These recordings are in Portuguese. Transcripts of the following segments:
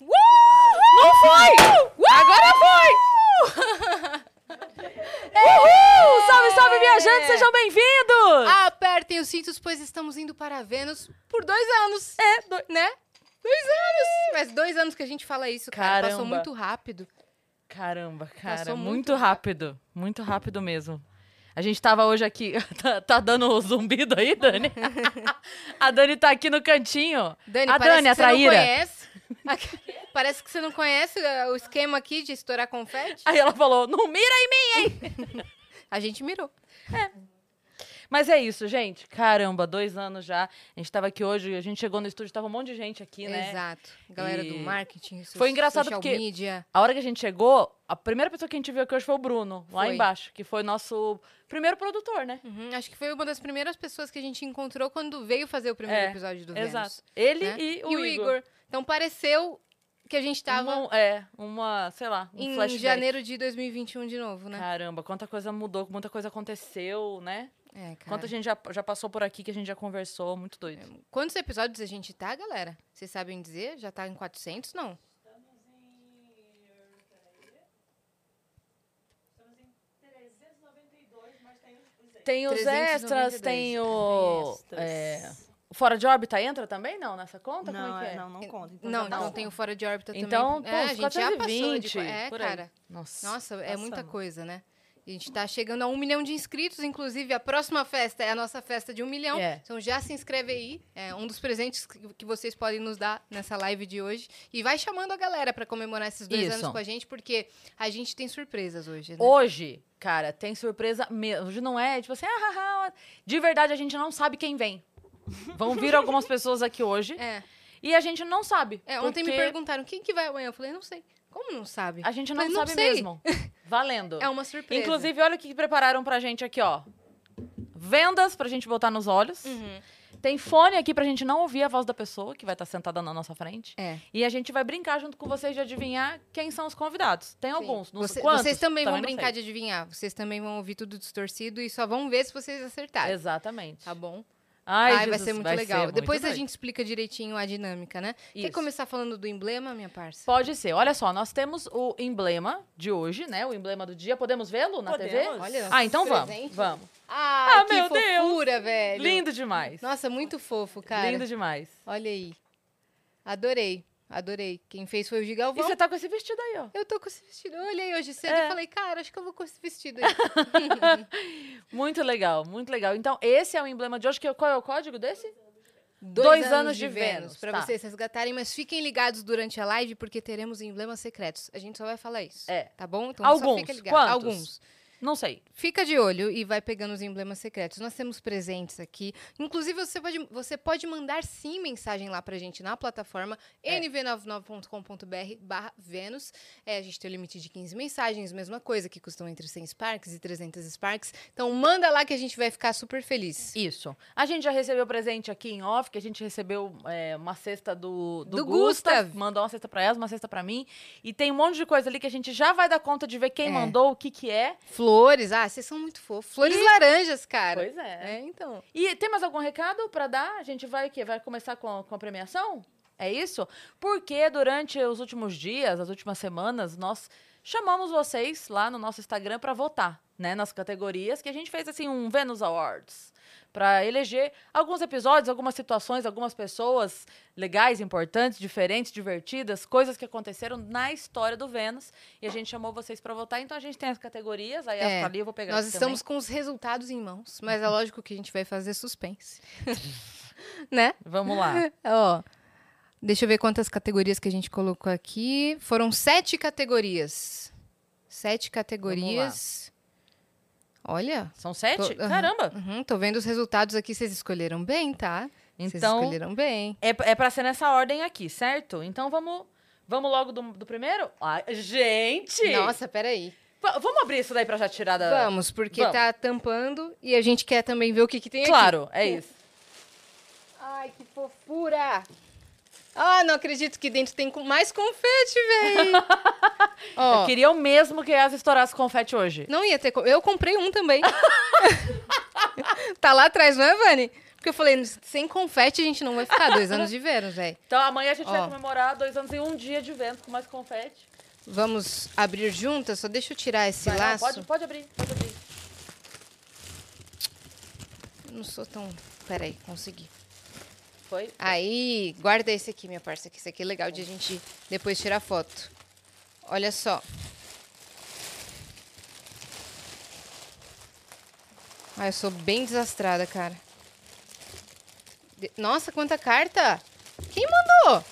Não foi! Agora foi! Uhul! Uh, Salve, salve, viajantes! Sejam bem-vindos! É. Apertem os cintos, pois estamos indo para Vênus por dois anos. É, do- Né? Dois anos! Mas dois anos que a gente fala isso, cara. Passou Caramba. muito rápido. Caramba, cara, Passou muito rápido. Muito rápido mesmo. A gente tava hoje aqui. Tá, tá dando o zumbido aí, Dani? a Dani tá aqui no cantinho. Dani, a parece Dani, que a você não traíra. conhece. Aqui- parece que você não conhece eh, o esquema aqui de estourar confete. Aí ela falou: não mira em mim! É. A gente mirou. Mas é isso, gente. Caramba, dois anos já. A gente tava aqui hoje, a gente chegou no estúdio, tava um monte de gente aqui, né? Exato. Galera do E- marketing, so Foi engraçado social porque- media. A hora que a gente chegou, a primeira pessoa que a gente viu aqui hoje foi o Bruno, lá Foi. embaixo, que foi nosso primeiro produtor, né? Uhum, acho que foi uma das primeiras pessoas que a gente encontrou quando veio fazer o primeiro É, episódio do Exato. Vênus. Ele né? e o Igor. Então pareceu que a gente tava Uma- é, uma, sei lá, um em flashback. janeiro de 2021 de novo, né? Caramba, quanta coisa mudou, muita coisa aconteceu, né? É, cara. Quanta gente já, já passou por aqui que a gente já conversou, muito doido. Quantos episódios a gente tá, galera? Vocês sabem dizer? Já tá em 400, não? Tem os 392. extras, tem o. é, o fora de órbita entra tá? também? Não, nessa conta? Como Não, é que é? é, não, não conta. Então Não, já tá não bom. tem o Fora de Órbita Então, também. pô, é, uns a gente já passou 420, de... É, por aí. cara. Nossa. Nossa, é muita passamos. coisa, né? A gente tá chegando a um milhão de inscritos, inclusive a próxima festa é a nossa festa de um milhão. É. Então já se inscreve aí. É um dos presentes que que vocês podem nos dar nessa live de hoje. E vai chamando a galera pra comemorar esses dois Isso. anos com a gente, porque a gente tem surpresas hoje, né? Hoje, cara, tem surpresa mesmo. Hoje não é, tipo assim, ah, ah, ah. de verdade a gente não sabe quem vem. Vão vir algumas pessoas aqui hoje É. e a gente não sabe. É, ontem me porque perguntaram quem que vai amanhã. Eu falei, não sei. Como não sabe? A gente não Mas não sabe sei. mesmo. Valendo. É uma surpresa. Inclusive, olha o que prepararam pra gente aqui, ó. Vendas pra gente botar nos olhos. Uhum. Tem fone aqui pra gente não ouvir a voz da pessoa que vai estar sentada na nossa frente. É. E a gente vai brincar junto com vocês de adivinhar quem são os convidados. Tem alguns, não Você- sei quantos. Vocês também, vão não brincar sei. de adivinhar. Vocês também vão ouvir tudo distorcido e só vão ver se vocês acertarem. Exatamente. Tá bom? Ai, Ai, vai Jesus, ser muito vai legal. muito Depois a doido. gente explica direitinho a dinâmica, né? Quer Isso. começar falando do emblema, minha parça? Pode ser. Olha só, nós temos o emblema de hoje, né? O emblema do dia. Podemos vê-lo na TV? Podemos. Olha, Ah, então presente. vamos. Vamos. Ah, Ah, que meu Deus! fofura, velho. Lindo demais. Nossa, muito fofo, cara. Lindo demais. Olha aí. Adorei, adorei. Quem fez foi o E Gigalvão. você tá com esse vestido aí, ó. Eu tô com esse vestido. Eu olhei hoje cedo É. e falei, cara, acho que eu vou com esse vestido aí. Muito legal, muito legal. Então, esse é o emblema de hoje. Que, qual é o código desse? Dois, anos de Vênus, Pra tá. vocês resgatarem, mas fiquem ligados durante a live, porque teremos emblemas secretos. A gente só vai falar isso. É. Tá bom? Então só Alguns. fica ligado. Quantos? Alguns. Não sei. Fica de olho e vai pegando os emblemas secretos. Nós temos presentes aqui. Inclusive, você pode, você pode mandar sim mensagem lá pra gente na plataforma É. nv99.com.br barra Vênus. É, a gente tem o limite de 15 mensagens, mesma coisa, que custam entre 100 Sparks e 300 Sparks. Então manda lá que a gente vai ficar super feliz. Isso. A gente já recebeu presente aqui em off, que a gente recebeu é, uma cesta do, do, Do Gustav. Gustav. Mandou uma cesta pra ela, uma cesta pra mim. E tem um monte de coisa ali que a gente já vai dar conta de ver quem É. mandou, o que que é. Flores, ah, vocês são muito fofos. Flores laranjas, cara. Pois é. É, então. E tem mais algum recado pra dar? A gente vai o quê? Vai começar com a, com a premiação? É isso? Porque durante os últimos dias, as últimas semanas, nós chamamos vocês lá no nosso Instagram pra votar, né, nas categorias que a gente fez assim um Venus Awards Pra eleger alguns episódios, algumas situações, algumas pessoas legais, importantes, diferentes, divertidas, coisas que aconteceram na história do Vênus. E a gente chamou vocês pra votar, então a gente tem as categorias, aí É, essa ali eu vou pegar Nós aqui Uhum. estamos com os resultados em mãos, mas é lógico que a gente vai fazer suspense. né? também. Vamos lá. Ó. Deixa eu ver quantas categorias que a gente colocou aqui. Foram sete categorias. Sete categorias. Olha. São sete? Tô- aham. Caramba! Uhum, tô vendo os resultados aqui. Vocês escolheram bem, tá? Vocês Então, escolheram bem. é, é pra ser nessa ordem aqui, certo? Então vamos, vamos logo do, do primeiro? Ai, gente! Nossa, peraí. V- vamos abrir isso daí pra já tirar da... Vamos, porque Vamos. tá tampando e a gente quer é também ver o Hum. que, que tem aqui. Claro, é isso. Ai, que fofura! Ah, não acredito que dentro tem com- mais confete, véi. Ó, Eu queria o mesmo que as estourasse confete hoje. não ia ter. co- Eu comprei um também. tá lá atrás, não é, Vani? Porque eu falei, sem confete a gente não vai ficar dois anos de verão, véi. Então amanhã a gente vai Ó. comemorar dois anos e um dia de vento com mais confete. Vamos abrir juntas? Só deixa eu tirar esse Vai lá, laço. pode, pode abrir, pode abrir. Não sou tão. Peraí, consegui. Foi? Aí, guarda esse aqui, minha parça, que esse aqui é legal de a gente depois tirar foto. Olha só. Ah, eu sou bem desastrada, cara. De- Nossa, quanta carta! Quem mandou?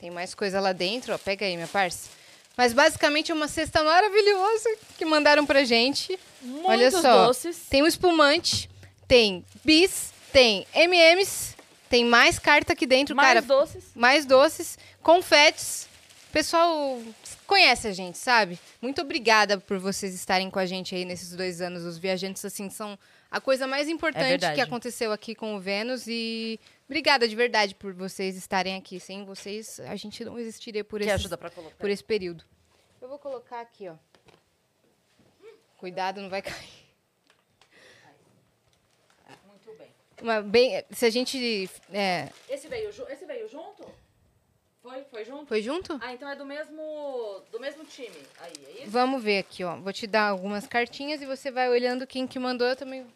Tem mais coisa lá dentro, ó. Pega aí, minha parça. Mas basicamente é uma cesta maravilhosa que mandaram pra gente. Muitos Olha só. doces. Tem o espumante, tem bis, tem MMs, tem mais carta aqui dentro, mais cara. doces. Mais doces, confetes. O pessoal conhece a gente, sabe? Muito obrigada por vocês estarem com a gente aí nesses dois anos. Os viajantes, assim, são a coisa mais importante verdade. que aconteceu aqui com o Vênus. E obrigada de verdade por vocês estarem aqui. Sem vocês, a gente não existiria por, Que esses- ajuda pra colocar. por esse período. Eu vou colocar aqui, ó. Cuidado, não vai cair. Muito bem. Uma bem, se a gente. é, Esse veio, ju- esse veio junto? Foi, foi junto? foi junto? Ah, então é do mesmo, do mesmo time. Aí, é isso? Vamos ver aqui, ó. Vou te dar algumas cartinhas e você vai olhando quem que mandou. Eu também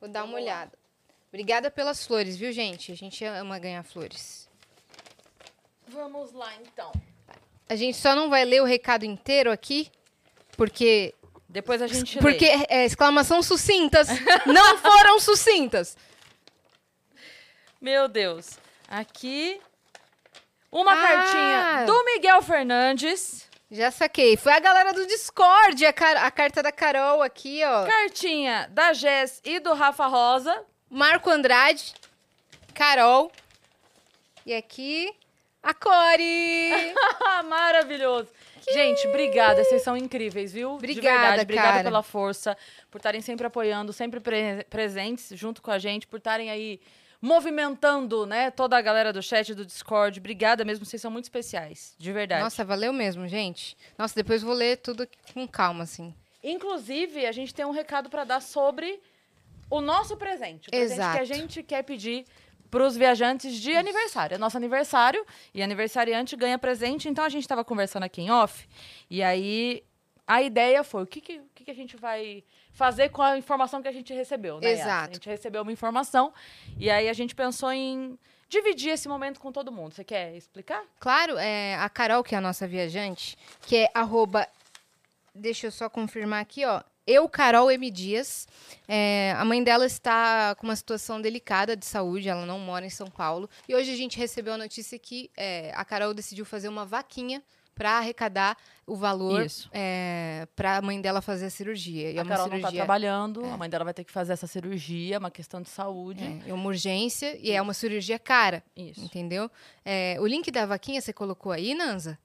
vou dar uma Vamos lá. olhada. Obrigada pelas flores, viu, gente? A gente ama ganhar flores. Vamos lá, então. A gente só não vai ler o recado inteiro aqui, porque. Depois a gente Porque é, exclamação sucintas não foram sucintas. Meu Deus. Aqui, uma Ah! cartinha do Miguel Fernandes. Já saquei. Foi a galera do Discord, a, car- a carta da Carol aqui, ó. Cartinha da Jess e do Rafa Rosa. Marco Andrade, Carol e aqui a Core. Maravilhoso. Gente, obrigada. Vocês são incríveis, viu? De Obrigada, verdade, obrigada cara. pela força, por estarem sempre apoiando, sempre pre- presentes junto com a gente, por estarem aí movimentando, né, toda a galera do chat, do Discord. Obrigada mesmo, vocês são muito especiais, de verdade. Nossa, valeu mesmo, gente. Nossa, depois vou ler tudo com calma, assim. Inclusive, a gente tem um recado para dar sobre o nosso presente. O presente Exato. que a gente quer pedir para os viajantes de aniversário. É nosso aniversário e aniversariante ganha presente. Então, a gente estava conversando aqui em off. E aí, a ideia foi, o que, que, o que, que a gente vai fazer com a informação que a gente recebeu, né, Yas? Exato. A gente recebeu uma informação e aí a gente pensou em dividir esse momento com todo mundo. Você quer explicar? Claro, é, a Carol, que é a nossa viajante, que é arroba. Deixa eu só confirmar aqui, ó. Eu, Carol M. Dias. É, a mãe dela está com uma situação delicada de saúde, ela não mora em São Paulo. E hoje a gente recebeu a notícia que é, a Carol decidiu fazer uma vaquinha para arrecadar o valor Isso. para a mãe dela fazer a cirurgia. E é a uma Carol não tá cirurgia trabalhando, a mãe dela vai ter que fazer essa cirurgia, é uma questão de saúde. é, é uma urgência e é uma cirurgia cara, Isso. entendeu? É, o link da vaquinha você colocou aí, Nanza?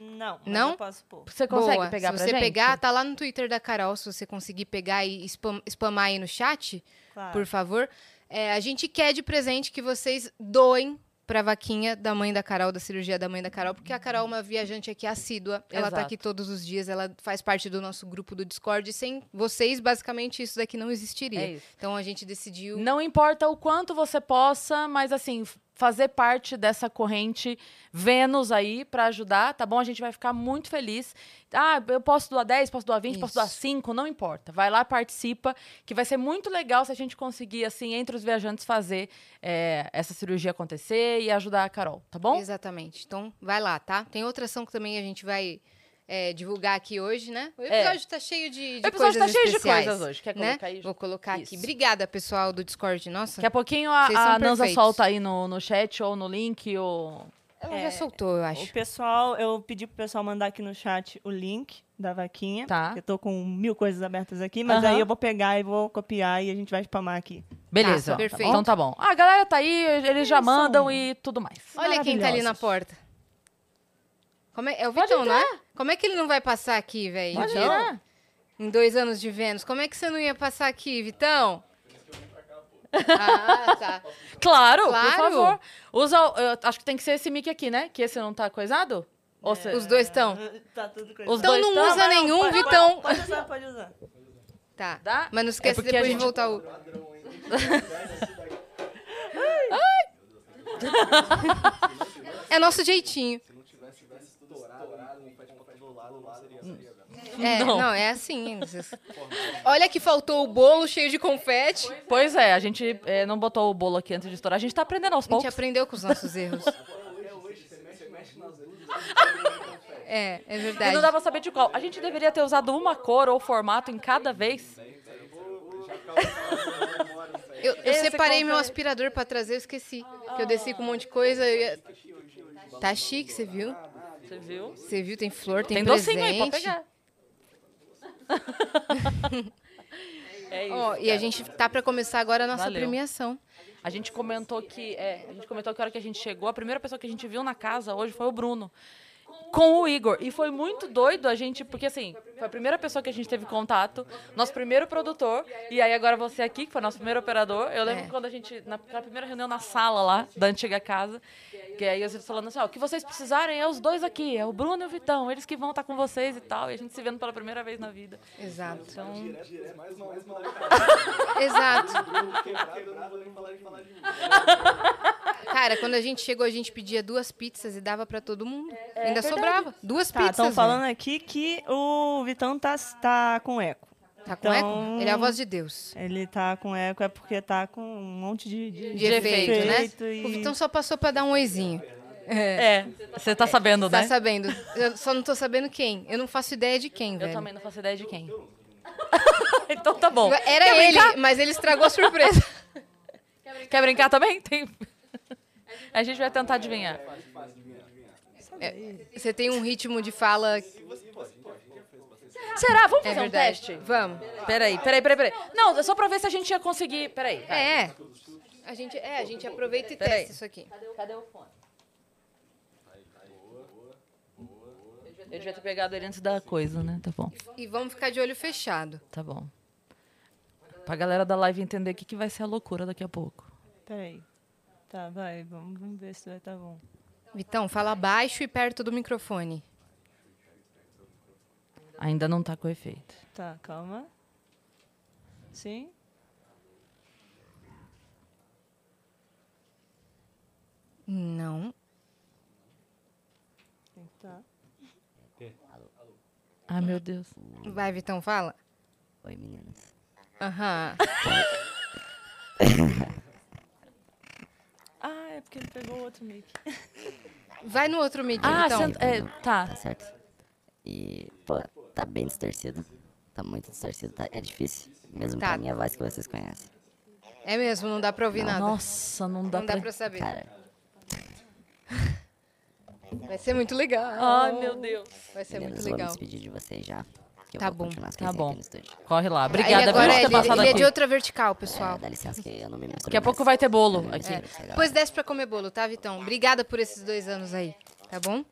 Não, mas Não? eu posso pôr. Você consegue Boa. pegar Se pra você gente? pegar, tá lá no Twitter da Carol, se você conseguir pegar e spam- spamar aí no chat, Claro. por favor. É, a gente quer de presente que vocês doem pra vaquinha da mãe da Carol, da cirurgia da mãe da Carol, porque a Carol é uma viajante aqui assídua. Ela tá Exato. aqui todos os dias, ela faz parte do nosso grupo do Discord. e Sem vocês, basicamente, isso daqui não existiria. É isso. Então a gente decidiu. Não importa o quanto você possa, mas assim, f- fazer parte dessa corrente Vênus aí pra ajudar, tá bom? A gente vai ficar muito feliz. Ah, eu posso doar 10, posso doar 20, posso doar Isso. 5, não importa. Vai lá, participa, que vai ser muito legal se a gente conseguir, assim, entre os viajantes, fazer é, essa cirurgia acontecer e ajudar a Carol, tá bom? Exatamente. Então, vai lá, tá? Tem outra ação que também a gente vai é, divulgar aqui hoje, né? O É. episódio tá cheio de, de O episódio coisas tá cheio especiais, de coisas hoje. Quer né? colocar aí? Vou colocar Isso. aqui. Obrigada, pessoal do Discord. Nossa, Daqui a pouquinho a, Vocês são a Nanza perfeitos. solta aí no, no chat ou no link ou ela É, já soltou, eu acho. O pessoal, eu pedi pro pessoal mandar aqui no chat o link da vaquinha. Tá. porque Eu tô com mil coisas abertas aqui, mas Aham. aí eu vou pegar e vou copiar e a gente vai spamar aqui. Beleza. Tá, perfeito. Então tá bom. Ah, a galera tá aí, eles já Eles são- um mandam e tudo mais. Olha quem tá ali na maravilhosos. porta. Como é, é o Pode Vitão, né? Como é que ele não vai passar aqui, velho? Pode De- entrar. Em dois anos de Vênus. Como é que você não ia passar aqui, Vitão? Ah, tá. Claro, Claro. por favor. Usa, o- eu acho que tem que ser esse mic aqui, né? Que esse não tá coisado? É. Ou se- Os dois estão? Tá tudo coisa. Os Então dois não tão, usa mas não, nenhum, pode- Vitão. Pode usar, pode usar. Tá. Dá? Mas não esqueça É porque a depois de gente- voltar o. É nosso jeitinho. É, Não. não. é assim. Olha que faltou o bolo cheio de confete. Pois é, a gente é, não botou o bolo aqui antes de estourar. A gente tá aprendendo aos A gente poucos. aprendeu com os nossos erros. É, é E não dá verdade. pra saber de qual. A gente deveria ter usado uma cor ou formato em cada vez. Eu, eu Esse separei meu confete. aspirador pra trazer, eu esqueci. Que eu desci com um monte de coisa. eu ia- Tá chique, você viu? Você viu? Você viu? Tem flor, tem, Tem, presente. docinho aí, pode pegar. é isso. Ó, e a gente tá pra começar agora a nossa Valeu. premiação. A gente comentou que. É, a gente comentou que a hora que a gente chegou, a primeira pessoa que a gente viu na casa hoje foi o Bruno. Com o Igor. E foi muito doido a gente, porque assim, foi a primeira pessoa que a gente teve contato, nosso primeiro produtor, e aí agora você aqui, que foi nosso primeiro operador. Eu lembro É. quando a gente, na, na primeira reunião na sala lá, da antiga casa, que aí eu falando assim, ó, o que vocês precisarem é os dois aqui, é o Bruno e o Vitão, eles que vão estar com vocês e tal, e a gente se vendo pela primeira vez na vida. Exato. Então, Exato. Cara, quando a gente chegou, a gente pedia duas pizzas e dava pra todo É, mundo. Ainda sobrava. Duas É Tá, pizzas. estão né? falando aqui que o Vitão tá, tá com eco. Tá com Então- eco? Ele é a voz de Deus. Ele tá com eco é porque tá com um monte de, de, De efeito, efeito né? e- O Vitão só passou pra dar um oizinho. é, você tá sabendo, Tá né? sabendo. Eu só não tô sabendo quem. Eu não faço ideia de quem, Eu velho. também não faço ideia de quem. então tá bom. Era Quer ele, Brincar? mas ele estragou a surpresa. Quer brincar também? Tem... A gente vai tentar adivinhar. É, você tem um ritmo de fala. Será? Vamos É fazer um verdade. teste? Vamos. Peraí, peraí, peraí, peraí. Não, é só pra ver se a gente ia conseguir. Peraí. vai. É. A gente, é, a gente aproveita e Peraí. testa isso aqui. Cadê o fone? Eu devia ter pegado ele antes da coisa, né? Tá bom, E vamos ficar de olho fechado. tá bom. Pra galera da live entender o que, que vai ser a loucura daqui a pouco. Peraí. Tá, vai, vamos, vamos ver se vai tá bom. Vitão, fala baixo e perto do microfone. Ainda não tá com efeito. Tá, calma. Sim? Não. Tá. Ai, meu Deus. Vai, Vitão, fala. Oi, meninas. Aham. Ah, é porque ele pegou outro mic. Vai no outro mic, Ah, Vitão. senta- é, tá. Tá certo? E, pô, tá bem distorcido. Tá muito distorcido. tá- é difícil. Mesmo Tá. pra minha voz que vocês conhecem. É mesmo, não dá pra ouvir nada. Nossa, não dá não dá pra... pra saber. Cara, Vai ser muito legal. Ai, meu Deus. Vai ser muito meninas, vou me legal. despedir de vocês já. Que eu Tá vou bom, continuar as tá coisinhas bom. aqui no estúdio. Corre lá. Aí Obrigada viu, agora por ter ele, passado ele é aqui. de outra vertical, É, pessoal. dá licença que eu não me misturo Daqui a pouco mais. vai ter bolo É, aqui. Depois desce pra comer bolo, tá, Vitão? Obrigada por esses dois anos aí, tá bom?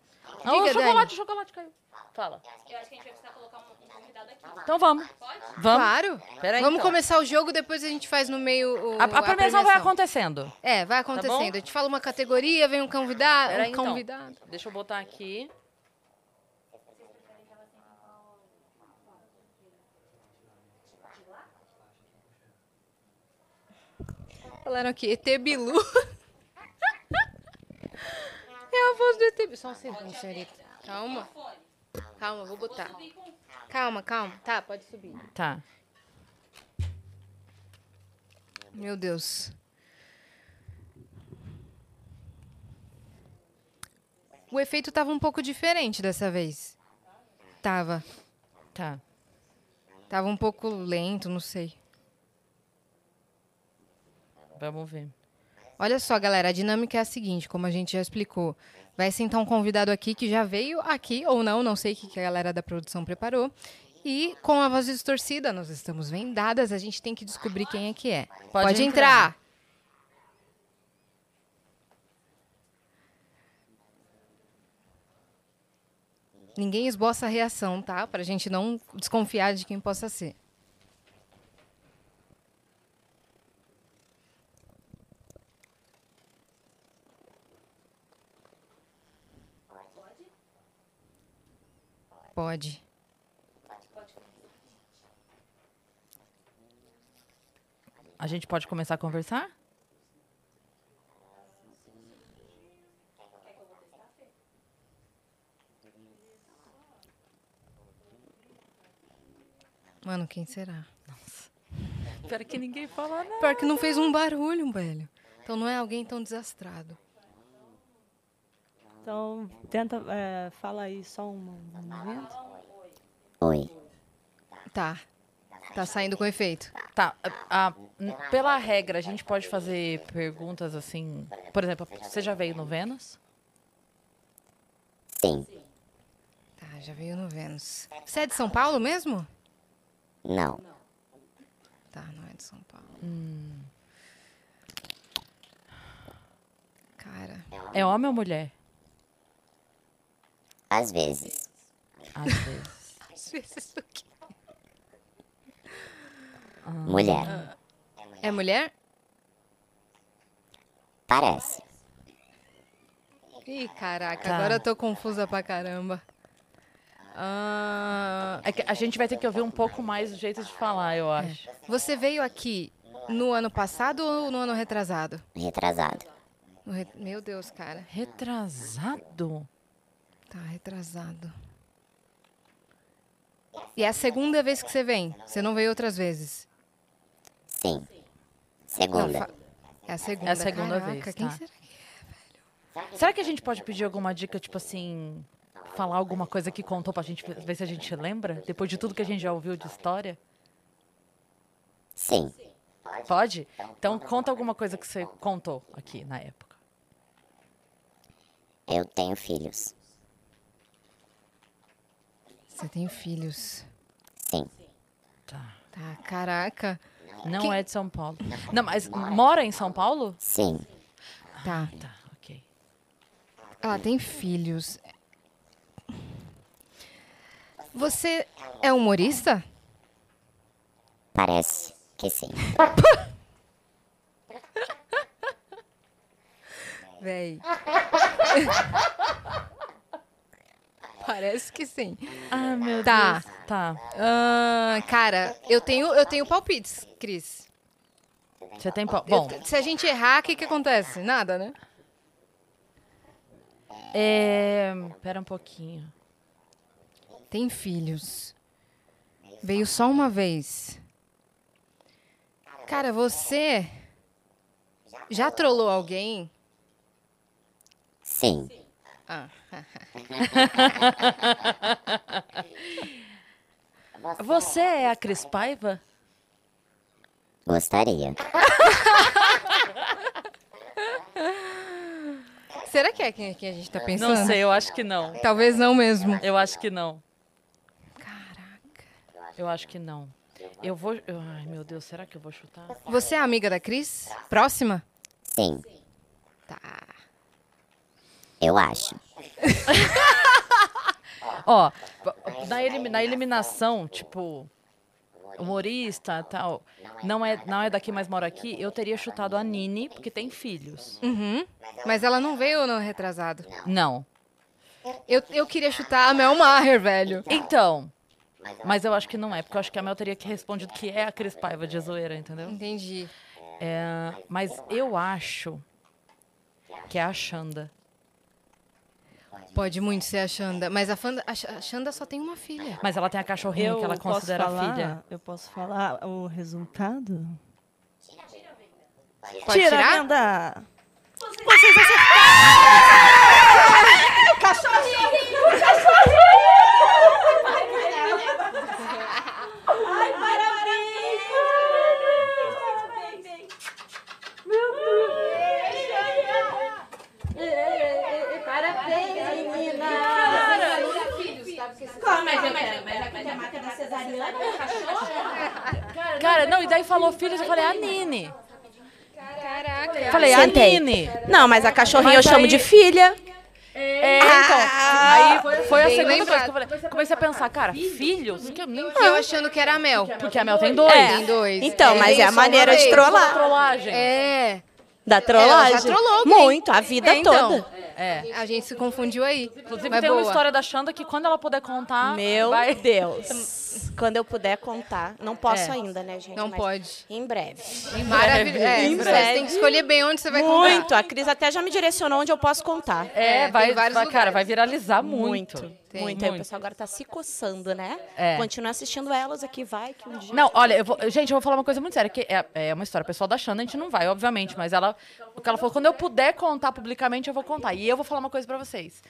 Ah, o Diga, chocolate, Dani. o chocolate caiu. Fala. Então vamos. Vamos. Claro. Peraí, Vamos então. começar o jogo, depois a gente faz no meio o, A, a premiação vai acontecendo. Tá É, vai bom? acontecendo. eu te falo uma categoria, vem um convidado, Peraí, um então. convidado. Deixa eu botar aqui. Falaram aqui, ET Bilu. é a voz do ET Bilu. Só um segundo, senhorita. Calma. Calma, vou botar. Calma, calma. Tá, pode subir. Tá. Meu Deus. O efeito tava um pouco diferente dessa vez. Tava. Tá. Tava um pouco lento, não sei. Vamos ver. Olha só, galera, a dinâmica é a seguinte, como a gente já explicou. Vai sentar um convidado aqui que já veio aqui ou não, não sei o que que a galera da produção preparou. E com a voz distorcida, nós estamos vendadas, a gente tem que descobrir quem é que é. Pode, entrar. Ninguém esboça a reação, tá? Pra gente não desconfiar de quem possa ser. Pode. A gente pode começar a conversar? Mano, quem será? Espero que ninguém fala nada. Pior que não fez um barulho, velho. Então não é alguém tão desastrado. Então, tenta. É, fala aí só um momento. Oi. Tá. Tá saindo com efeito. Tá. a- a- n- pela regra, a gente pode fazer perguntas assim. Por exemplo, você já veio no Vênus? Sim. Tá, já veio no Vênus. Você é de São Paulo mesmo? Não. Tá, não é de São Paulo. Cara, É homem ou mulher? Às vezes. Às vezes. às vezes o quê? Ah. Mulher. É mulher? Parece. Ih, caraca, Tá. agora eu tô confusa pra caramba. Ah, É que a gente vai ter que ouvir um pouco mais o jeito de falar, eu acho. você veio aqui no ano passado ou no ano retrasado? Retrasado. No re- Meu Deus, cara. Retrasado? Tá retrasado. E é a segunda vez que você vem? Você não veio outras vezes? Sim. Não, Segunda. fa- é a segunda. É a segunda Caraca, vez, Quem tá. será que é, Será que a gente pode pedir alguma dica, tipo assim, falar alguma coisa que contou pra gente ver se a gente lembra? Depois de tudo que a gente já ouviu de história? Sim. Pode? Então conta alguma coisa que você contou aqui na época. Eu tenho filhos. Você tem filhos. Sim. Tá. Tá, caraca. Não Quem- é de São Paulo. Não, mas mora em São Paulo? Sim. Tá. Tá, ok. Ela tem filhos. Você é humorista? Parece que sim. Véi. Parece que sim. Ah, meu Tá. Deus. Tá. Ah, cara, eu tenho, eu tenho palpites, Cris. Você tem pau. Eu- Bom, se a gente errar, o que, que acontece? Nada, né? é. Pera um pouquinho. Tem filhos. Veio só uma vez. Cara, você já trollou alguém? Sim. Ah, Você é a Cris Paiva? Gostaria. será que é quem, quem a gente tá pensando? Não sei, eu acho que não. Talvez não mesmo. Eu acho que não. Caraca. Eu acho que não. Eu vou. eu- Ai, meu Deus, será que eu vou chutar? Você é amiga da Cris? Próxima? Sim. Tá. Eu acho. Ó, na, elimi- na eliminação, tipo, humorista tal, não é, não é daqui, mas mora aqui, eu teria chutado a Nini, porque tem filhos. Uhum. Mas ela não veio no retrasado. Não. Eu, eu queria chutar a Mel Maher, velho. Então. Mas eu acho que não é, porque eu acho que a Mel teria que respondido que é a Cris Paiva de zoeira, entendeu? Entendi. É, mas eu acho que é a Xanda. Pode muito ser a Xanda, mas a, Fanda, a Xa- a Xanda só tem uma filha. Mas ela tem a cachorrinha que ela posso considera falar, filha. Eu posso falar o resultado? Pode tirar? a venda! Cara, não, e daí falou filhos, eu falei, a Nini. Caraca. Eu falei, a Sentei. Nini. Não, mas a cachorrinha Mas eu chamo aí- de filha. É, então. aí foi a Ah, segunda bem coisa lembrado. Ah. que eu falei. Comecei a pensar, cara, filhos? Que eu nem E eu achando que era a Mel. Porque a Mel tem dois. É. Tem dois. Então, Ele mas veio é a só uma maneira de vez. trollar. Trollagem. É. Da Ela trollagem. já trollou alguém. Muito, a vida É, então. toda. É. A gente se confundiu aí. Inclusive, Mas tem uma boa. história da Xanda que quando ela puder contar. Meu Ah, vai... Deus. Quando eu puder contar. Não posso ainda, né, gente? Não Mas pode. Em breve. Maravilhoso. É, Em você breve. tem que escolher bem onde você vai comprar. Muito. A Cris até já me direcionou onde eu posso contar. É, É, vai, tem vários vai- cara, lugares. vai viralizar muito. Tem. Tá. Muito. Aí o Muito. pessoal agora tá se coçando, né? É. Continua assistindo elas aqui, vai, que um dia. Não, olha, eu vou- gente, eu vou falar uma coisa muito séria, que é, é uma história pessoal da Xanda, a gente não vai, obviamente, mas ela, o que ela falou, quando eu puder contar publicamente, eu vou contar. E eu vou falar uma coisa pra vocês.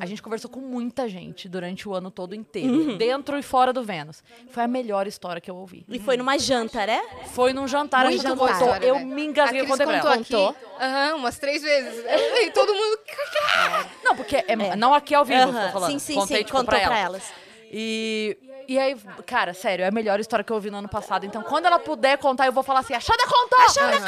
A gente conversou com muita gente durante o ano todo inteiro, dentro e fora do Vênus. Foi a melhor história que eu ouvi. E foi numa janta, né? Foi num jantar, Muito a gente boa contou, história, eu velho. me A engasguei, eu Cris contei pra contou ela. aqui. Aham, umas três vezes. E todo mundo... Não, porque é- não aqui ao vivo, que eu Aham, tô falando. sim, sim, Contei, sim, tipo, contou pra ela. elas. E, e aí, cara, sério, é a melhor história que eu ouvi no ano passado. Então, quando ela puder contar, eu vou falar assim, a Xanda contou! A Xanda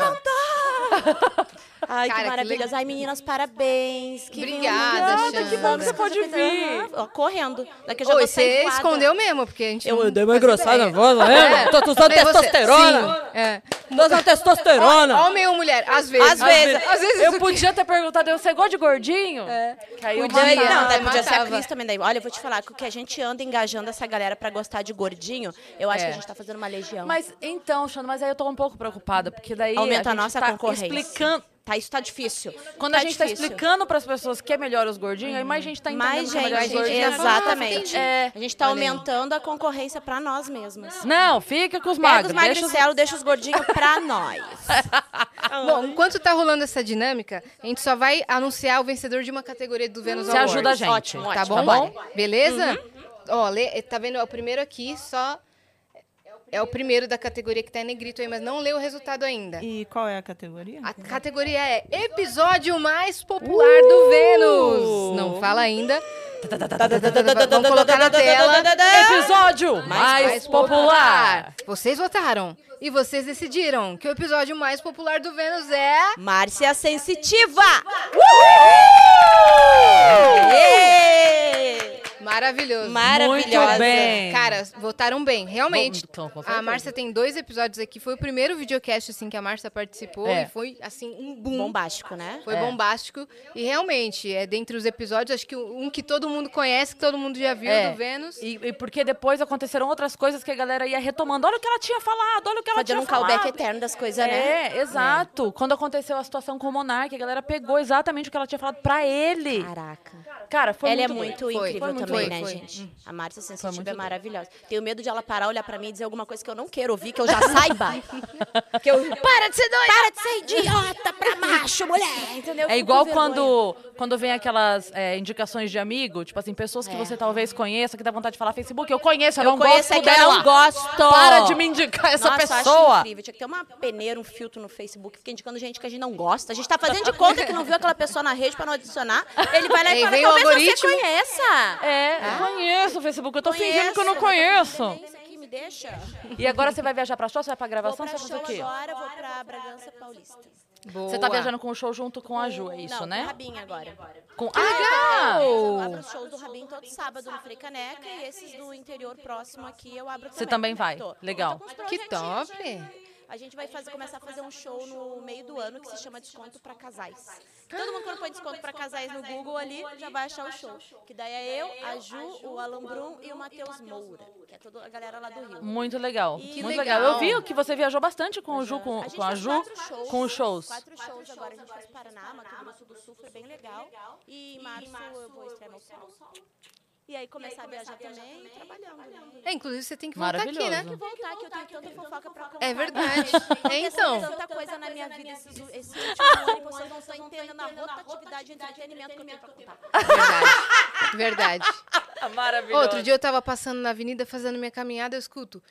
Ai, Cara, que que maravilhas. legal. Ai, meninas, parabéns. Que Obrigada, Xanda. Que bom que você pode Coisa vir. correndo. Daqui eu já Oi, vou sair você em quadra. escondeu mesmo, porque a gente... Eu, não eu dei uma faz engrossada na ideia. voz, lembra? Tô usando Mas você- testosterona. Sim, é. Tô usando testosterona. Ó, o meio mulher, às vezes. Às vezes. Às vezes Eu podia ter perguntado, eu- você gosta de gordinho? É. Que aí eu Podia, mandava. Daí, Matava, não, daí podia ser a matava. Cris também. Daí. Olha, eu vou te falar, que o que a gente anda engajando essa galera pra gostar de gordinho, eu acho É. que a gente tá fazendo uma legião. Mas então, Xanda, mas aí eu tô um pouco preocupada, porque daí Aumenta a gente nossa tá concorrência. explicando. Tá, isso tá difícil. Quando Tá a gente tá difícil. explicando pras pessoas que é melhor os gordinhos, aí mais gente tá entendendo Mais que é gente, melhor os gordinhos. exatamente. É. A gente tá aumentando a concorrência pra nós mesmas. Não, fica com os Pega magros. os deixa os... magricelos, deixa os gordinhos pra nós. Bom, enquanto tá rolando essa dinâmica, a gente só vai anunciar o vencedor de uma categoria do Vênus Você Awards. ajuda a gente. Ótimo, Uhum. Tá ótimo. bom? bom? Beleza? Ó, lê- tá vendo? É o primeiro aqui, só... É o primeiro da categoria que tá em negrito aí, mas não lê o resultado ainda. E qual é a categoria? A categoria é episódio mais popular Uh! do Vênus. Não fala ainda. Vamos colocar na tela. Episódio mais, popular. Vocês votaram e vocês decidiram que o episódio mais popular do Vênus é. Márcia Sensitiva! Uh! Ê! Maravilhoso. Maravilhosa. Maravilhoso. Cara, votaram bem, realmente. Bom, então, com a certeza. Márcia tem dois episódios aqui. Foi o primeiro videocast assim, que a Márcia participou É. e foi assim um boom. Bombástico, né? Foi bombástico. E realmente, é dentre os episódios, acho que um que todo mundo conhece, que todo mundo já viu É. do Vênus. E, e porque depois aconteceram outras coisas que a galera ia retomando. Olha o que ela tinha falado, olha o que ela Fazendo um tinha falado. callback eterno das coisas, né? É, exato. Quando aconteceu a situação com o Monark, a galera pegou exatamente o que ela tinha falado pra ele. Caraca. Cara, foi ela muito é muito doido. Foi, incrível foi muito também, doido, né, foi. gente? A Márcia Sensitiva é maravilhosa. Tenho medo de ela parar, olhar pra mim e dizer alguma coisa que eu não quero ouvir, que eu já saiba. que eu... Para de ser doida! Para de ser idiota pra macho, mulher! Entendeu? É igual quando, quando vem aquelas é, indicações de amigo, tipo assim, pessoas que você talvez conheça, que dá vontade de falar Facebook, eu conheço, eu, É. Eu não conheço, é gosto que eu dela. não gosto. Para de me indicar essa Nossa, Eu acho pessoa. incrível. Tinha que ter uma peneira, um filtro no Facebook, fica indicando gente que a gente não gosta. A gente tá fazendo de conta que não viu aquela pessoa na rede pra não adicionar. Ele vai lá Aí e fala, vem o talvez você algoritmo. conheça. É, eu conheço o Facebook, eu tô fingindo que eu não Ah. Conheço. conheço. Isso aqui, me deixa. E agora você vai viajar pra show, você vai pra Vou gravação, pra você vai show fazer o quê? agora, vou pra Bragança Paulista. Você tá viajando com o show junto com a Ju, é isso, não, né? Rabinho agora. Com... Ah! Eu abro os shows do Rabin todo sábado no Frei Caneca e esses do interior próximo aqui eu abro também. Você também vai? Tô. Legal. Tô com uns Que projetinhos né? top! aí. A gente vai fazer, começar a fazer um show no meio do ano que se chama Desconto para Casais. Todo mundo quando põe desconto para casais no Google ali já vai achar o show. Que daí é eu, a Ju, o Alan Brum e o Matheus Moura, que é toda a galera lá do Rio. Muito legal. Que é. muito legal. Eu vi que você viajou bastante com o Ju, com, A gente com a faz Ju, quatro shows, com os shows. Quatro shows agora, a gente faz Paraná, Mato Grosso do Sul, foi bem legal. E em março eu vou estrear meu solo. E aí começar a viajar também e trabalhando. né? É, inclusive você tem que voltar aqui, né? Maravilhoso. Voltar que eu tenho tanta fofoca pra contar. É verdade. É, Aconteceu então. tanta coisa na minha vida esses, esse último ano, vocês não estão entendendo a rotatividade de entretenimento que eu tenho pra contar. Verdade. Verdade. Maravilhoso. Outro dia eu tava passando na avenida fazendo minha caminhada, eu escuto.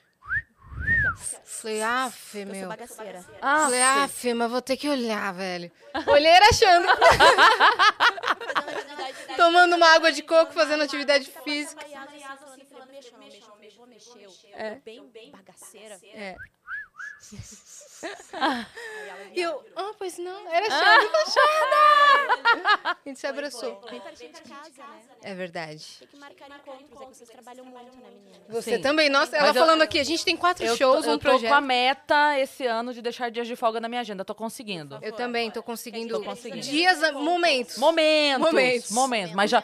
Falei, afe, Eu sou meu. bagaceira. Ah, Falei, afe, mas vou ter que olhar, velho. Olhei era achando. Tomando uma água de coco, fazendo atividade física. Maiada, assim, falando, mexeu, mexeu, mexeu, mexeu. Eu bem bagaceira. É. E eu, ah, pois não, era chave fechada. A gente se abraçou. Bem pertinho de casa, né? É verdade. Tem que marcar encontros, é que vocês trabalham muito, né, menina? Você Sim. também, nossa, ela Mas eu- falando aqui, a gente tem quatro Eu, shows, tô, um eu tô com a projeto. meta esse ano de deixar dias de folga na minha agenda. Tô conseguindo. Eu também tô conseguindo, Tô conseguindo. dias, momentos. Momentos. Momentos. Momentos. Mas já,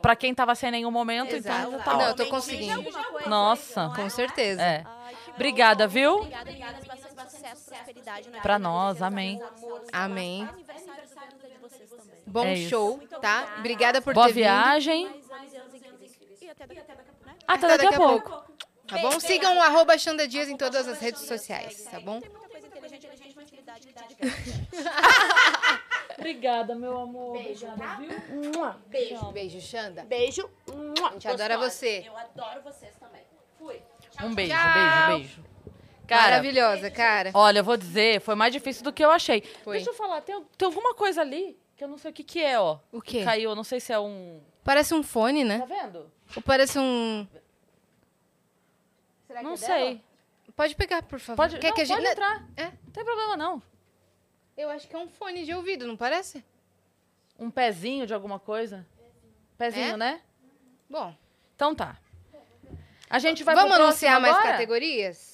pra quem tava sem nenhum momento, Exato. então já Não, eu tá tô ótimo. conseguindo. Nossa. Com certeza. É. Obrigada, viu? Obrigada, obrigada. Bastante sucesso, prosperidade. né? Pra nós, amém. Amém. Aniversário da vida de vocês também. Bom É isso. show, tá? Obrigada por Boa ter vindo. viagem. Mais anos incríveis. E até daqui a pouco, né? Até, Ah, daqui, a pouco. Tá bom? Sigam o arroba Xanda Dias em todas as redes sociais, tá bom? Tem muita coisa inteligente, a gente tem uma atividade que te diverte. Obrigada, meu amor. Obrigada, viu? tá? Beijo, Xanda. Beijo. A gente adora você. Eu adoro vocês também. Fui. Um beijo, Tchau. beijo, beijo. Cara, Maravilhosa, cara. olha, eu vou dizer, foi mais difícil do que eu achei. Foi. Deixa eu falar, tem, tem alguma coisa ali que eu não sei o que que é, ó. O quê? Caiu, eu não sei se é um... Parece um fone, Tá né? vendo? Ou parece um... é não sei. Pode pegar, por favor. Pode, Quer não, que a gente... pode entrar. É. Não tem problema, não. Eu acho que é um fone de ouvido, não parece? Um pezinho de alguma coisa. Pezinho, É? né? Bom, Então tá. A gente vai vamos pro próximo anunciar mais agora? categorias?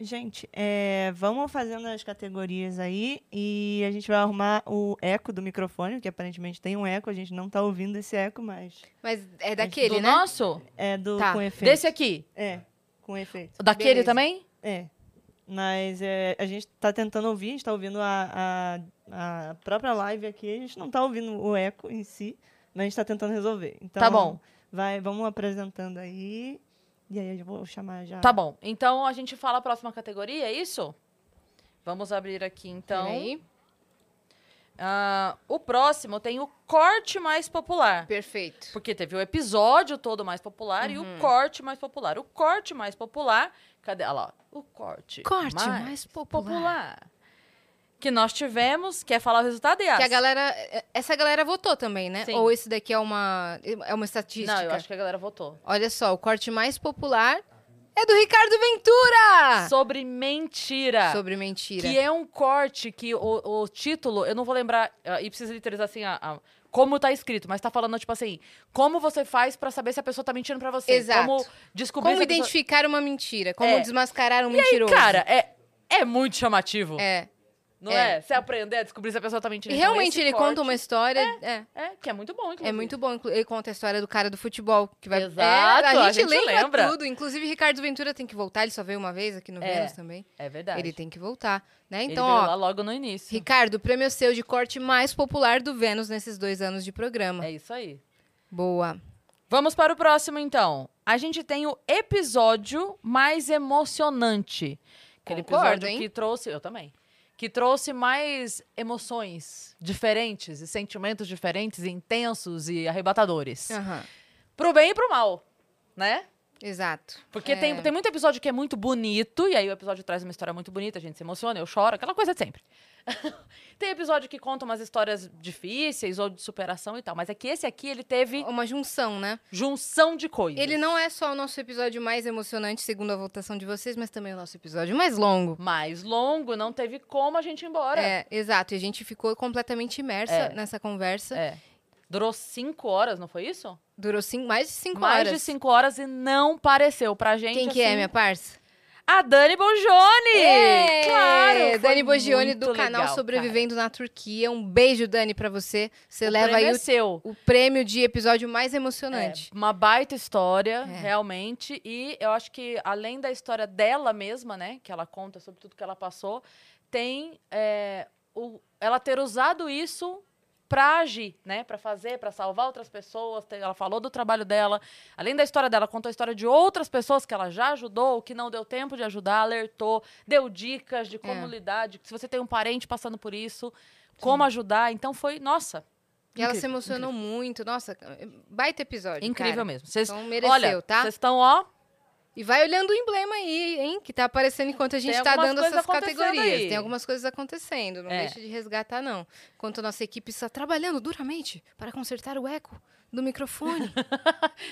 Gente, é, vamos fazendo as categorias aí e a gente vai arrumar o eco do microfone, porque aparentemente tem um eco, a gente não tá ouvindo esse eco, mas Mas é daquele, Do né? nosso? é do Tá, com efeito. Desse aqui. É, com efeito. Daquele Beleza. também? É. Mas é, a gente tá tentando ouvir, a gente tá ouvindo a, a, a própria live aqui, a gente não tá ouvindo o eco em si, mas a gente tá tentando resolver. Então, Tá bom. Vai, vamos apresentando aí. E aí eu vou chamar já. Tá bom. Então a gente fala a próxima categoria, é isso? Vamos abrir aqui então. Peraí. Ah, o próximo tem o corte mais popular. Perfeito. Uhum. Porque teve o episódio todo mais popular e o corte mais popular. O corte mais popular. Cadê? Olha lá. ó. O corte. Um Corte mais popular. Que nós tivemos. Quer falar o resultado, Yas? Que a galera... é- Essa galera votou também, né? Sim. Ou esse daqui é uma, é uma estatística? Não, eu acho que a galera votou. Olha só, o corte mais popular é do Ricardo Ventura! Sobre mentira. Ah! Sobre mentira. Que é um corte que o, o título, eu não vou lembrar, ah, e precisa literizar assim, a, a- como tá escrito, mas tá falando, tipo assim, como você faz pra saber se a pessoa tá mentindo pra você. Exato. Como descobrir Como se a pessoa- identificar uma mentira? Como É. desmascarar um mentiroso? Cara, é, é muito chamativo, É. não é. é. Você aprender a descobrir se a pessoa tá mentindo. E Então, realmente esse ele corte conta uma história. É. É, que é muito bom, inclusive. é muito bom. inclu- Ele conta a história do cara do futebol que vai. Exato, é, a, gente lembra, lembra. tudo. Inclusive, Ricardo Ventura tem que voltar. Ele só veio uma vez aqui no É, Vênus também. É verdade. Ele tem que voltar, né? Ele Então, veio ó, lá logo no início. Ricardo, prêmio é seu de corte mais popular do Vênus nesses dois anos de programa. É isso aí. Boa. Vamos para o próximo, então. A gente tem o episódio mais emocionante. Aquele Concordo, episódio hein? que trouxe. Eu também. Que trouxe mais emoções diferentes e sentimentos diferentes, intensos e arrebatadores. Aham. Pro bem e pro mal, né? Exato. Porque tem, tem muito episódio que é muito bonito, e aí o episódio traz uma história muito bonita, a gente se emociona, eu choro, aquela coisa de sempre. tem episódio que conta umas histórias difíceis ou de superação e tal, mas é que esse aqui, ele teve Uma junção, né? junção de coisas. Ele não é só o nosso episódio mais emocionante, segundo a votação de vocês, mas também o nosso episódio mais longo. mais longo, não teve como a gente ir embora. É, exato. E a gente ficou completamente imersa É. nessa conversa. É. Durou cinco horas, não foi isso? Durou cin- mais de cinco Mais horas. de cinco horas e não pareceu pra gente. Quem que é, assim, minha parça? A Dani Bonjoni! Ê! Claro! foi Dani Bogione muito do canal legal, Sobrevivendo na Turquia. Um beijo, Dani, pra você. Você cara. O leva prêmio aí é o, seu. o prêmio de episódio mais É, emocionante. uma baita história, É. realmente. E eu acho que, além da história dela mesma, né? Que ela conta sobre tudo que ela passou, tem é, o, ela ter usado isso pra agir, né? Pra fazer, pra salvar outras pessoas. Tem- Ela falou do trabalho dela. Além da história dela, contou a história de outras pessoas que ela já ajudou, que não deu tempo de ajudar, alertou, deu dicas de como É. lidar, de, se você tem um parente passando por isso, como ajudar. Então foi, nossa, E ela se incrível, emocionou muito. Nossa, baita episódio. incrível cara. mesmo. Vocês Então mereceu, Olha, tá? Vocês estão, ó, E vai olhando o emblema aí, hein? Que tá aparecendo enquanto a gente Tem tá algumas dando coisas essas acontecendo categorias. aí. Tem algumas coisas acontecendo. Não É. deixa de resgatar, não. Enquanto a nossa equipe está trabalhando duramente para consertar o eco do microfone.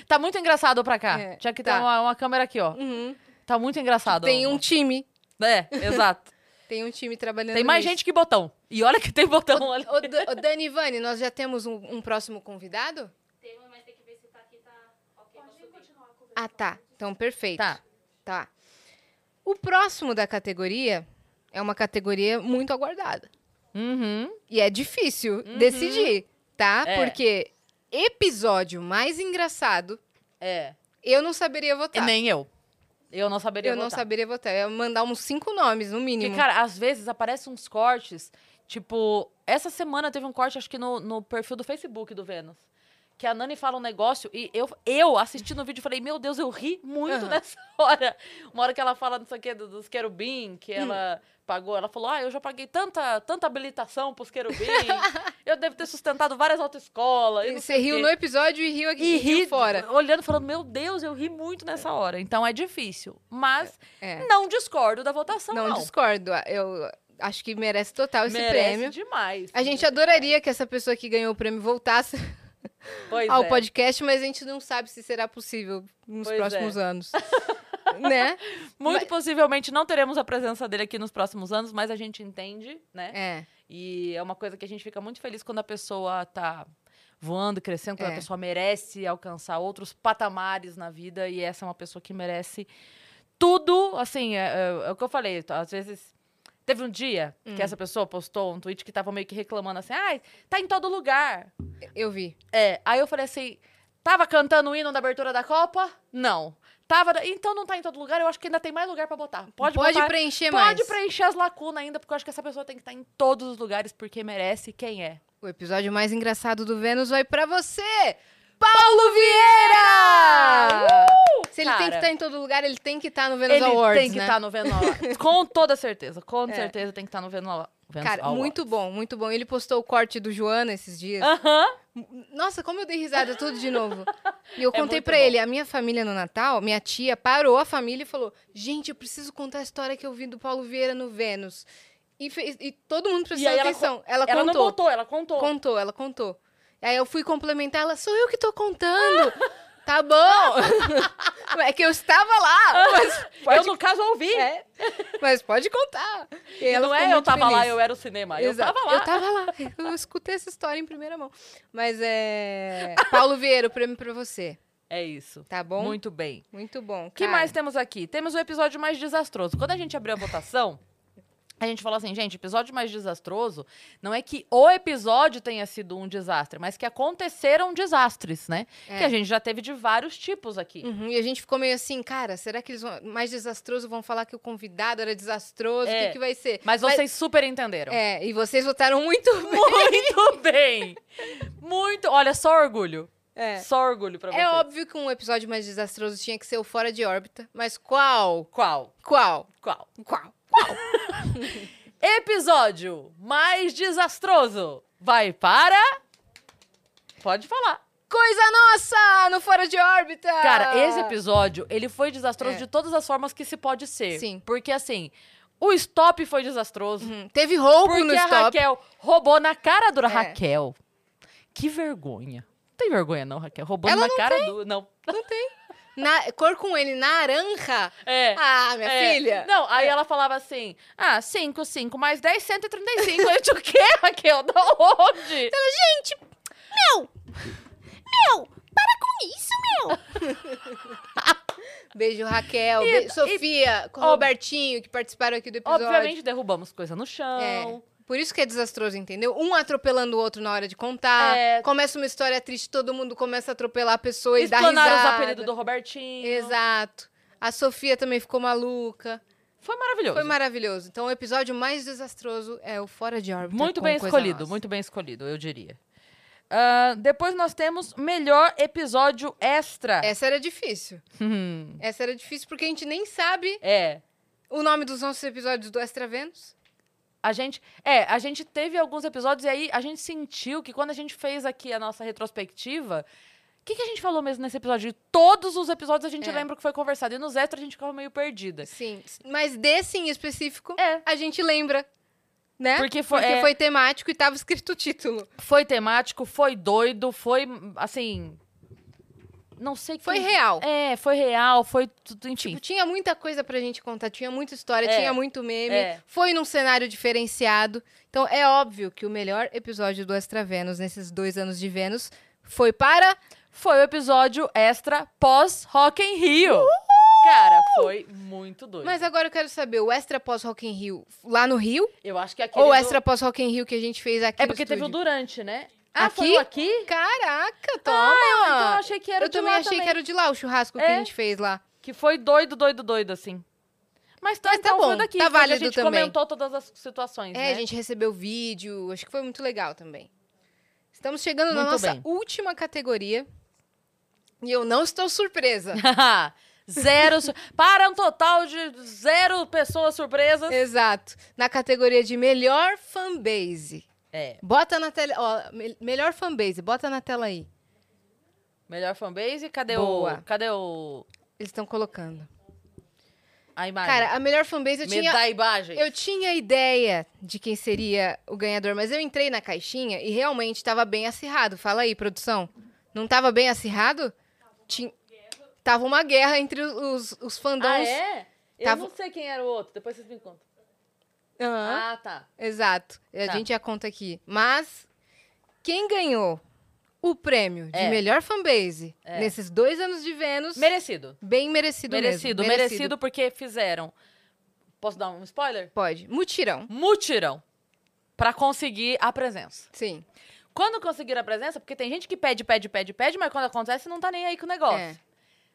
Tá muito engraçado pra cá. É, Tinha que tá. ter uma, uma câmera aqui, ó. Uhum. Tá muito engraçado. Tem um time É, exato. Tem um time trabalhando Tem mais nisso. gente que botão. E olha que tem botão. olha. Ô, Dan- ô, Dani e Vani, nós já temos um, um próximo convidado? Temos, mas tem que ver se tá aqui, tá ok. Pode continuar Ah, tá. Então, perfeito. Tá. Tá. O próximo da categoria é uma categoria muito aguardada. Uhum. E é difícil decidir, tá? É. Porque episódio mais engraçado, É. eu não saberia E votar. nem eu. Eu não saberia eu não votar. saberia votar. Eu ia mandar um uns cinco nomes, no mínimo. Porque, cara, às vezes aparecem uns cortes. Tipo, essa semana teve um corte, acho que no, no perfil do Facebook do Vênus. Que a Nani fala um negócio e eu, eu assistindo o vídeo, falei, meu Deus, eu ri muito Aham. nessa hora. Uma hora que ela fala, não sei o quê, do- dos querubim, que Hum. ela pagou. Ela falou, ah, eu já paguei tanta, tanta habilitação pros querubim. eu devo ter sustentado várias autoescolas. e não Você sei o riu quê." no episódio e riu aqui E ri fora. Olhando, falando, meu Deus, eu ri muito nessa hora. Então é difícil. Mas É. não discordo da votação, Não, não. discordo. Eu ah, acho que merece total esse Merece prêmio. demais. A gente adoraria que essa pessoa que ganhou o prêmio voltasse Pois ao é. podcast, mas a gente não sabe se será possível nos Pois é. próximos anos. né? Muito Mas- possivelmente não teremos a presença dele aqui nos próximos anos, mas a gente entende, né? É. E é uma coisa que a gente fica muito feliz quando a pessoa tá voando, crescendo, quando É. a pessoa merece alcançar outros patamares na vida. E essa é uma pessoa que merece tudo. Assim, é, é- é o que eu falei, t- às vezes. Teve um dia Hum. que essa pessoa postou um tweet que tava meio que reclamando assim, ai, tá em todo lugar. Eu vi. É, aí eu falei assim, tava cantando o hino da abertura da Copa? Não. Tava, da- então não tá em todo lugar, eu acho que ainda tem mais lugar pra botar. Pode, botar, preencher mais. pode preencher as lacunas ainda, porque eu acho que essa pessoa tem que estar em todos os lugares, porque merece quem é. O episódio mais engraçado do Vênus vai pra você, Paulo Vieira! Se ele tem que Uh! Cara. estar em todo lugar, ele tem que estar no Vênus Ele Awards, tem que né? estar no Vênus Awards. Com toda certeza, com É. certeza tem que estar no Vênus Awards. Cara, muito bom, muito bom. Ele postou o corte do Joana esses dias. Aham. Nossa, como eu dei risada tudo de novo. E eu É contei muito pra bom. ele, a minha família no Natal, minha tia parou a família e falou: "Gente, eu preciso contar a história que eu vi do Paulo Vieira no Vênus". E, fez- e todo mundo prestou E aí ela atenção. Ela, Ela não contou. contou, ela contou. Contou, ela contou. Aí eu fui complementar, ela: "Sou eu que tô contando". tá bom. é que eu estava lá, mas pode, Eu, no caso, ouvi. É. mas pode contar. E ela não ficou é eu muito tava lá, feliz. eu era o cinema. Eu Exato. tava lá. Eu tava lá. Eu escutei essa história em primeira mão. Mas é. Paulo Vieira, o prêmio pra você. É isso. Tá bom? Muito, Muito bem. bom. O que cara. mais temos aqui? Temos o episódio mais desastroso. Quando a gente abriu a votação, a gente falou assim, gente, episódio mais desastroso não é que o episódio tenha sido um desastre, mas que aconteceram desastres, né? É. Que a gente já teve de vários tipos aqui. Uhum, e a gente ficou meio assim, cara, será que eles vão. Mais desastroso vão falar que o convidado era desastroso? O É. que, que vai ser? Mas vocês super entenderam. É, e vocês votaram muito bem. Muito bem! Muito. Olha, só orgulho. É. Só orgulho pra vocês. É óbvio que um episódio mais desastroso tinha que ser o Fora de Órbita, mas qual? Qual? Qual? Qual? Qual? Episódio mais desastroso vai para. Pode falar. Coisa nossa! No Fora de Órbita! Cara, esse episódio, ele foi desastroso É. de todas as formas que se pode ser. Sim. Porque, assim, o stop foi desastroso. Uhum, Teve roubo Porque no a stop. É. Raquel roubou na cara do Raquel. Que vergonha. Não tem vergonha não, Raquel. Roubou Ela na cara do... Não. Na- cor com ele naranja. É. Ah, minha é. filha. Não, aí ela falava assim, ah, 5, 5 mais 10, 135. Eu disse, o quê, Raquel? Da onde? Isso, meu! Beijo, Raquel. E- beijo, Sofia, com o ob- Robertinho, que participaram aqui do episódio. Obviamente derrubamos coisa no chão. É. Por isso que é desastroso, entendeu? Um atropelando o outro na hora de contar. É. Começa uma história triste, todo mundo começa a atropelar a pessoa e dar risada. Explanaram os apelidos do Robertinho. Exato. A Sofia também ficou maluca. Foi maravilhoso. Foi maravilhoso. Então, o episódio mais desastroso é o Fora de Órbita. Muito com bem Coisa escolhido, Nossa. muito bem escolhido, eu diria. Ah, depois nós temos melhor episódio extra. Essa era difícil. Hum, Essa era difícil porque a gente nem sabe é. o nome dos nossos episódios do Extra Vênus. A gente, é, a gente teve alguns episódios e aí a gente sentiu que quando a gente fez aqui a nossa retrospectiva, o que, que a gente falou mesmo nesse episódio? Todos os episódios a gente É. lembra o que foi conversado e nos extras a gente ficava meio perdida. Sim, mas desse em específico, É. a gente lembra, né? Porque foi- é. foi temático e tava escrito o título. Foi temático, foi doido, foi assim, Não sei que. Foi real. É, foi real, foi tudo, enfim. Tipo, tinha muita coisa pra gente contar, tinha muita história, É. tinha muito meme. É. Foi num cenário diferenciado. Então é óbvio que o melhor episódio do Extra Vênus nesses dois anos de Vênus foi para. Foi o episódio extra pós Rock in Rio. Cara, foi muito doido. Mas agora eu quero saber, o Extra pós Rock in Rio lá no Rio? eu acho que aquele Ou o do- Extra pós Rock in Rio que a gente fez aqui? É no porque teve o estúdio? durante, né? Ah, Aqui? foi o aqui? Caraca, Então eu toma! achei que era eu de também lá achei que era o de lá, o churrasco que É. a gente fez lá. Que foi doido, doido, doido, assim. Mas tá, Mas tá então, foi bom, daqui. tá porque válido A gente também. comentou todas as situações, É, né? a gente recebeu vídeo, acho que foi muito legal também. Estamos chegando na Muito nossa bem. última categoria. E eu não estou surpresa. zero. su- Para um total de zero pessoas surpresas. Exato. Na categoria de melhor fanbase. É. Bota na tela, ó, me- melhor fanbase, bota na tela aí. Melhor fanbase. Cadê Boa. o. Cadê o. Eles estão colocando. A imagem. Cara, a melhor fanbase eu Me tinha dá a imagem. Eu tinha ideia de quem seria o ganhador, mas eu entrei na caixinha e realmente tava bem acirrado. Fala aí, produção. Não tava bem acirrado? Ti- Tava uma guerra entre os, os fandons. Ah, é? Eu um Tava- não sei quem era o outro, depois vocês me contam. Aham. Ah, tá. Exato. A Tá. gente já conta aqui. Mas quem ganhou o prêmio de É. melhor fanbase nesses dois anos de Vênus? Merecido. Bem merecido, merecido, mesmo. merecido, porque fizeram. Posso dar um spoiler? Pode. Mutirão. Mutirão. Pra conseguir a presença. Sim. Quando conseguir a presença, porque tem gente que pede, pede, pede, pede, mas quando acontece não tá nem aí com o negócio. É.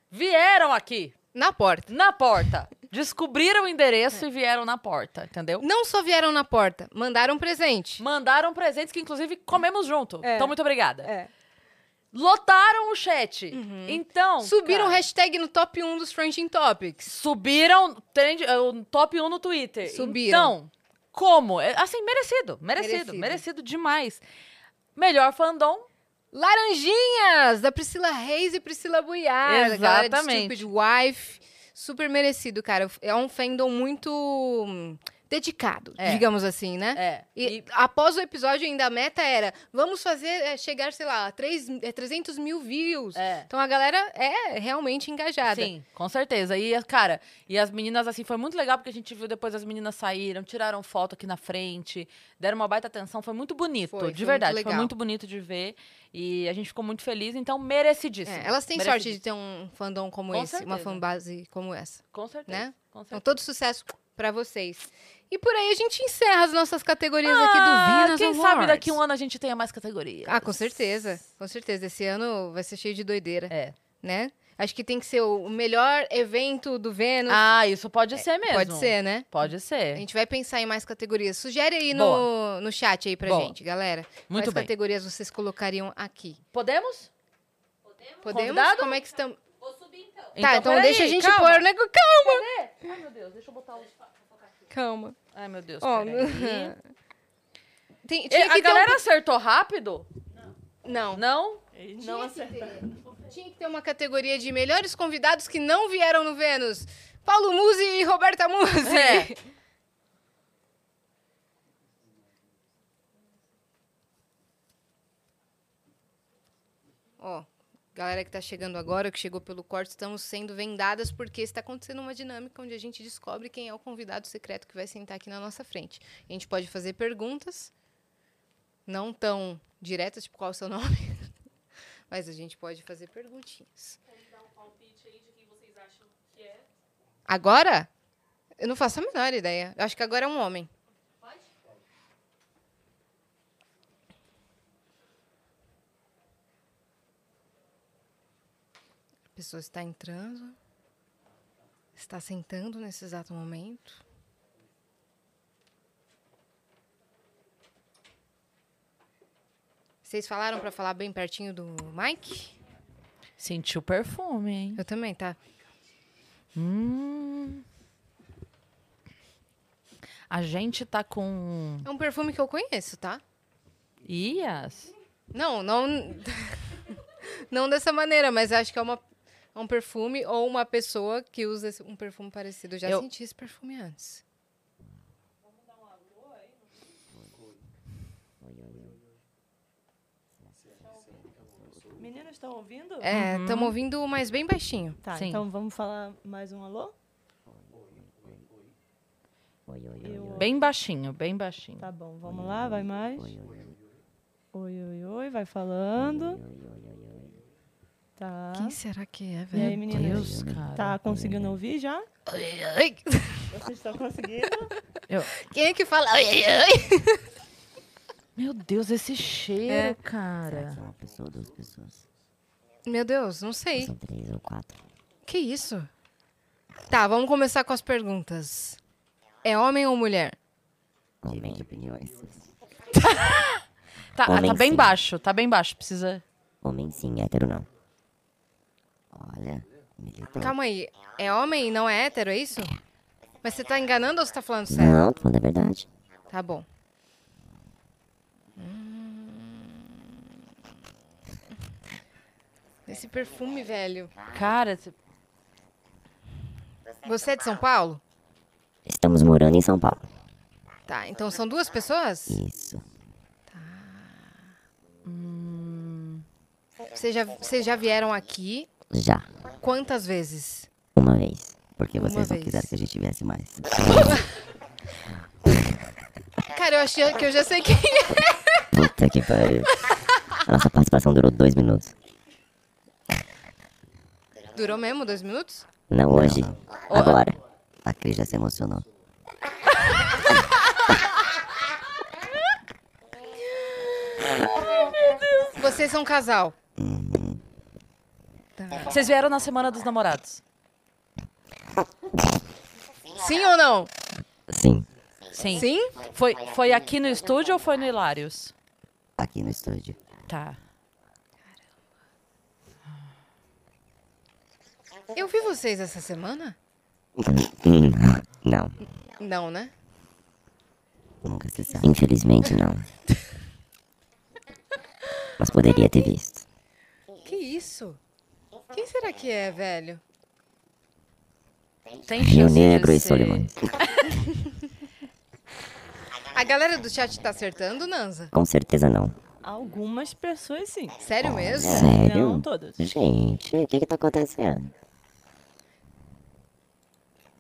Vieram aqui, Na porta. É. na porta. Descobriram o endereço e vieram na porta, entendeu? Não só vieram na porta, mandaram presente. Mandaram presentes que, inclusive, comemos junto. É. Então, muito obrigada. É. Lotaram o chat. Então. Uhum. Subiram cara, hashtag no top 1 dos Trending Topics. Subiram trend, eh, o top 1 no Twitter. Subiram. Então, como? É, Assim, merecido, merecido, Merecido. merecido, demais. Melhor fandom, Laranjinhas, da Priscila Reis e Priscila Buiar. da galera de Exatamente. Stupid Wife. Super merecido, cara. É um fandom muito hum, dedicado, É. digamos assim, né? é. E, E, após o episódio, ainda a meta era: vamos fazer é, chegar, sei lá, a três- é, 300 mil views. é. Então a galera é realmente engajada. Sim, com certeza. E, cara, e as meninas, assim, foi muito legal porque a gente viu depois as meninas saíram, tiraram foto aqui na frente, deram uma baita atenção. Foi muito bonito, Foi, de foi verdade. muito foi legal. muito bonito de ver. E a gente ficou muito feliz, então merecidíssimo. É, elas têm Merecidíssimo. sorte de ter um fandom como Com esse, uma certeza. fanbase como essa. Com certeza. né? Com certeza. Então, todo sucesso pra vocês. E por aí a gente encerra as nossas categorias aqui do Ah, Vinas quem Awards. sabe daqui um ano a gente tenha mais categorias. Ah, com certeza. Com certeza. Esse ano vai ser cheio de doideira, É. né? Acho que tem que ser o melhor evento do Vênus. É, Ah, isso pode ser mesmo. Pode ser, né? Pode A ser. gente vai pensar em mais categorias. Sugere aí no, Boa. no chat aí pra Boa. gente, galera. Muito Quais bem. categorias vocês colocariam aqui? Podemos? Podemos? Convidado? Como é que estamos? Então, tá, então peraí, deixa a gente calma. pôr o negócio. Calma. Ai, meu Deus, deixa eu botar o... Calma. Ai, meu Deus, Ó, peraí. Tem, E tinha que A ter um- galera acertou rápido? Então, Não. Não? Não Tinha que acertou. ter- Tinha que ter uma categoria de melhores convidados que não vieram no Vênus. Paulo Musi e Roberta Musi. É. Ó, galera que tá chegando agora, que chegou pelo corte, estamos sendo vendadas porque está acontecendo uma dinâmica onde a gente descobre quem é o convidado secreto que vai sentar aqui na nossa frente. A gente pode fazer perguntas, não tão diretas, tipo qual é o seu nome, mas a gente pode fazer perguntinhas. Agora? Eu não faço a menor ideia. Eu acho que agora é um homem. A pessoa está entrando. Está sentando nesse exato momento. Vocês falaram para falar bem pertinho do Mike? Sentiu perfume, hein? Eu também, tá? Hum. A gente tá com... É um perfume que eu conheço, tá? Ias? Não, não. não dessa maneira, mas acho que é uma, é um perfume ou uma pessoa que usa esse- um perfume parecido. Eu já Eu- senti esse perfume antes. Meninas, estão ouvindo? É, estamos ouvindo, mas bem baixinho. Uhum. Tá, Sim. então vamos falar mais um alô? Oi, oi, oi, Eu- oi. Bem baixinho, bem baixinho. Tá bom, vamos lá, vai mais. Oi, oi, oi. Oi, oi, oi, vai falando. Oi, oi, oi, oi. Tá. Quem será que é, E aí, velho? meninas? Deus, cara. Tá conseguindo ouvir já? Ai, ai. Vocês estão conseguindo? Quem é que fala? Ai, ai, ai. Meu Deus, esse cheiro, cara. Será que é uma pessoa ou duas pessoas? Meu Deus, não sei. São três ou quatro. Que isso? Tá, vamos começar com as perguntas. É homem ou mulher? Homem de opiniões. Tá, ah, tá Homem, bem sim. baixo, tá bem baixo. Precisa. Homem sim, hétero não. Olha, militante. Calma aí. É homem e não é hétero, é isso? Mas você tá enganando ou você tá falando sério? Não, tô falando a verdade. Tá bom. Hum. Esse perfume, velho. Cara, esse- Você é de São Paulo? Estamos morando em São Paulo. Tá, então são duas pessoas? Isso. Vocês já, vocês já vieram aqui Já. quantas vezes? Uma vez. Porque Uma vocês não vez. quiseram que a gente viesse mais. Cara, eu achei que eu já sei quem é. Puta que pariu. A nossa participação durou dois minutos. Durou mesmo dois minutos? Não hoje. Agora. A Cris já se emocionou. Vocês são um casal. Tá. vocês vieram na semana dos namorados? Sim ou não? Sim. Sim. Sim? Foi, foi aqui no estúdio ou foi no Hilários? Aqui no estúdio. Tá. Eu vi vocês essa semana? Não. Não, né? Nunca se sabe. Infelizmente não. Mas poderia ter visto. Que isso? Quem será que é, velho? Tem Rio chance Negro de e ser- Solimões. A galera do chat tá acertando, Nanza? Com certeza não. Algumas pessoas sim. Sério mesmo? Sério? Não todas. Gente, o que que tá acontecendo?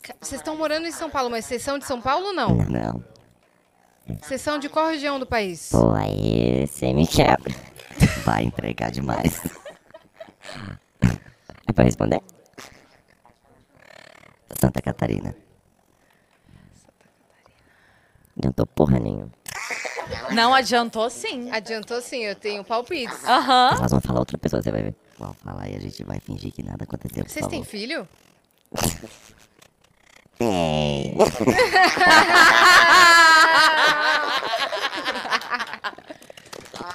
Ca- Vocês estão morando em São Paulo, mas vocês são de São Paulo ou não? Não. Vocês são de qual região do país? Pô, aí você me quebra. Vai entregar demais. É pra responder? Santa Catarina. Santa Catarina. Adiantou porra nenhuma. Não adiantou sim. Adiantou sim, eu tenho palpites. Aham. Elas vão falar outra pessoa, você vai ver. Vão falar e a gente vai fingir que nada aconteceu. por Vocês têm favor. filho? Tem.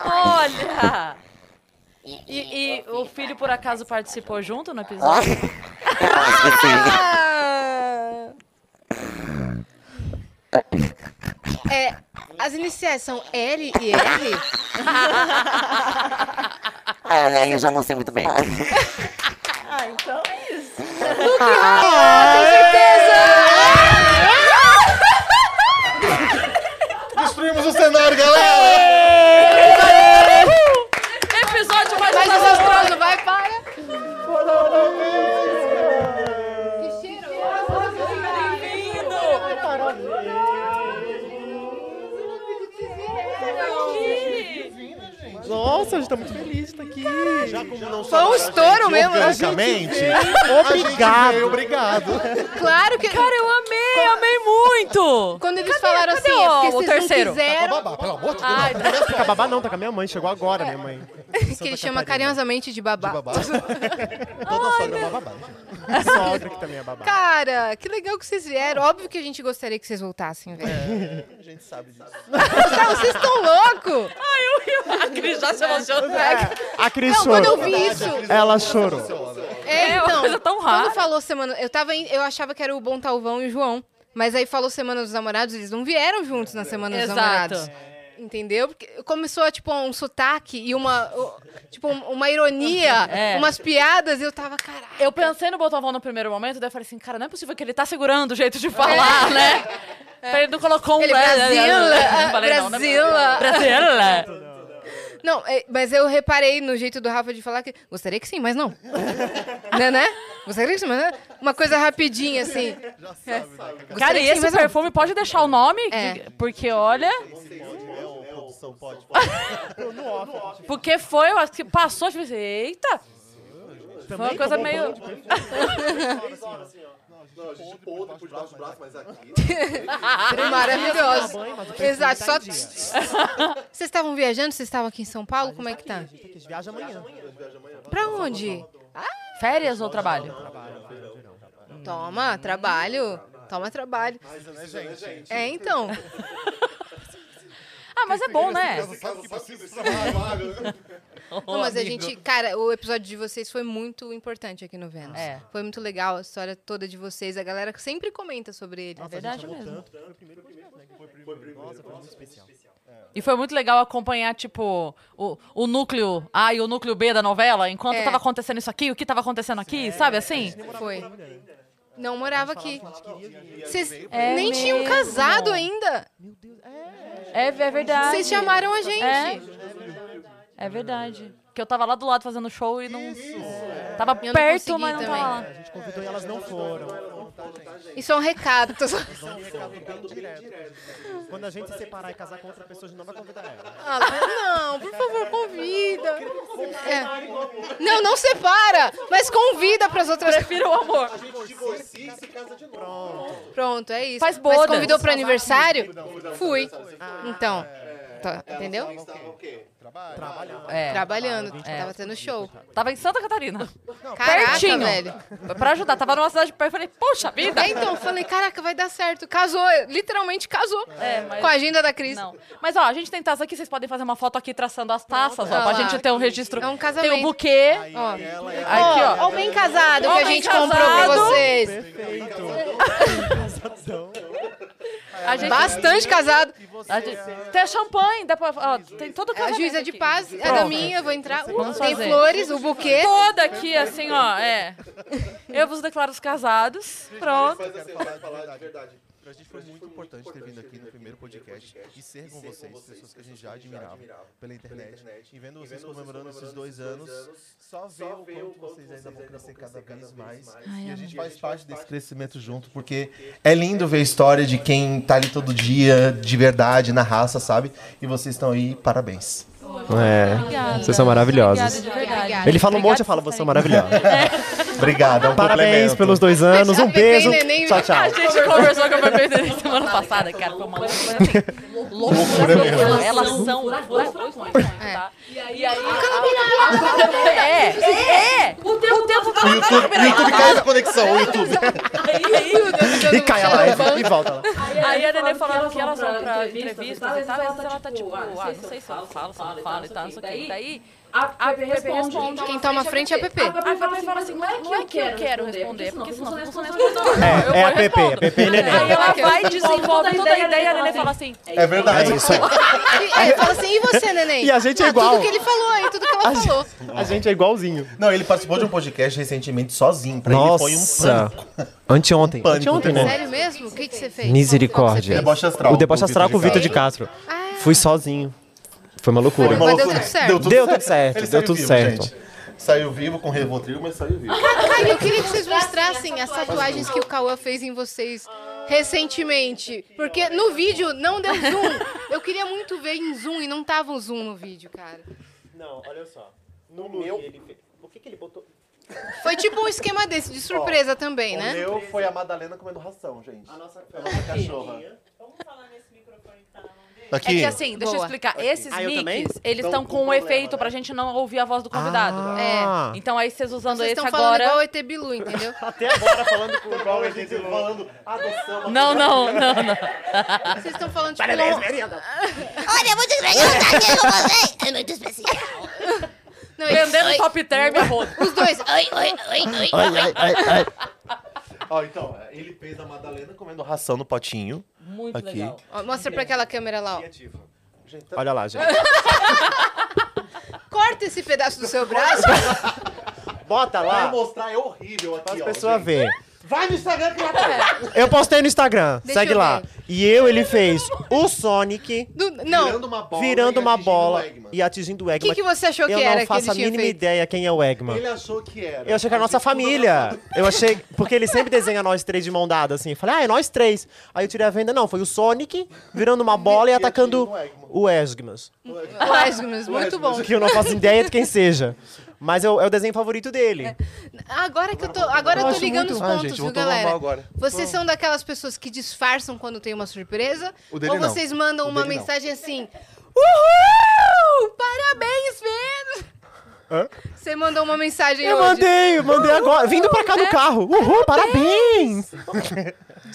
Olha! E, e o filho, por acaso, participou junto no episódio? Eu acho que sim. Ah. É, as iniciais são L e R? Ah, eu já não sei muito bem. Ah, então é isso. Ah! Destruímos o cenário, galera! episódio mais Mas desastroso. desastroso, vai para! Nossa, a gente tá muito feliz de estar aqui. Já como não Foi um estouro mesmo, né? Organicamente. Obrigado. Obrigado. Claro que. Cara, eu amei, amei muito! Quando eles falaram cadê assim, é porque o- o vocês terceiro? não Tá com quiseram. a babá, pelo amor de Deus. Ai, não tá com a babá não, tá com a minha mãe. Chegou agora, minha mãe. que ele chama carinhosamente de babá. Babá. Toda sogra é uma babá. gente. Sogra que também é babá. Cara, que legal que vocês vieram. Óbvio que a gente gostaria que vocês voltassem, velho. A gente sabe disso. Cara, vocês estão loucos! A Cris já se emocionou. A Cris Não, quando chorou. eu vi isso. Ela chorou. É, É uma então, coisa tão rara. Quando falou semana. Eu, tava, em- eu achava que era o Bom Talvão e o João. Mas aí falou Semana dos Namorados, eles não vieram juntos na Semana dos Exato. Namorados. Entendeu? Porque começou, tipo, um sotaque e uma. o- Tipo, um- uma ironia, É. umas piadas, e eu tava, caralho. Eu pensei no Botovão no primeiro momento, daí eu falei assim, cara, não é possível que ele tá segurando o jeito de falar, né? Ele não colocou um... Ele, né, né, né, né. Brasila, Eu falei, não, não é Brasila. possível. Brasila! Não, é, mas eu reparei no jeito do Rafa de falar que gostaria que sim, mas não. né, né? Gostaria que sim, mas não. Uma coisa rapidinha, assim. Já sabe, né? que a Cara, e Gostaria que sim, esse mas não. perfume pode deixar o nome? É. Porque olha, Pode, né? Ô, produção, pode. pode. no off. porque foi, eu acho que passou, tipo assim, eita! Também uma coisa tomou meio- banho de assim, Outro por debaixo do braço, mas aqui. é Maravilhoso. banho, mas o perfume Exato, tá só. em dia. Vocês estavam viajando? Vocês estavam aqui em São Paulo? Como é que tá? Viaja amanhã. Pra onde? Ah, Férias ou trabalho? né, Toma, trabalho. Toma trabalho. né, É, então. Ah, mas é bom, né? Sabe que você precisa mais vaga, né? Não, mas a gente, cara, o episódio de vocês foi muito importante aqui no Vênus. É. Foi muito legal a história toda de vocês. A galera sempre comenta sobre ele. É verdade mesmo. Foi o primeiro podcast, né? Foi o primeiro. Nossa, foi muito especial. E foi muito legal acompanhar, tipo, o, o núcleo A e o núcleo B da novela, enquanto É. tava acontecendo isso aqui, o que tava acontecendo aqui, sabe assim? Foi. né? Não morava aqui. Vocês É nem tinham mesmo. casado ainda. É, é verdade. Vocês chamaram a gente. É. É verdade. Que eu tava lá do lado fazendo show e não. Tava não perto, consegui mas não também. tava lá. É, A gente convidou e elas não foram. Isso é um recado. tô Então, só- Só um recado bem direto. né? Quando a gente se separar e casar com outra pessoa, a gente não vai convidar ela. Ah, não, por favor, convida. É. Não, não separa, mas convida pras outras. Prefiro o amor. Divorcia e se casa de novo. Pronto, é isso. Faz mas bodas. convidou pro aniversário? Fui. Então, tá, entendeu? Tá, ok. Trabalhar. É. Trabalhando, tava tendo show. tá? Tava em Santa Catarina. Caraca, Pertinho. velho. Pra ajudar. Tava numa cidade perto. Falei, poxa vida! É, então, eu falei, caraca, vai dar certo. Casou, literalmente casou. É, mas- Com a agenda da Cris. Não. Mas ó, a gente tem taça aqui, vocês podem fazer uma foto aqui traçando as taças, ó, Ah pra lá. gente ter um registro. É um casamento. Tem um buquê. Ó, Aqui, ó. ó, ó o bem casado que Ó o a bem gente comprou pra casado. vocês. A gente, Bastante casado. é a gente- tem champanhe, dá pra, ó, tem todo o A casamento juíza de aqui. paz é da Pronto. minha, eu vou entrar. Vamos tem fazer. flores, o buquê. Toda aqui, assim, ó, é. Eu vos declaro os casados. Pronto. Mas assim, eu quero falar de verdade. Pra gente foi muito importante ter vindo aqui no primeiro podcast e ser com vocês, pessoas que a gente já admirava pela internet, e vendo vocês comemorando esses dois anos, só ver o quanto vocês ainda vão crescer cada vez mais. E a gente faz parte desse crescimento junto, porque é lindo ver a história de quem tá ali todo dia, de verdade, na raça, sabe? E vocês estão aí, parabéns. Obrigada. É, vocês são maravilhosos. Obrigada, de verdade. Ele fala um monte, eu falo, vocês são maravilhosos. Obrigado, é um Parabéns complemento. pelos dois anos, um Bebê e beijo. neném. Tchau, tchau. A gente conversou com a Pepe Neném semana passada, cara. Foi uma loucura assim. Loucura, loucura. Elas são loucuras, tá? E aí, É, é. O tempo, o tempo O YouTube, o YouTube cai na conexão, o YouTube. E cai a live, e volta lá. Aí a Nenê falando que elas vão pra entrevistas e tal, e ela tá tipo, ah, não sei se eu falo, se eu não falo e tal, não sei o que. Daí a Pepe responde. Quem toma frente é a PP. A Pepe fala assim, não é que eu quero responder, porque senão eu não respondo. É, é a PP, é PP e neném. Aí ela vai, desenvolve toda a ideia, a Nenê fala assim, É verdade. É isso aí. Aí fala assim, e você, neném? E a gente é Ah, igual. Tudo que ele falou aí, tudo que ela falou. A gente é igualzinho. Não, ele participou de um podcast recentemente sozinho, pra ele foi um Nossa. pânico. Anteontem. Anteontem, né? um Sério mesmo? O que, que você fez? Misericórdia. Deboche astral. O deboche astral com o Vitor de Castro. Fui sozinho. Foi uma loucura. Foi uma Mas deu loucura. tudo certo. Deu tudo certo, Ele deu saiu tudo vivo, certo. gente. Saiu vivo com Revotril, mas saiu Ah, vivo. Cara, eu queria que vocês mostrassem as tatuagens que o Cauã fez em vocês recentemente. Porque no vídeo não deu zoom. Eu queria muito ver em zoom e não tava um zoom no vídeo, cara. Não, olha só. No meu... Ele fez. O que, que ele botou? Foi tipo um esquema desse, de surpresa também, O né? meu foi a Madalena comendo ração, gente. A nossa, cachorra. É Aqui. Então, que assim, deixa eu Boa. explicar. Esses Ah, eu também? mix, eles Então, estão com é um efeito pra gente não ouvir a voz do convidado. Ah. É. Então aí vocês usando Vocês esse estão falando igual agora. o ET Bilu, entendeu? Até agora falando com o Igual a gente falando, adoção. Não, não, não, não. Vocês estão falando tipo... Não, Olha, muito legal estar aqui um com vocês. É muito especial. não, Vendendo top term, rodo. os dois. Oi, oi, oi, oi. Ai, ai, ai, ai. Ó, então, ele fez a Madalena comendo ração no potinho. Muito Aqui. legal. Ó, mostra pra aquela câmera lá, ó. Olha lá, gente. Corta esse pedaço do seu braço. Pra Bota lá mostrar, é horrível aqui, pra ó. pessoa gente. ver. Vai no Instagram que lá tá. É, Eu postei no Instagram, Deixa segue eu lá. ver. E eu, ele fez o Sonic não. Virando uma bola virando e uma atingindo bola o e atingindo o Eggman. que você achou que eu era que Eu não faço ele a tinha mínima feito? ideia quem é o Eggman. Ele achou que era. é Eu achei que era a nossa família. Eu achei. Porque ele sempre desenha nós três de mão dada, assim. Eu falei, ah, é nós três. Aí eu tirei a venda, não. Foi o Sonic virando uma bola e atacando o Eggman. Lesgmas, muito bom. Que eu não faço ideia de quem seja. Mas é o, é o desenho favorito dele. É. Agora que eu tô, agora Eu eu tô acho ligando muito- os Ah, pontos, gente, viu, voltou ao galera? normal agora. Vocês Bom. são daquelas pessoas que disfarçam quando tem uma surpresa? O dele ou não. vocês mandam O uma dele não. mensagem assim: Uhul! Parabéns, Pedro! Hã? Você mandou uma mensagem Eu hoje. É. mandei, eu mandei agora. Vindo pra cá no carro. Uhul, parabéns!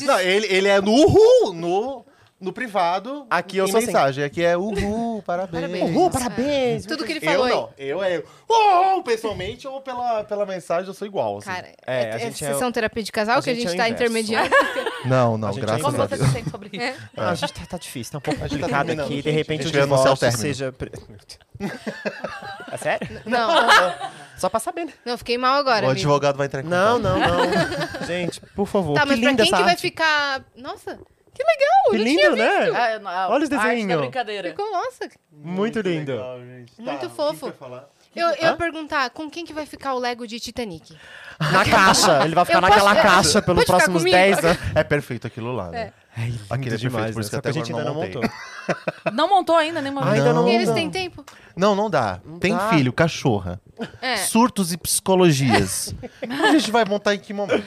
Não, ele, ele é no uhul, no, no privado. Aqui eu sou assim. mensagem, aqui é uhul, parabéns. Parabéns. Uhul, parabéns. Tudo que ele Eu falou aí. não, eu é uhul, pessoalmente ou pela, pela mensagem eu sou igual, assim. Cara, É, é, a gente é sessão o- terapia de casal a que a gente gente, é o tá inverso. intermediando. É? Não, não, A gente graças ainda- a Deus. sobre isso? Ah, a gente tá, tá difícil, tá um pouco A gente tá complicado terminando, aqui. De gente. repente A o gente vai anunciar o divórcio término. seja... pre- É sério? Não. Só pra saber, né? Não, fiquei mal agora. O amigo. advogado vai entrar em Não, não, não. gente, por favor, Tá, que mas pra linda quem essa que vai arte. ficar. Nossa, que legal! Que eu não lindo, tinha né? visto. Ah, não, Olha os a arte da Tá, desenhinhos. brincadeira. Ficou, nossa, Muito lindo. muito fofo. Eu, eu ia perguntar, com quem que vai ficar o Lego de Titanic? Na caixa. Ele vai ficar Eu posso- naquela eu- caixa pelos pode ficar próximos comigo? 10 anos. É perfeito aquilo lá, né? Aquele é perfeito, demais, por isso que né? até Só que a gente agora não ainda não montei. Não montou ainda nenhuma Ainda vez. não e eles não. têm tempo? Não, não dá. Tem dá. filho, cachorra. É. Surtos e psicologias. a gente vai montar em que momento?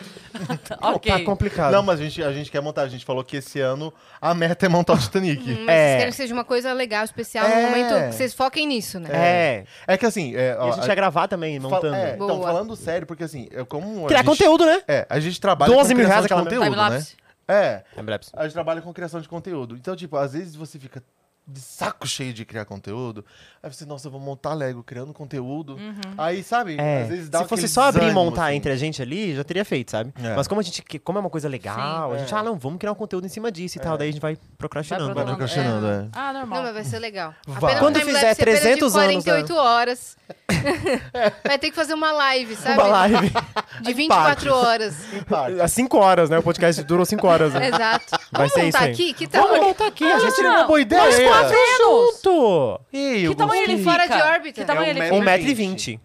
Ok. Tá complicado. Não, mas a gente, a gente quer montar. A gente falou que esse ano a meta é montar o Titanic. Hum, mas É. Vocês querem que seja uma coisa legal, especial, no É. momento que vocês foquem nisso, né? É. É que assim. É, E a gente ia gravar também, fal- montando. É, então, Boa. falando sério, porque assim, eu como. a Criar gente- conteúdo, né? É, a gente trabalha 12 com mil criação reais de aquela merda. conteúdo, né? Timelapse. É. Timelapse. A gente trabalha com criação de conteúdo. Então, tipo, às vezes você fica de saco cheio de criar conteúdo. Aí você, nossa, eu vou montar Lego criando conteúdo. Uhum. Aí, sabe? É, Às vezes dá se fosse aquele só abrir e desânimo, montar assim. entre a gente ali, já teria feito, sabe? É. Mas como a gente, que- como é uma coisa legal, Sim, a gente, é. ah, não, vamos criar um conteúdo em cima disso e tal, daí a gente vai procrastinando. né? Vai procrastinando, é. Ah, normal. Não, mas vai ser legal. Vai. Apenas Quando um timelapse fizer é apenas 300 de anos, 48 né? horas. vai ter que fazer uma live, sabe? Uma live. De 24 horas. Às 5 horas, né? O podcast durou 5 horas, né? Exato. Vai Vamos ser isso montar aí. aqui? Que tal? Vamos montar aqui, a Olha, gente não. tirou é uma boa ideia. Nós quatro junto. Ei, Que tamanho ele Fora fica? de órbita. Que tamanho É um ele metro fica? 1,20m.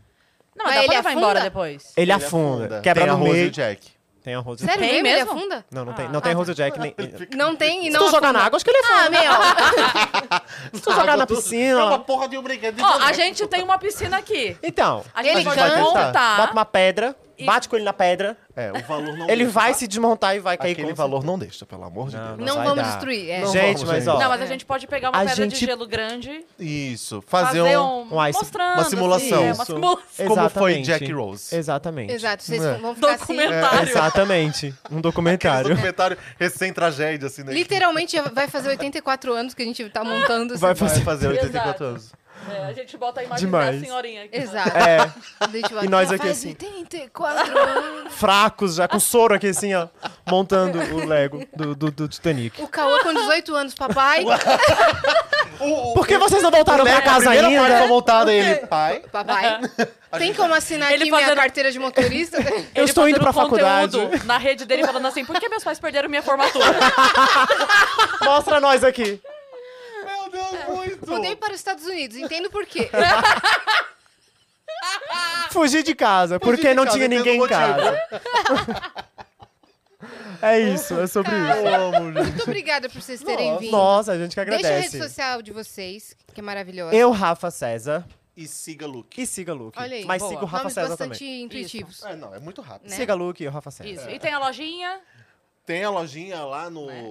Não, mas Mas dá ele pra levar afunda? embora depois. Ele afunda, quebra Tem no arroz e meio. o Jack. Tem arroz e Sério Tem mesmo? Ele mesmo? afunda? Não, Ah, não tem, não tá. tem arroz e o Jack. Nem, se Não tem e tu não jogar na afunda. água, acho que ele afunda. Ah, meu. Se tu jogar na É uma piscina... porra de um brinquedo. Ó, a gente tem uma piscina aqui. Então, A gente Ele pode canta. bota montar. uma pedra, E- bate com ele na pedra, É, o valor não ele deixa. vai se desmontar e vai cair Aquele com valor não deixa, pelo amor de Deus. Não Não vai vamos dar. destruir. é. Não Gente, vamos, mas gente. ó, Não, mas a gente pode pegar uma A pedra de gente- gelo grande, Isso. fazer, Fazer, um... um, um ice- mostrando, uma assim, simulação. é, uma Isso. simulação. Como foi Exatamente. Jack Rose. Exatamente. Exato, vocês É. vão ficar assim. Documentário. Exatamente. Um Esse documentário. documentário recém-tragédia, assim, né? Literalmente já vai fazer 84 anos que a gente tá montando. Vai assim. fazer- Vai fazer 84 um Exato. anos. É, a gente bota a imagem Demais. da senhorinha aqui. Exato. É, A gente vai- E nós Já aqui faz assim. 84 anos. fracos, Ah. já com soro aqui assim, ó. Montando o Lego do, do, do Titanic. O Cauã com 18 anos, papai. Por que vocês não voltaram pra a casa primeira parte foi ainda? montada ele, pai. Papai. Tem como assinar Ele aqui minha fazendo- carteira de motorista? Eu estou fazendo indo pra conteúdo faculdade. Na rede dele falando assim: por que meus pais perderam minha formatura? Mostra nós aqui. Meu Deus, muito. Mudei para os Estados Unidos, entendo por quê. Fugir de casa, um porque de não casa, tinha entendo ninguém o em casa. é isso, é sobre isso. Muito obrigada por vocês terem vindo. Nossa, a gente que Deixa a rede agradece. social de vocês, que é maravilhosa. Eu, Rafa César, E siga Luke. e siga Luke. Olha aí. Mas boa. siga o Rafa Nomes César bastante também. intuitivos. É, não, é muito rápido. é. né? Siga Luke e o Rafa César. Isso. E tem a lojinha. Tem a lojinha lá no... Né?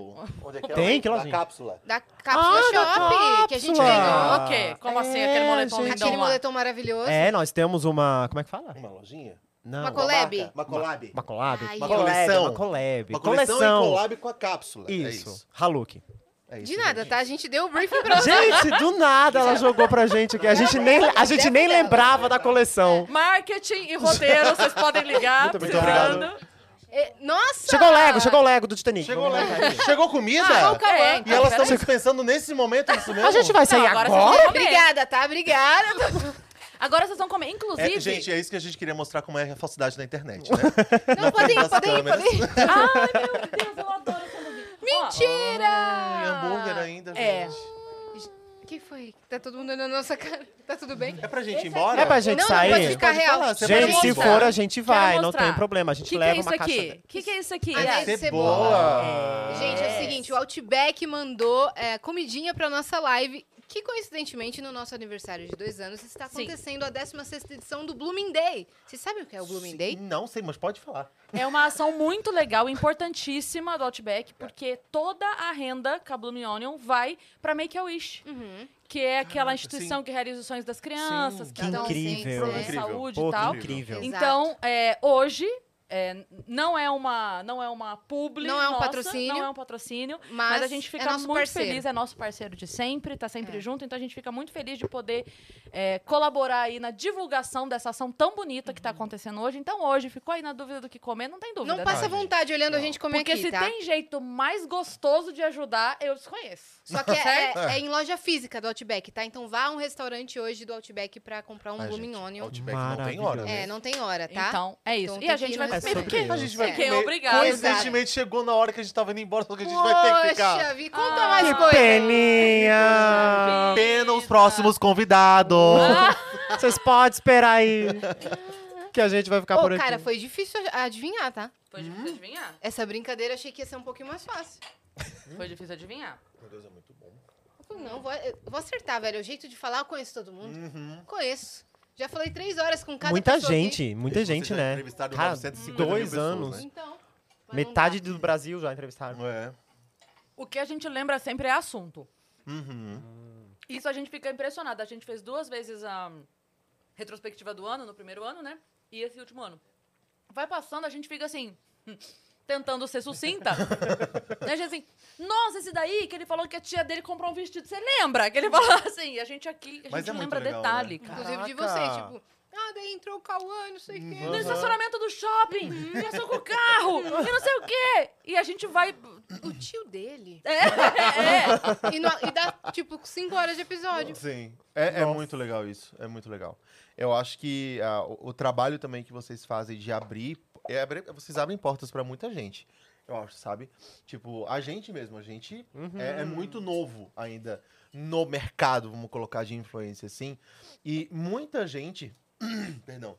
Onde é que é? Tem? Que Na lojinha? cápsula. Da Cápsula Ah, da Shop, que a gente Cápsula. ganhou. Ah, ok. Como é, assim? Aquele moletom gente. lindão Aquele lá. moletom maravilhoso. É, nós temos uma. Como é que fala? Uma lojinha? Não. Uma collab. marca? Uma collab. Uma collab? Ai, Uma eu- collab, coleção. uma collab. Uma coleção, e collab com a cápsula. É Isso. isso. Haluki. É isso, De nada, gente. tá? A gente deu o briefing pra vocês. Gente, do nada ela jogou pra gente aqui. A gente nem, a gente nem lembrava da coleção. Marketing e roteiro, vocês podem ligar. Muito obrigado. É, Nossa! Chegou o Lego, chegou o Lego do Titanic. Chegou, Vamos lá. Lego. Chegou comida? Ah, o Cauã. então, e tá elas estão se pensando nesse momento, é isso mesmo? A gente vai sair Não, agora? agora você- Obrigada, tá? Obrigada. Agora vocês vão comer. Inclusive. É, gente, é isso que a gente queria mostrar como é a falsidade na internet, né? Não, podem, das podem, câmeras. podem. Ai, Ah, meu Deus, eu adoro Ai, hambúrguer ainda, É. gente. O que foi? Tá todo mundo olhando na nossa cara. Tá tudo bem? É pra gente ir embora? É pra gente não, sair? Não, pode ficar Pode real. falar, você Gente, pode se mostrar. for, a gente vai, Quero não tem mostrar. problema, a gente que leva que é isso uma caixa aqui? dela. O que, que é isso aqui? Anéis de Cebola. Gente, é o seguinte, o Outback mandou é, comidinha pra nossa live, que coincidentemente no nosso aniversário de dois anos está Sim. acontecendo a 16ª edição do Blooming Day. Vocês sabem o que é o Blooming Day? Não sei, mas pode falar. É uma ação muito legal, importantíssima do Outback, porque toda a renda que a Blooming Onion vai pra Make-A-Wish. Uhum. Que é aquela instituição que realiza os sonhos das crianças. Sim, que que dá um incrível. plano de Incrível. saúde Pô, e que tal. incrível. Então, é, hoje... é, não é uma não é uma publi Não é um nossa, patrocínio. não é um patrocínio mas, Mas a gente fica é nosso muito parceiro. É. feliz é nosso parceiro de sempre tá sempre junto então a gente fica muito feliz de poder é, colaborar aí na divulgação dessa ação tão bonita que tá acontecendo hoje então hoje ficou aí na dúvida do que comer não tem dúvida Uhum. Não passa né? vontade olhando a gente comer Porque aqui, se tá? tem jeito mais gostoso de ajudar, eu desconheço. Só que é, Certo? é- é em loja física do Outback, tá? Então vá a um restaurante hoje do Outback pra comprar um Ai, Blooming gente, Onion. Outback não tem hora, né? É, não tem hora, tá? Então, é isso. Então e tem a gente que vai ir no comer. sobre porque isso. A gente vai Porque É. comer. obrigado. Coincidentemente, chegou na hora que a gente tava indo embora, só que a gente vai ter que Poxa, ficar. Vi, conta mais Que coisa. peninha. Pena os próximos convidados. Vocês podem esperar aí. Que a gente vai ficar Ô, por aqui. cara, foi difícil adivinhar, tá? Foi difícil adivinhar. Essa brincadeira eu achei que ia ser um pouquinho mais fácil. Foi difícil adivinhar. Meu Deus, é muito bom. Eu falei, Não, vou, eu vou acertar, velho. É O jeito de falar, eu conheço todo mundo. Conheço. Já falei três horas com cada muita pessoa aqui. gente, muita Vocês gente, já né? entrevistaram Cara, 950 mil dois pessoas, anos. né? Então. mas não Metade dá. do Brasil já entrevistaram. É. O que a gente lembra sempre é assunto. Uhum. Isso a gente fica impressionada. A gente fez duas vezes a retrospectiva do ano, no primeiro ano, né? E esse último ano. Vai passando, a gente fica assim, tentando ser sucinta. E a gente assim, nossa, esse daí que ele falou que a tia dele comprou um vestido. Você lembra? Que ele falou assim, e a gente aqui, a Mas gente é muito lembra legal, detalhe, né? cara. Inclusive de vocês, Caraca. tipo, ah, daí entrou o Cauã, não sei o quê. No estacionamento do shopping, passou com o carro, e não sei o quê. E a gente vai. O tio dele. É, é, é. E, no- e dá, tipo, cinco horas de episódio. Sim. É, é muito legal isso. É muito legal. Eu acho que ah, o, o trabalho também que vocês fazem de abrir, é abrir- vocês abrem portas pra muita gente. Eu acho, sabe? Tipo, a gente mesmo, a gente é, é muito novo ainda no mercado, vamos colocar de influência assim. E muita gente, perdão,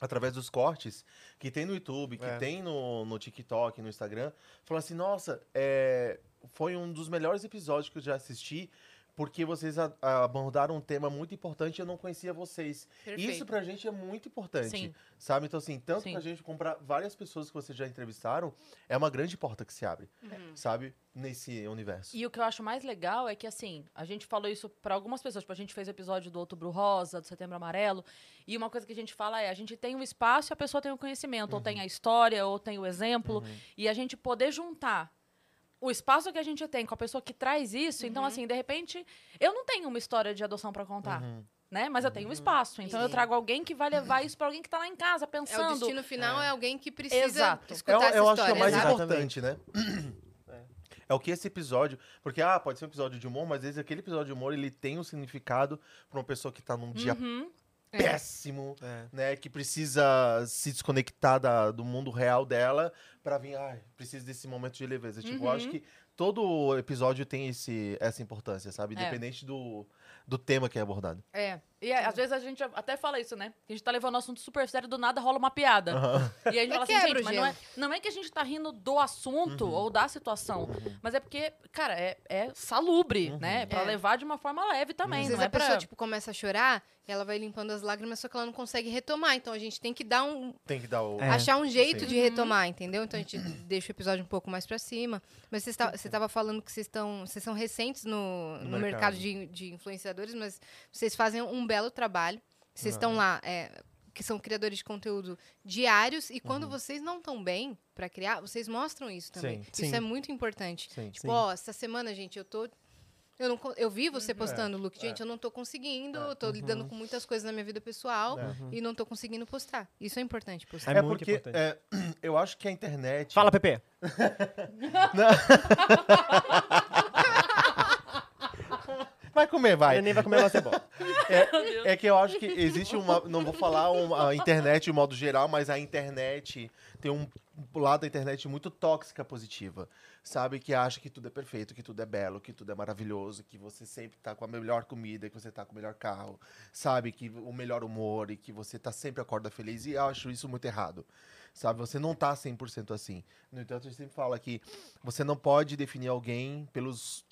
através dos cortes que tem no YouTube, que É. tem no, no TikTok, no Instagram, falou assim: nossa, é, foi um dos melhores episódios que eu já assisti. Porque vocês a- a- abordaram um tema muito importante e eu não conhecia vocês. Perfeito. Isso pra gente é muito importante. Sim. Sabe? Então, assim, tanto Sim. pra gente comprar várias pessoas que vocês já entrevistaram, é uma grande porta que se abre, Uhum. sabe? Nesse universo. E o que eu acho mais legal é que, assim, a gente falou isso pra algumas pessoas. Tipo, a gente fez o episódio do Outubro Rosa, do Setembro Amarelo. E uma coisa que a gente fala é, a gente tem o espaço e a pessoa tem o conhecimento. Ou tem a história, ou tem o exemplo. E a gente poder juntar o espaço que a gente tem com a pessoa que traz isso. Uhum. Então, assim, de repente, eu não tenho uma história de adoção pra contar. Né? Mas eu tenho um espaço. Então eu Sim. trago alguém que vai levar isso pra alguém que tá lá em casa É, o pensando. destino final é, alguém que precisa Exato. É o- escutar essa eu acho que história. é o mais exato. importante, né? É. o que esse episódio. Porque, ah, pode ser um episódio de humor, mas às vezes aquele episódio de humor ele tem um significado pra uma pessoa que tá num dia Uhum. péssimo, É. né? Que precisa se desconectar da- do mundo real dela pra vir, ai, preciso desse momento de leveza. Tipo, eu Uhum. acho que todo episódio tem esse, essa importância, sabe? É. Independente do, do tema que é abordado. É. E é, às vezes a gente até fala isso, né? Que a gente tá levando um assunto super sério, do nada rola uma piada. Aham. E aí a gente fala assim, quebra gente, o mas não é, não é que a gente tá rindo do Uhum. assunto ou da situação, mas é porque, cara, é, é salubre, Uhum. né? É Pra É. levar de uma forma leve também, Às não vezes é a pessoa, pra... tipo, começa a chorar e ela vai limpando as lágrimas, só que ela não consegue retomar. Então a gente tem que dar um. Tem que dar o. É. Achar um jeito Sim. de retomar, entendeu? Então a gente Uhum. deixa o episódio um pouco mais pra cima. Mas você está- você estava falando que vocês estão. Vocês são recentes no, no, No mercado, mercado. de, de influenciadores, mas vocês fazem um belo trabalho. Vocês Uhum. estão lá, é, que são criadores de conteúdo diários, e Uhum. quando vocês não estão bem pra criar, vocês mostram isso também. Sim. Isso Sim. é muito importante. Sim. Tipo, ó, essa semana, gente, eu tô. Eu, não, con- eu vi você Uhum. postando, Luke. É. Gente, eu não tô conseguindo, eu tô lidando com muitas coisas na minha vida pessoal e não tô conseguindo postar. Isso é importante postar. É É muito porque importante. é, eu acho que a internet. Fala, Pepe. Vai comer, vai. Ele nem vai comer uma cebola. É, é que eu acho que existe uma. Não vou falar uma- a internet de modo geral, mas a internet tem um lado da internet muito tóxica positiva. Sabe? Que acha que tudo é perfeito, que tudo é belo, que tudo é maravilhoso, que você sempre tá com a melhor comida, que você tá com o melhor carro, sabe? Que o melhor humor e que você tá sempre acorda feliz. E eu acho isso muito errado. Sabe, você não tá 100% assim. No entanto, a gente sempre fala que você não pode definir alguém pelos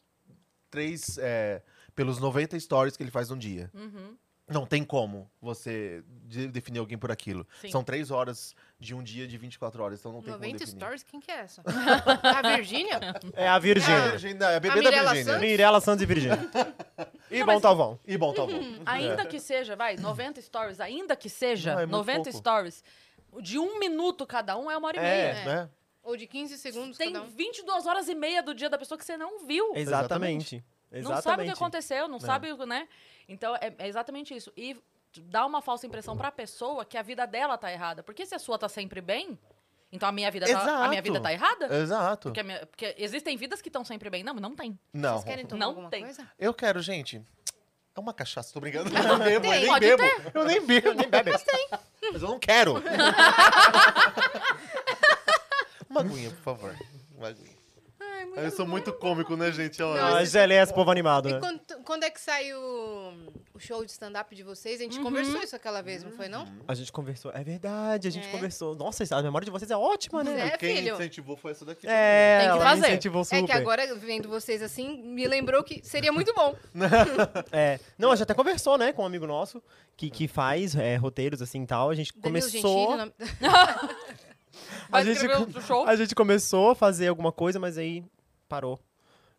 três, é, pelos 90 stories que ele faz num dia. Uhum. Não tem como você de- definir alguém por aquilo. Sim. São três horas de um dia de 24 horas, então não tem 90 como definir. stories? Quem que é essa? a Virgínia? É a Virgínia. É a Virgínia, é a bebê A da Mirella Virgínia. Santos? Mirella Santos e Virgínia. E Tá bom Talvão. E bom Talvão. Uhum. Ainda que seja, vai, 90 stories, ainda que seja, Não, é muito 90 pouco. stories, de um minuto cada um é uma hora e É, meia. né? Ou de 15 segundos um. Tem 22 horas e meia do dia da pessoa que você não viu. Exatamente. Não sabe o que Exatamente. aconteceu, não É. sabe, né? Então, é, é exatamente isso. E dá uma falsa impressão pra pessoa que a vida dela tá errada. Porque se a sua tá sempre bem, então a minha vida, tá, a minha Exato. vida tá errada? Exato. Porque, a minha- porque existem vidas que estão sempre bem. Não, não tem. Não. Vocês querem tomar não alguma tem. Eu quero, gente. É uma cachaça, tô brincando. Eu não bebo, eu Tem, nem pode bebo. ter. Eu nem bebo. Eu nem bebo. Mas tem. eu não quero. uma aguinha, por favor. Uma aguinha. eu sou é, muito cômico, né, gente? Eu- Não, a GLE é esse povo animado, E né? quando, quando é que saiu o show de stand-up de vocês? A gente conversou isso aquela vez, não foi não? A gente conversou. É verdade, a gente É. conversou. Nossa, a memória de vocês é ótima, né? É, Quem filho. incentivou foi essa daqui. É, também. Tem que ela me fazer. incentivou É que super. agora, vendo vocês assim, me lembrou que seria muito bom. É. Não, a gente até conversou, né, com um amigo nosso que, que faz é, roteiros assim e tal. A gente Danilo começou. Gentili, o nome- a, Vai gente, escrever outro show? a gente começou a fazer alguma coisa, mas aí parou.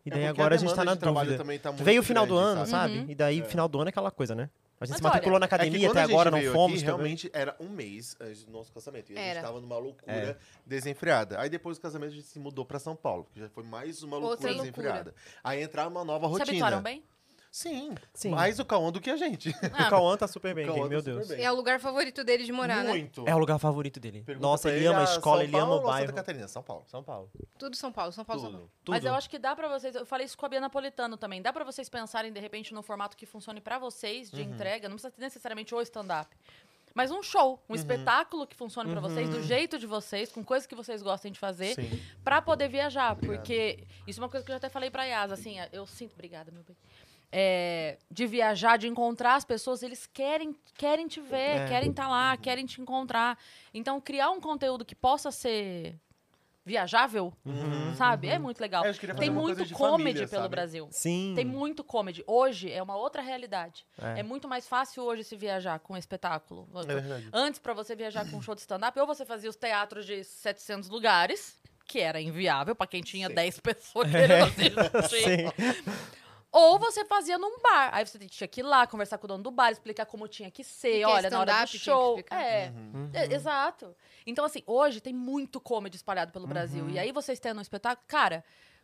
E É daí porque a agora a, gente tá demanda na de trabalho dúvida. também tá muito Veio o final do grande, ano, sabe? sabe? Uhum. E daí, É. final do ano é aquela coisa, né? A gente se Mas matriculou olha, na é academia que quando até a gente agora, não veio fomos. Aqui, também. realmente era um mês antes do nosso casamento. E a Era. gente tava numa loucura É. desenfreada. Aí depois do casamento a gente se mudou pra São Paulo, que já foi mais uma loucura Outra loucura. desenfreada. Aí entrar uma nova Se rotina. habituaram bem? Sim. Mais o Cauã do que a gente. O Cauã tá super bem, O Cauã gente, tá meu super Deus. bem. É o lugar favorito dele de morar, né? Muito. É o lugar favorito dele. Pergunta Nossa, pra ele ama a ah, escola, São ele ama Paulo o ou bairro. Santa Catarina, São Paulo. São Paulo. Tudo São Paulo, São Paulo, São Paulo. Mas Tudo. eu acho que dá pra vocês. Eu falei isso com a Bia Napolitano também. Dá pra vocês pensarem, de repente, num formato que funcione pra vocês de Uhum. entrega. Não precisa necessariamente o stand-up. Mas um show, um espetáculo que funcione pra vocês, do Uhum. jeito de vocês, com coisas que vocês gostem de fazer, Sim. pra poder viajar. Porque isso é uma coisa que eu já até falei pra Yas, assim, eu sinto. Obrigada, meu bem. É, de viajar, de encontrar as pessoas, eles querem, querem te ver, É. querem estar lá, querem te encontrar. Então, criar um conteúdo que possa ser viajável, Uhum. sabe? É muito legal. queria Tem fazer uma muito coisa de comedy família, pelo sabe? Brasil. Sim. Tem muito comedy. Hoje é uma outra realidade. É, É. muito mais fácil hoje se viajar com espetáculo. É verdade. Antes, para você viajar com um show de stand-up, ou você fazia os teatros de 700 lugares, que era inviável para quem tinha 10 pessoas querendo É. assistir. Ou você fazia num bar. Aí você tinha que ir lá, conversar com o dono do bar, explicar como tinha que ser, que é olha, na hora do stand-up, tinha que show. explicar. É. Uhum. É, Exato. Então, assim, hoje tem muito comedy espalhado pelo Uhum. Brasil. E aí vocês tendo um espetáculo, cara.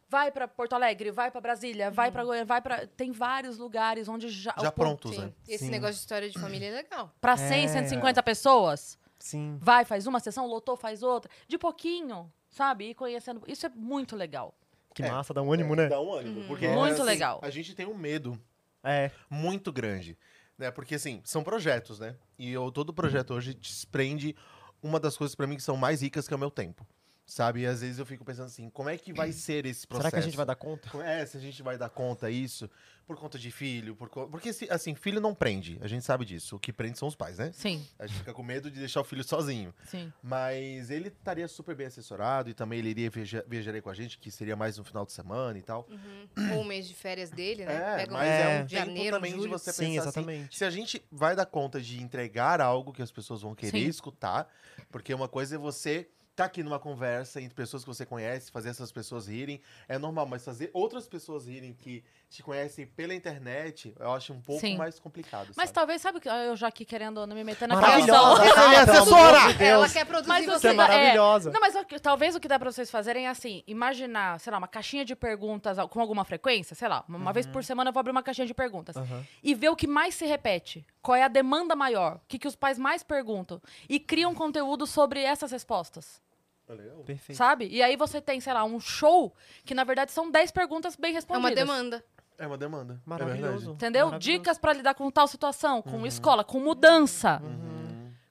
Vai pra Porto Alegre, vai pra Brasília, Uhum. vai pra Goiânia, vai pra. Tem vários lugares onde já. Já o povo- prontos, né? Esse negócio de história de família é legal. Pra 100, É. 150 pessoas. Sim. Vai, faz uma sessão, lotou, faz outra. De pouquinho, sabe? E conhecendo. Isso é muito legal. Que É, massa, dá um ânimo, né? Dá um ânimo. Porque Muito assim, legal. A gente tem um medo é. muito grande. Né? Porque, assim, são projetos, né? E eu, todo projeto hoje desprende uma das coisas pra mim que são mais ricas, que é o meu tempo. Sabe? E às vezes eu fico pensando assim, como é que vai ser esse processo? Uhum. Será que a gente vai dar conta? É, se a gente vai dar conta isso, por conta de filho, por co- porque se- assim, filho não prende, a gente sabe disso. O que prende são os pais, né? Sim. A gente fica com medo de deixar o filho sozinho. Sim. Mas ele estaria super assim. bem assessorado e também ele iria viajar, viajaria com a gente, que seria mais no final de semana e Uhum. tal. Uhum. Ou o mês de férias dele, né? É, Pega mas é, um de tempo janeiro, também julho. de você Sim, pensar exatamente. assim, se a gente vai dar conta de entregar algo que as pessoas vão querer Sim. escutar, porque uma coisa é você tá aqui numa conversa entre pessoas que você conhece, fazer essas pessoas rirem, é normal, mas fazer outras pessoas rirem que te conhecem pela internet, eu acho um pouco Sim. mais complicado. Mas talvez, sabe, o que- ah, eu já aqui querendo não me meter na Maravilhosa, questão. ela é Pelo assessora! amor de Deus. Ela quer produzir Mas você. o que dá- é. maravilhosa. Não, mas o que- talvez o que dá pra vocês fazerem é assim, imaginar, sei lá, uma caixinha de perguntas al- com alguma frequência, sei lá, uma uma vez por semana eu vou abrir uma caixinha de perguntas. E ver o que mais se repete, qual é a demanda maior, o que, que os pais mais perguntam. E cria um conteúdo sobre essas respostas. né? Perfeito. Sabe? E aí você tem, sei lá, um show que na verdade são 10 perguntas bem respondidas. É demanda. É uma demanda. Maravilhoso. Uhum. Entendeu? Dicas pra lidar com tal situação, com escola, com mudança,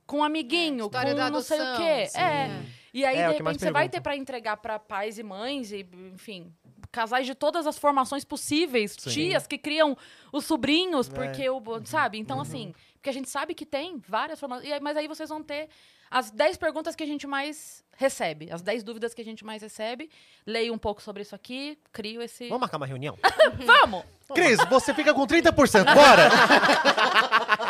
com amiguinho, história com da não sei o adoção, quê. sim. É. E aí, É, de o que mais repente, você vai perguntam. ter pra entregar pra pais e mães, e, enfim, casais de todas as formações possíveis, Sim. tias que criam os sobrinhos, É. Uhum. porque o. Sabe? Então, assim, porque a gente sabe que tem várias formações. e aí- Mas aí vocês vão ter as 10 perguntas que a gente mais recebe, as 10 dúvidas que a gente mais recebe. Leio um pouco sobre isso aqui, crio esse. Vamos marcar uma reunião? Vamos! Cris, você fica com 30%, bora!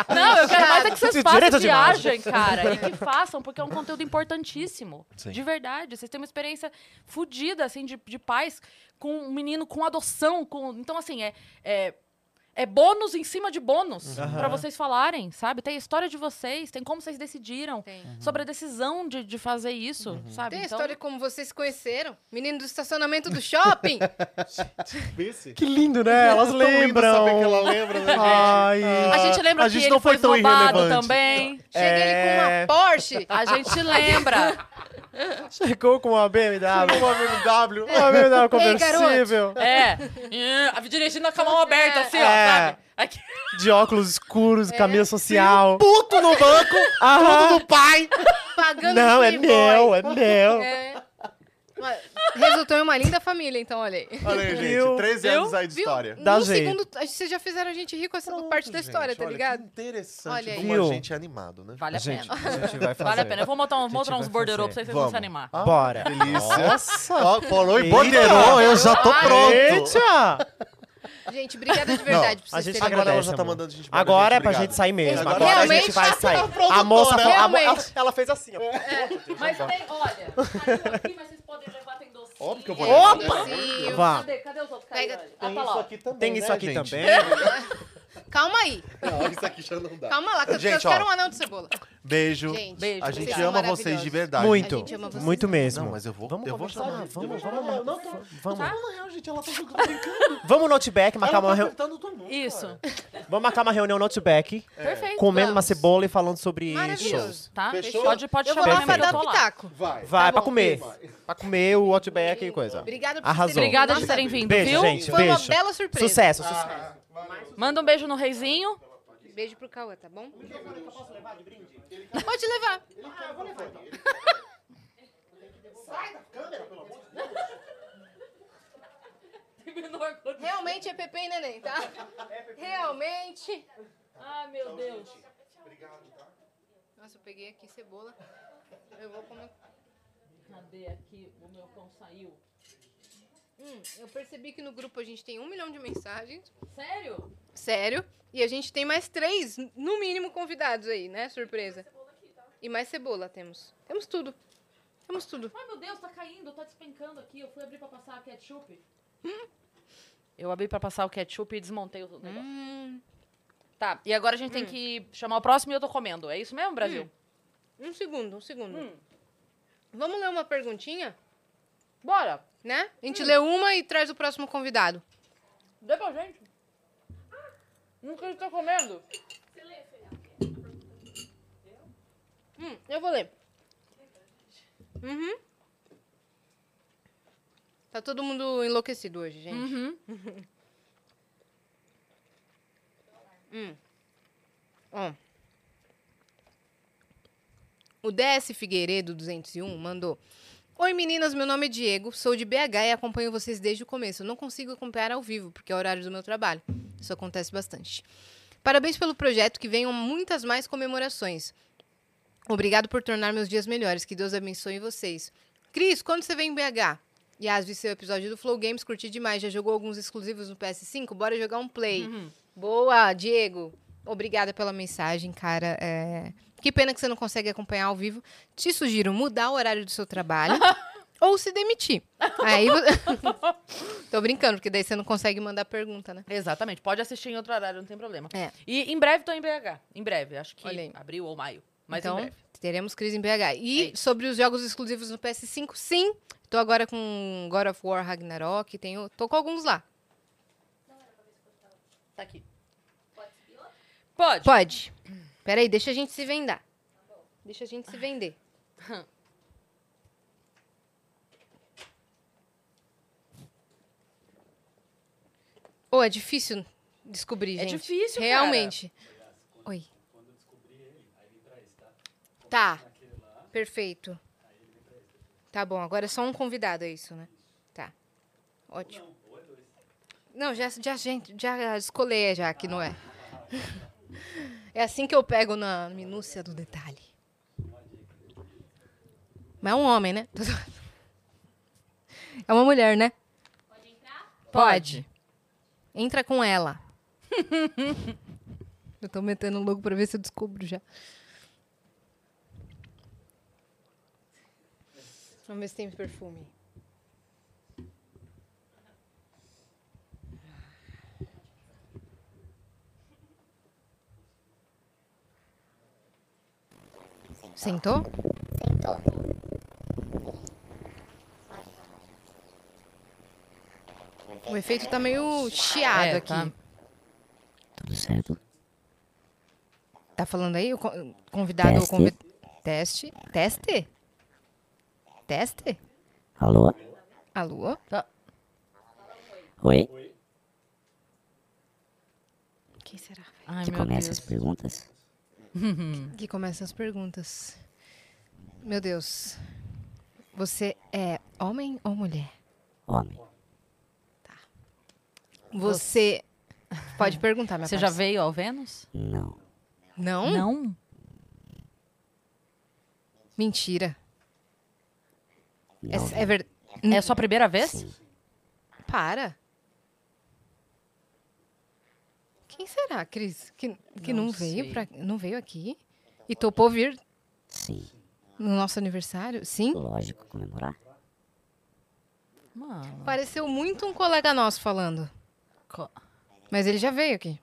Não, eu quero mais é que vocês Direito façam de imagem. viagem, cara. E que façam, porque é um conteúdo importantíssimo. Sim. De verdade. Vocês têm uma experiência fodida, assim, de, de pais com um menino com adoção. Com... Então, assim, é. é... é bônus em cima de bônus pra Uhum. Aham. vocês falarem, sabe? Tem a história de vocês, tem como vocês decidiram, Uhum. sobre a decisão de, de fazer isso, sabe? Tem a Então- história de como vocês se conheceram? Menino do estacionamento do shopping? Vice? Que lindo, né? Elas É tão lindo lembram. saber que ela lembra, né, gente? Ai. A gente lembra Ah, a que gente ele não foi, foi tão roubado irrelevante. também. Cheguei É. com uma Porsche. A gente lembra. Chegou com uma BMW. Uma BMW. Uma BMW Ei, garoto. conversível. é. Hum, A dirigindo com a mão aberta, assim, ó, É. sabe? Aqui. De óculos escuros, É. camisa social. Puto no banco, Aham. tudo do pai! Pagando Não, é Playboy. meu, é meu. É. Mas Resultou em uma linda família, então, olha aí. Olha aí, Viu? gente. 13 anos aí de história. Dá no jeito. segundo, a gente- vocês já fizeram a gente rir com essa Pronto, parte da história, gente, tá olha, ligado? Que interessante Olha aí. como Viu? a gente é animado, né? Vale a pena. Gente, a gente vai fazer. Vale a pena. Eu vou montar, um, gente vou montar vai uns borderô pra fazer. Ah, vocês, vocês vão se Vamos. animar. Bora. Delícia. Nossa. Ó, Falou e Eita. ponderou, eu já tô pronto. Eita. Gente, obrigada de É verdade por a vocês gente terem Agora ela já Agradece, tá amor. mandando a gente embora, Agora é pra obrigado. gente sair mesmo. Agora Agora a gente Realmente, vai tá sair. A moça falou. a mo- Realmente. É, ela fez assim, ó. Mas tem, olha, saiu aqui, mas vocês podem levar, tem docinho. Óbvio que eu vou levar. Opa! Inclusive. Vá. Cadê? Cadê os outros? Pega- Cadê? Ah, tá lá. ó. também, Tem isso né, aqui gente? também. Calma aí, Não, isso aqui já não dá. calma lá, que eu- eu Gente, ó. quero um anão de cebola. Beijo. Gente, Beijo. A vocês gente são ama vocês de maravilhosos. verdade. A Muito. gente ama vocês. Muito mesmo. Não, mas eu vou, eu vou chamar. Vamos, Eu não Tá? tô. vamos. Não, na real, gente, ela tá jogando brincando. Vamos no Outback, marcar uma Ela tá reunião. apertando todo mundo. Isso. cara. Vamos marcar uma reunião no Outback, Perfeito. comendo uma vamos. cebola e falando sobre shows. Maravilhoso. Tá? Fechou? Pode, pode Eu vou chamar lá mesmo pra que eu dar tô lá. pitaco. Vai. Vai, Tá pra bom, comer. Pra comer o Outback e coisa. Obrigada por Arrasou. vocês terem Obrigada vindo. de terem vindo, Beijo, viu? gente. Foi uma beijo. bela surpresa. Ah. Sucesso, sucesso. Manda um beijo no reizinho. Beijo pro Cauã, tá bom? Pode Ah, levar. então. Realmente é Pepe e Neném, tá? Realmente. Ah, meu Deus. tá? Nossa, eu peguei aqui cebola. Eu vou comer. Cadê aqui? O meu pão saiu. Hum, eu percebi que no grupo a gente tem um milhão de mensagens. Sério? Sério. E a gente tem mais três, no mínimo, convidados aí, né? Surpresa. tá? E mais cebola temos. Temos tudo. Temos tudo. Ai, meu Deus, tá caindo, tá despencando aqui. Eu fui abrir pra passar a ketchup. Eu abri pra passar o ketchup e desmontei o negócio. Hum, Tá, e agora a gente tem que chamar o próximo e eu tô comendo. É isso mesmo, Brasil? um segundo, um segundo. Hum. Vamos ler uma perguntinha, Bora! Hum. né? A gente lê uma e traz o próximo convidado. Dê pra gente. Hum. Não que a gente tá comendo. Hum, eu vou ler. Uhum. Tá todo mundo enlouquecido hoje, gente. Uhum. Hum. Ó. O DS Figueiredo 201 mandou. Oi meninas, meu nome é Diego, sou de BH e acompanho vocês desde o começo. Eu Não consigo acompanhar ao vivo, porque é o horário do meu trabalho. Isso acontece bastante. Parabéns pelo projeto, que venham muitas mais comemorações. Obrigado por tornar meus dias melhores. Que Deus abençoe vocês. Cris, quando você vem em BH? Yas, vi seu episódio do Flow Games, curti demais. Já jogou alguns exclusivos no PS5? Bora jogar um play. Uhum. Uhum. Boa, Diego. Obrigada pela mensagem, cara. É, Que pena que você não consegue acompanhar ao vivo. Te sugiro mudar o horário do seu trabalho ou se demitir. Aí. vo- Tô brincando, porque daí você não consegue mandar pergunta, né? Exatamente. Pode assistir em outro horário, não tem problema. É. E em breve tô em BH. Em breve. Acho que Olha aí. abril ou maio. Mas então, em breve. É teremos crise em BH. E sobre os jogos exclusivos no PS5, sim. Tô agora com God of War Ragnarok, tenho, tô com alguns lá. Tá aqui. Pode. Pode. Peraí, deixa a gente se vendar. Deixa a gente se vender. Ou é difícil descobrir, É gente. difícil, cara. Realmente. Oi. Tá. Perfeito. Tá bom, agora é só um convidado, é isso, né? Tá. Ótimo. Não, já, já, gente, já escolhei já que não é. É assim que eu pego na minúcia do detalhe. Mas é um homem, né? Tô zoando. É uma mulher, né? Pode. Entra com ela. eu tô metendo um louco pra ver se eu descubro já. Vamos ver se tem perfume. Sentou? Sentou. O efeito tá meio chiado É, aqui. tá. Tudo certo? Tá falando aí? O con- convidado ou Teste. convi... Teste. Teste? Teste? Alô? Alô? Tá. Oi? Quem será? velho? Ai, que começa as perguntas? Que começam as perguntas. Meu Deus. Você é homem ou mulher? Homem. Você. Pode perguntar, minha Você já parceira. veio ao Vênus? Não. Não? Não. Mentira. É, Não, é verdade. É a sua primeira vez? Para. Quem será, Cris? Que, que não, Não veio sei. pra, não veio aqui? E topou vir Sim. no nosso aniversário? Sim? Lógico, comemorar. Mano. Pareceu muito um colega nosso falando. Co- Mas ele já veio aqui.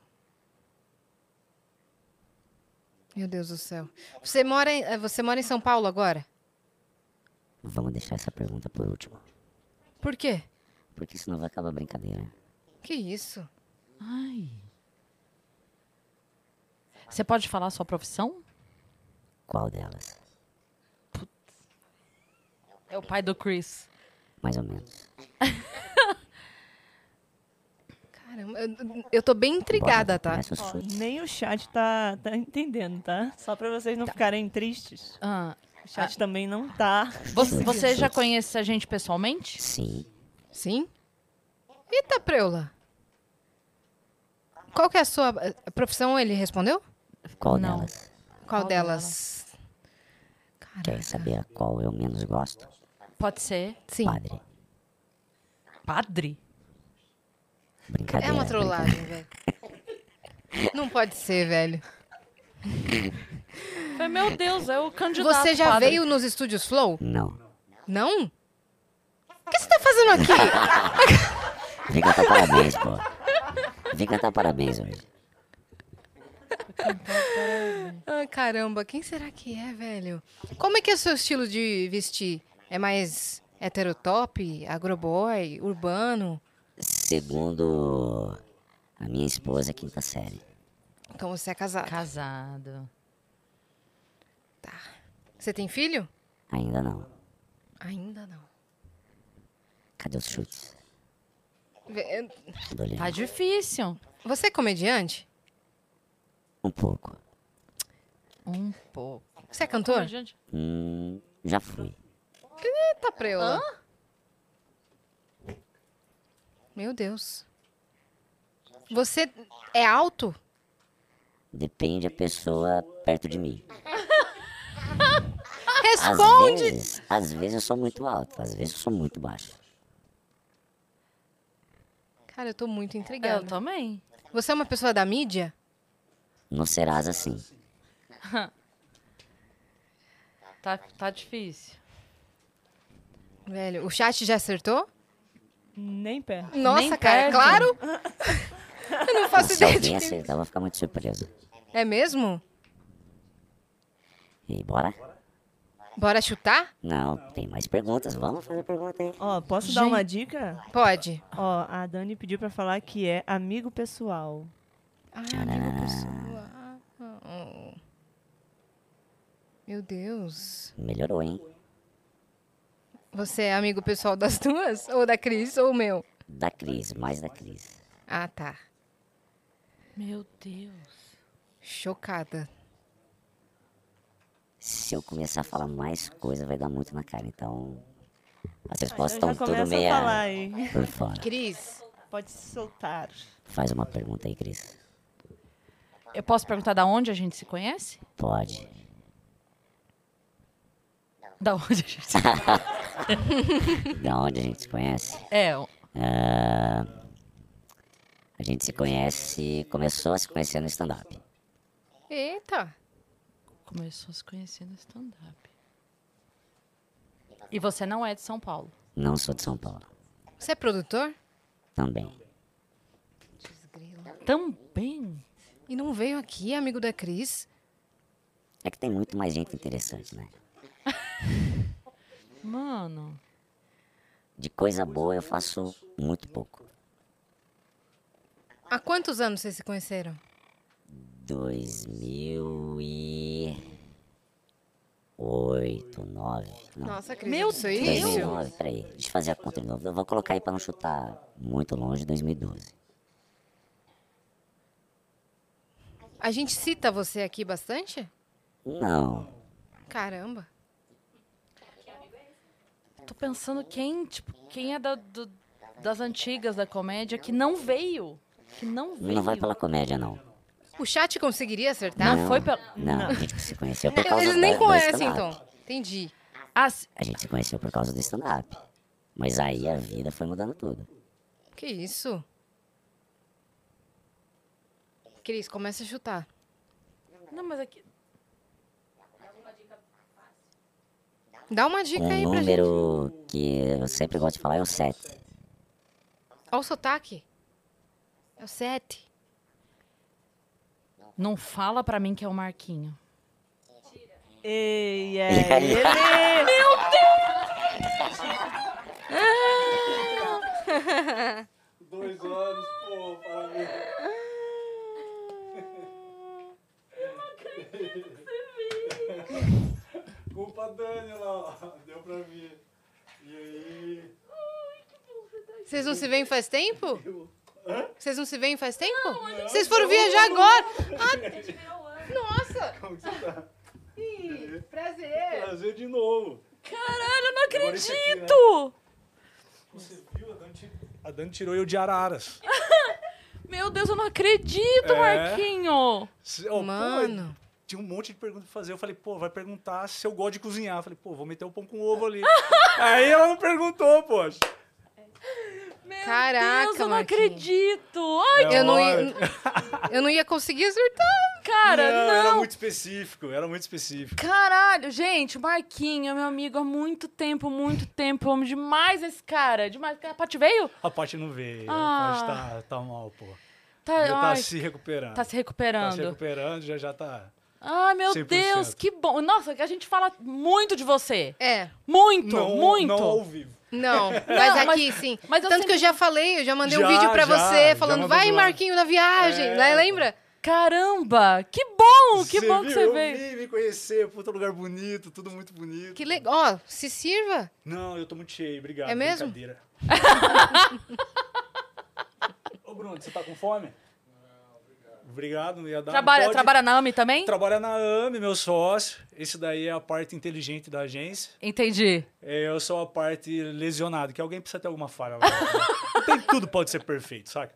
Meu Deus do céu. Você mora em, eh, você mora em São Paulo agora? Vamos deixar essa pergunta tá por último. Por quê? Porque senão vai acabar a brincadeira. Que isso? Ai. Você pode falar a sua profissão? Qual delas? É o pai do Chris. Mais ou menos. Caramba, eu, eu tô bem intrigada, tá? Ó, nem o chat tá, tá entendendo, tá? Só pra vocês não ficarem tristes. Ah, o chat ah. também não tá. Você, você já conhece a gente pessoalmente? Sim. Sim? Eita, preula. Qual que é a sua eh, profissão? Ele respondeu? Qual Não. delas? Qual, delas? Quer saber a qual eu menos gosto? Pode ser. Sim. Padre. Padre? Brincadeira. É uma trollagem, velho. Não pode ser, velho. Falei, Meu Deus, é o candidato. Você já padre. veio nos estúdios Flow? Não. Não? O que você tá fazendo aqui? Vem cantar parabéns, pô. Vem cantar parabéns hoje. ah, caramba, quem será que é, velho? Como é que é o seu estilo de vestir? É mais heterotop, agroboy, urbano? Segundo a minha esposa, quinta série. Então você é casado. Tá. Casado. Você tem filho? Ainda não. Ainda não. Cadê os chutes? Vê- Do livro? Tá difícil. Você é comediante? Um pouco. Um pouco. Você é cantor? Gente, Hum, já fui. Eita, tá preula. Meu Deus. Você é alto? Depende a pessoa perto de mim. Às Responde! vezes, às vezes eu sou muito alto, às vezes eu sou muito baixo. Cara, eu tô muito eu intrigada. também. Você é uma pessoa da mídia? No Serasa, sim. Tá, tá difícil. Velho, o chat já acertou? Nem perto. Nossa, Nem cara, é perto. claro! eu não faço Se ideia de alguém quem- acertar, eu vou ficar muito surpreso. É mesmo? E bora? Bora chutar? Não, tem mais perguntas. Vamos fazer pergunta aí. Ó, posso dar uma dica? Pode. Ó, a Dani pediu pra falar que é amigo pessoal. Ai, Ah, Ah, amigo pessoa. Oh. Meu Deus. Melhorou, hein? Você é amigo pessoal das duas? Ou da Cris ou o meu? Da Cris, mais da Cris. Ah, tá. Meu Deus. Chocada. Se eu começar a falar mais coisa, vai dar muito na cara. Então, as respostas então já estão um tudo começa a meia falar aí. por fora. Cris. Pode se soltar. Faz uma pergunta aí, Cris. Eu posso perguntar da onde a gente se conhece? Pode. Da onde a gente se conhece? da onde a gente se conhece? É, o- Ah, a gente se conhece, começou a se conhecer no stand-up. Eita. Começou a se conhecer no stand-up. E você não é de São Paulo. Não sou de São Paulo, Você é produtor? também. Também. E não veio aqui, amigo da Cris? É que tem muito mais gente interessante, né? Mano. De coisa boa eu faço muito pouco. Há quantos anos vocês se conheceram? 2008, 9. Não. Nossa, Cris. Meu isso aí? é 2009, peraí. Deixa eu fazer a conta de novo. Eu vou colocar aí pra não chutar muito longe, 2012. A gente cita você aqui bastante? Não, Caramba. Tô pensando quem, tipo, quem é da- do- das antigas da comédia que não veio. Que não veio. não vai pela comédia, não. O chat conseguiria acertar? não, Não, a gente se conheceu por causa Eles da- nem do conhecem, stand-up. então. Entendi. Ah, A gente se conheceu por causa do stand-up. Mas aí a vida foi mudando tudo. que isso? Cris, começa a chutar. Não, mas aqui. Dá uma dica aí Um pra gente. número que eu sempre gosto de falar é o 7. Olha o sotaque. É o 7. Não fala pra mim que é o Marquinho. Ei, é E aí? ele! Deus! Dois anos, pô, para mim. Culpa Dani lá, ó. deu pra mim. E aí? Vocês não se veem faz tempo? Hã? Vocês não se veem faz tempo? Vocês foram viajar agora? Ah, nossa! Como que você tá? Ih, prazer! Prazer de novo. Caralho, eu não Agora isso aqui, né? acredito! Você viu? A Dani, ti- a Dani tirou eu de Araras. Meu Deus, eu não acredito, É. Marquinho! Se- ó, pô, Mano. tinha um monte de perguntas pra fazer. Eu falei, pô, vai perguntar se eu gosto de cozinhar. Eu falei, pô, vou meter o pão com ovo ali. Aí ela não perguntou, poxa. Caraca, Deus, eu não Marquinhos. acredito! Ai, É eu, não ia, hora. eu não ia conseguir acertar. Cara, Era não. muito específico, era muito específico. Caralho, gente, Marquinho, é meu amigo, há muito tempo, muito tempo. Eu amo demais esse cara. Demais. A Paty veio? A parte não veio, Ah. a parte tá, tá mal, pô. Tá- Ainda tá ai, se recuperando. tá se recuperando. Tá se recuperando, já já tá. Ai, Ah, meu 100%. Deus, que bom. Nossa, a gente fala muito de você. É. Muito, Não- muito. não ao vivo. Não, mas Não, mas- aqui sim. mas eu Tanto que eu sempre- já falei, eu já mandei Já, um vídeo pra já, você já falando, mandou vai lá." Marquinho na viagem, É. né? lembra? Caramba, que bom, que Você bom viu? que você eu veio. vim me conhecer, puta lugar bonito, tudo muito bonito. Que legal. Ó, se sirva. Não, eu tô muito cheio, obrigado. É mesmo? Brincadeira. Ô, Bruno, você tá com fome? Obrigado, não ia dar. Trabalha, Pode- trabalha na AMI também? Trabalha na AME, meu sócio. Esse daí é a parte inteligente da agência. Entendi. É, Eu sou a parte lesionada, que alguém precisa ter alguma falha. lá. Tem tudo pode ser perfeito, saca?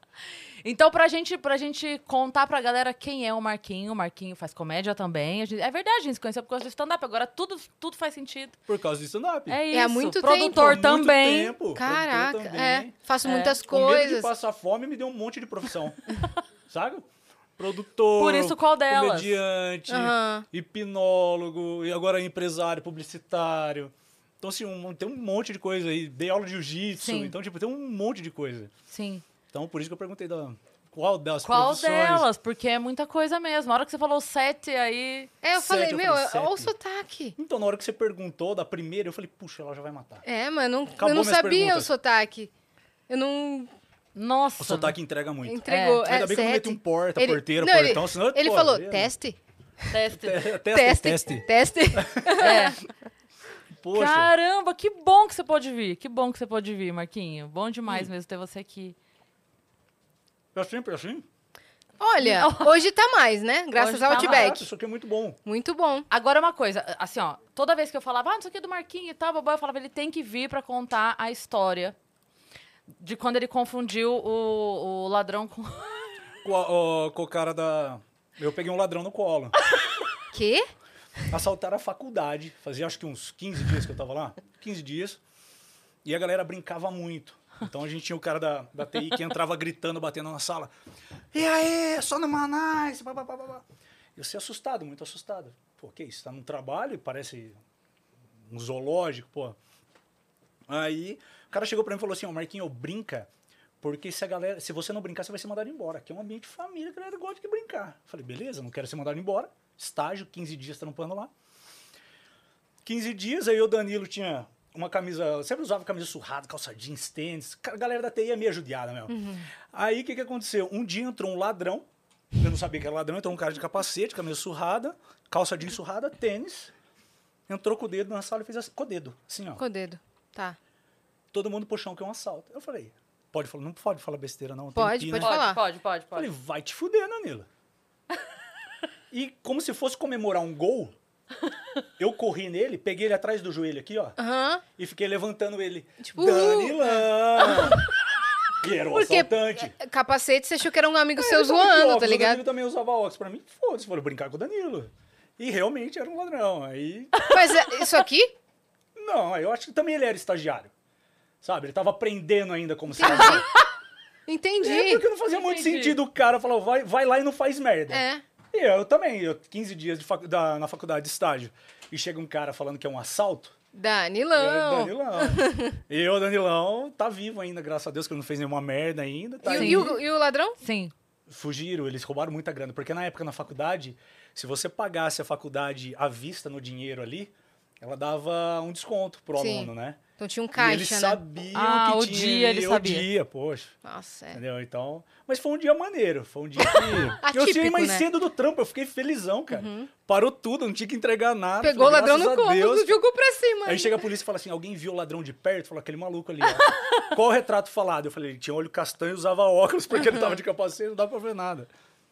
Então, pra gente, pra gente contar pra galera quem é o Marquinho, o Marquinho faz comédia também. A gente- é verdade, a gente se conheceu por causa do stand-up, agora tudo, tudo faz sentido. Por causa do stand-up. É isso. É há muito Produtor tempo. também. Muito tempo, Caraca, produtor é. também. Faço É. muitas O medo coisas. de passar fome me deu um monte de profissão. saca? Produtor. Por isso, qual delas? Comediante, Aham. hipnólogo, e agora empresário, publicitário. Então, assim, um- tem um monte de coisa aí. Dei aula de jiu-jitsu. Sim. Então, tipo, tem um monte de coisa. Sim. Então, por isso que eu perguntei da, qual das Qual profissões. delas? Porque é muita coisa mesmo. A hora que você falou sete aí. É, eu Sete, falei, eu meu, falei sete. olha o sotaque. Então, na hora que você perguntou da primeira, eu falei, puxa, ela já vai matar. É, mano, Acabou eu não minhas sabia perguntas. o sotaque. Eu não. Nossa. O sotaque entrega muito. Entregou. É, Ainda bem que eu não sete. meti um porta, Ele- porteiro, não, portão, ele, senão... eu- né? Ele pô, falou, eu- teste? Teste. É. Teste, teste. Teste. É. Poxa. Caramba, que bom Hum. que você pôde vir. Que bom que você pôde vir, Marquinho. Bom demais mesmo ter você aqui. É sempre assim? Olha, hoje tá mais, né? Graças Hoje ao tá Outback. mais. Isso aqui é muito bom. Muito bom. Agora uma coisa, assim, ó, toda vez que eu falava, ah, não sei o que do Marquinho e tal, babá, eu falava, ele tem que vir pra contar a história de quando ele confundiu o, o ladrão com. Com, a- ó, com o cara da. Eu peguei um ladrão no colo. Quê? Assaltaram a faculdade. Fazia acho que uns 15 dias que eu tava lá. 15 dias. E a galera brincava muito. Então a gente tinha o cara da, da TI que entrava gritando, batendo na sala. E aí, só no Manais, pá, pá, pá, pá, pá. Eu sei assustado, muito assustado. Pô, que isso? Tá num trabalho e parece um zoológico, pô. Aí o cara chegou pra mim e falou assim, ó, Marquinho, brinca, porque se a galera, se você não brincar, você vai ser mandado embora. Aqui é um ambiente de família, a galera gosta de brincar. Eu Falei, beleza, não quero ser mandado embora. Estágio, 15 dias trampando lá. 15 dias, aí o Danilo tinha uma camisa, eu sempre usava camisa surrada, calça jeans, tênis. Cara, A galera da TI é meio judiada mesmo. Aí o que, que aconteceu? Um dia entrou um ladrão. Eu não sabia que era ladrão, então um cara de capacete, camisa surrada, calça jeans surrada, tênis. Entrou com o dedo na sala e fez assim, com o dedo, assim, ó. Com o dedo. Tá. Todo mundo pro chão que é um assalto. Eu falei, pode falar, não pode falar besteira, não. tem Pode, pina. pode falar. Pode, pode, Eu Falei, vai te fuder, Danilo. e como se fosse comemorar um gol, eu corri nele, peguei ele atrás do joelho aqui, ó. Aham. E fiquei levantando ele. Tipo, uh. Danilão! e era o Porque- é, assaltante. Capacete, você achou que era um amigo seu É, Eu tava de zoando, tá óculos, O ligado? Danilo também usava óculos. Pra mim, foda-se, foram brincar com o Danilo. E realmente era um ladrão. Aí. Mas é, isso aqui? Não, eu acho que também ele era estagiário. Sabe? Ele tava aprendendo ainda como se Entendi. É, porque não fazia muito Entendi. sentido o cara falar, vai, vai lá e não faz merda. É. E eu também, eu, 15 dias de facu- da- na faculdade de estágio, e chega um cara falando que é um assalto. Danilão. É, Danilão. E eu, Danilão, tá vivo ainda, graças a Deus, que ele não fez nenhuma merda ainda. Tá E, o- aí. e o, e o ladrão? Sim. Fugiram, eles roubaram muita grana. Porque na época, na faculdade, se você pagasse a faculdade à vista no dinheiro ali, ela dava um desconto pro Sim. aluno, né? Então tinha um E caixa, eles né? sabiam Ah, que o tinha dia ali, ele o sabia. dia, poxa. Nossa, é. Entendeu? Então. Mas foi um dia maneiro. Foi um dia que. eu cheguei Atípico, mais né? Uhum. cedo do trampo, eu fiquei felizão, cara. Parou tudo, não tinha que entregar nada. Pegou o falei, ladrão no graças a colo, Deus. jogou pra cima. Aí chega a polícia e fala assim: alguém viu o ladrão de perto? Falou aquele maluco ali. ó. Qual o retrato falado? Eu falei: ele tinha olho castanho e usava óculos porque ele tava de capacete, não dá pra ver nada.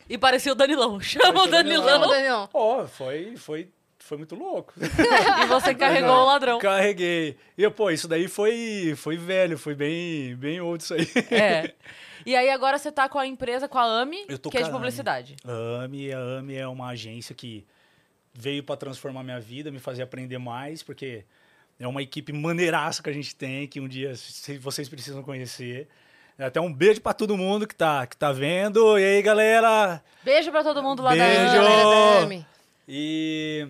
E parecia o Danilão. Chama o Danilão. Ó, foi, foi, foi muito louco. E você carregou o ladrão. Carreguei. E, pô, isso daí foi, foi velho, foi bem, bem old isso aí. É. E aí agora você tá com a empresa, com a AMI, Eu tô que é de com a AMI. publicidade. A AMI, a AMI é uma agência que veio para transformar minha vida, me fazer aprender mais, porque é uma equipe maneiraça que a gente tem, que um dia se- vocês precisam conhecer. Até um beijo para todo mundo que tá, que tá vendo. E aí, galera? Beijo pra todo mundo lá Beijo! da AMI. E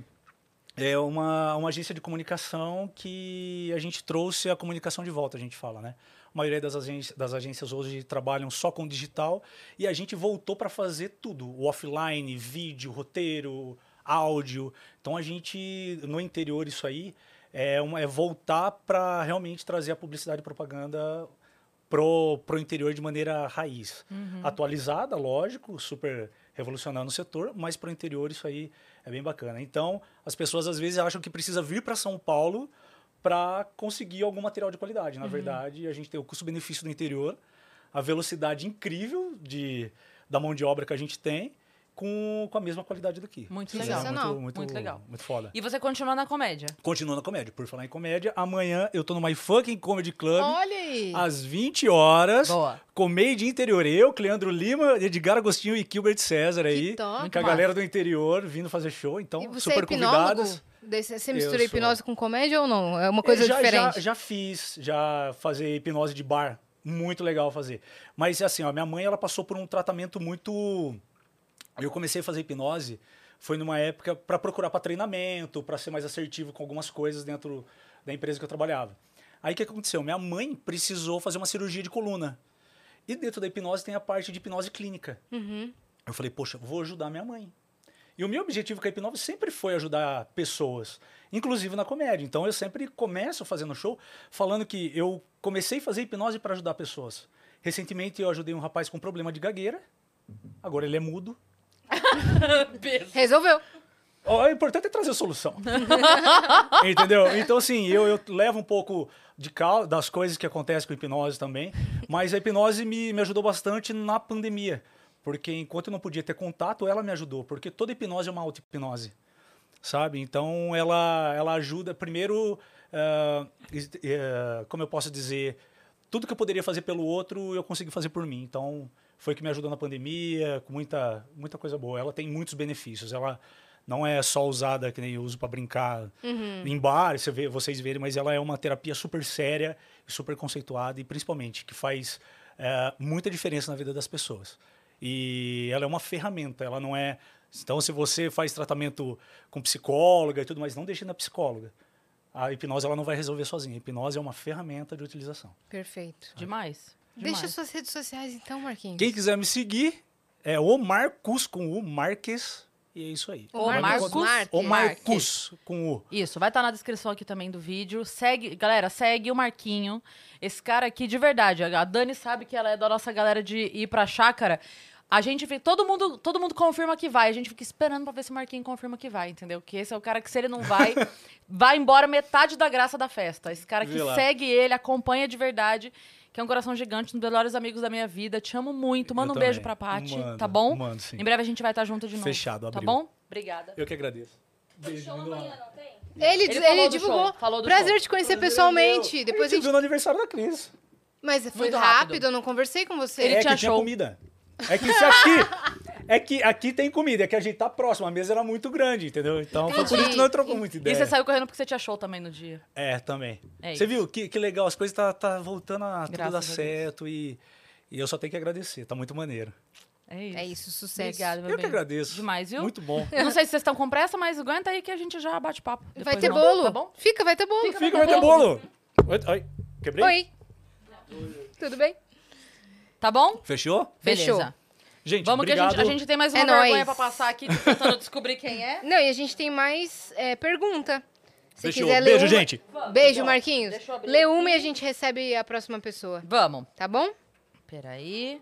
é uma, uma agência de comunicação que a gente trouxe a comunicação de volta, a gente fala, né? A maioria das, agen- das agências hoje trabalham só com digital e a gente voltou para fazer tudo: o offline, vídeo, roteiro, áudio. Então a gente, no interior, isso aí é, uma, é voltar para realmente trazer a publicidade e propaganda pro, pro interior de maneira raiz. Uhum. Atualizada, lógico, super revolucionando o setor, mas pro interior isso aí é bem bacana. Então, as pessoas às vezes acham que precisa vir para São Paulo para conseguir algum material de qualidade. Na Uhum. verdade, a gente tem o custo-benefício do interior, a velocidade incrível de, da mão de obra que a gente tem, com, com a mesma qualidade do que. Muito Isso é legal. Muito, Sensacional. muito, Muito legal. Muito foda. E você continua na comédia. Continuando a comédia. Por falar em comédia, amanhã eu tô no My Fucking Comedy Club. Olha aí. Às 20 horas. Comédia Interior. Eu, Cleandro Lima, Edgar Agostinho e Gilbert César aí. top. Com Muito a massa. galera do interior vindo fazer show. Então, E você é super hipnólogo? convidados. Daí Você você Eu mistura sou. hipnose com comédia ou não? É uma coisa Eu já, diferente. Já, já fiz, já fazer hipnose de bar. Muito legal fazer. Mas assim, ó, minha mãe ela passou por um tratamento muito. Eu comecei a fazer hipnose foi numa época para procurar para treinamento, para ser mais assertivo com algumas coisas dentro da empresa que eu trabalhava. Aí o que aconteceu? Minha mãe precisou fazer uma cirurgia de coluna. E dentro da hipnose tem a parte de hipnose clínica. Uhum. Eu falei, poxa, vou ajudar minha mãe. E o meu objetivo com a Hipnova sempre foi ajudar pessoas, inclusive na comédia. Então eu sempre começo fazendo show falando que eu comecei a fazer hipnose para ajudar pessoas. Recentemente eu ajudei um rapaz com problema de gagueira. Agora ele é mudo. Resolveu. Ó, O importante é trazer solução. Entendeu? Então, assim, eu, eu levo um pouco de cal das coisas que acontecem com hipnose também, mas a hipnose me, me ajudou bastante na pandemia. Porque enquanto eu não podia ter contato, ela me ajudou. Porque toda hipnose é uma auto-hipnose, sabe? Então, ela, ela ajuda, primeiro, ah, is- eh, como eu posso dizer, tudo que eu poderia fazer pelo outro, eu consegui fazer por mim. Então, foi que me ajudou na pandemia, com muita, muita coisa boa. Ela tem muitos benefícios. Ela não é só usada, que nem eu uso para brincar Uhum. em bar, você vê, vocês verem, mas ela é uma terapia super séria, e super conceituada e principalmente que faz eh, muita diferença na vida das pessoas. E ela é uma ferramenta, ela não é. Então, se você faz tratamento com psicóloga e tudo mais, não deixe na psicóloga. A hipnose ela não vai resolver sozinha. A hipnose é uma ferramenta de utilização. Perfeito. Demais. Deixa Demais. suas redes sociais então, Marquinhos. Quem quiser me seguir é o Marcus com o Marques. E é isso aí. O Vai me Marcos? encontrar- O Marcus com o. Isso, vai estar na descrição aqui também do vídeo. Segue, galera, segue o Marquinho. Esse cara aqui, de verdade, a Dani sabe que ela é da nossa galera de ir pra chácara. A gente fica, todo mundo, todo mundo confirma que vai. A gente fica esperando pra ver se o Marquinho confirma que vai, entendeu? Que esse é o cara que se ele não vai, vai embora metade da graça da festa. Esse cara que Vê lá. segue ele, acompanha de verdade, que é um coração gigante, um dos melhores amigos da minha vida. Te amo muito. Manda um também. beijo pra Paty, Mando, tá bom? mando, sim. Em breve a gente vai estar junto de novo. Fechado, Tá abriu. bom? Obrigada. Eu que agradeço. Beijo, Ele Ele, ele falou do divulgou. show, falou do Prazer show. te conhecer Prazer pessoalmente. meu. Depois A gente a gente... viu no aniversário da Cris. Mas foi Muito rápido. rápido. eu não conversei com você. é que tinha comida. É que se aqui. É que aqui tem comida, é que a gente tá próximo. A mesa era muito grande, entendeu? Então foi por isso que não trocou muita ideia. E você saiu correndo porque você te achou também no dia. É, também. É você isso. viu? Que, que legal, as coisas tá, tá voltando a tudo Graças dar a Deus. certo e, e eu só tenho que agradecer, tá muito maneiro. É isso. É isso, sucesso. Obrigado, meu Eu bem. que agradeço. Demais, viu? Muito bom. Eu não sei se vocês estão com pressa, mas aguenta aí que a gente já bate papo. Vai depois, ter não, bolo. Tá bom? Fica, vai ter bolo. Fica, vai ter bolo. Oi, ai, quebrei? Oi. Tudo bem? Tá bom? Fechou? Fechou. Beleza. Gente, Vamos obrigado. que a gente, a gente tem mais uma É vergonha nóis. pra passar aqui de tentando descobrir quem é. Não, e a gente tem mais é, pergunta. Se Fechou. quiser ler Beijo, uma- gente. Então, Beijo, Marquinhos. Lê uma e a gente recebe a próxima pessoa. Vamos. Tá bom? Peraí.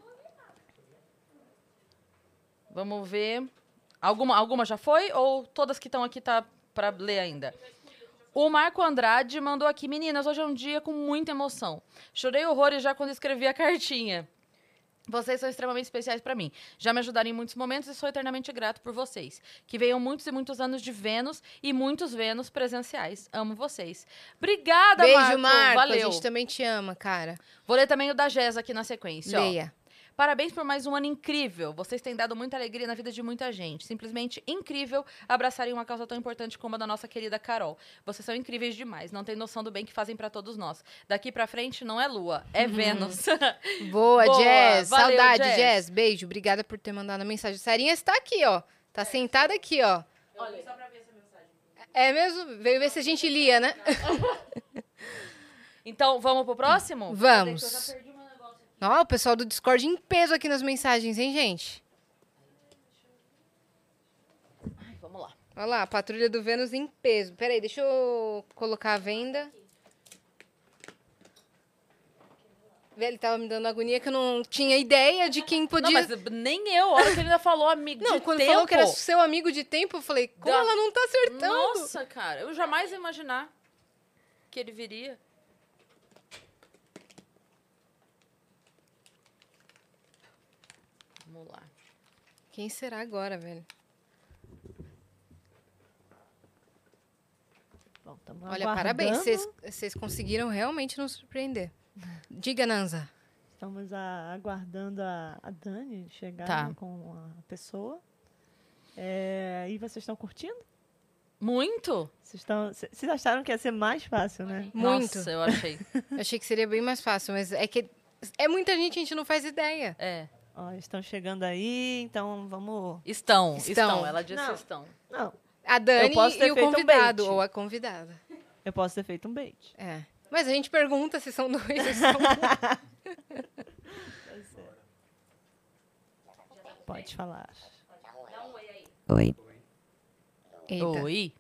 Vamos ver. Alguma, alguma já foi? Ou todas que estão aqui tá pra ler ainda? O Marco Andrade mandou aqui. Meninas, hoje é um dia com muita emoção. Chorei horrores já quando escrevi a cartinha. Vocês são extremamente especiais pra mim. Já me ajudaram em muitos momentos e sou eternamente grato por vocês. Que venham muitos e muitos anos de Vênus e muitos Vênus presenciais. Amo vocês. Obrigada, Beijo, Marco. Marco. Valeu. A gente também te ama, cara. Vou ler também o da Jéssica aqui na sequência. ó. Leia. Parabéns por mais um ano incrível. Vocês têm dado muita alegria na vida de muita gente. Simplesmente incrível abraçarem uma causa tão importante como a da nossa querida Carol. Vocês são incríveis demais. Não tem noção do bem que fazem pra todos nós. Daqui pra frente não é lua, é Uhum. Vênus. Boa, Jazz. Valeu, Saudade, Jazz. Beijo. Obrigada por ter mandado a mensagem. Sarinha está aqui, ó. Tá sentada aqui, ó. Olha, É mesmo? Veio ver se a gente lia, né? Então, vamos pro próximo? Vamos. Ó, o pessoal do Discord em peso aqui nas mensagens, hein, gente? Vamos lá. Olha lá, a Patrulha do Vênus em peso. Peraí, deixa eu colocar a venda. Velho, tava me dando agonia que eu não tinha ideia de quem podia... Não, mas nem eu. Olha que ele ainda falou amigo Não, de quando tempo. falou que era seu amigo de tempo, eu falei, como Da- ela não tá acertando? Nossa, cara, eu jamais ia imaginar que ele viria. Vamos lá. Quem será agora, velho? Bom, Olha, parabéns, vocês- vocês conseguiram realmente nos surpreender. Diga, Nanza. Estamos a- aguardando a, a Dani chegar Tá. né, com a pessoa. É, e vocês estão curtindo? Muito? Vocês estão- c- vocês acharam que ia ser mais fácil, né? Muito. eu achei. Eu achei que seria bem mais fácil, mas é que é muita gente, a gente não faz ideia. É. Ó, estão chegando aí, então vamos. Estão, estão. Estão. Ela disse estão. Não. A Dani Eu posso ter e o feito um convidado, bait. ou a convidada. Eu posso ter feito um bait. É. Mas a gente pergunta se são dois ou são um. Pode falar. um. Oi, Eita. Oi.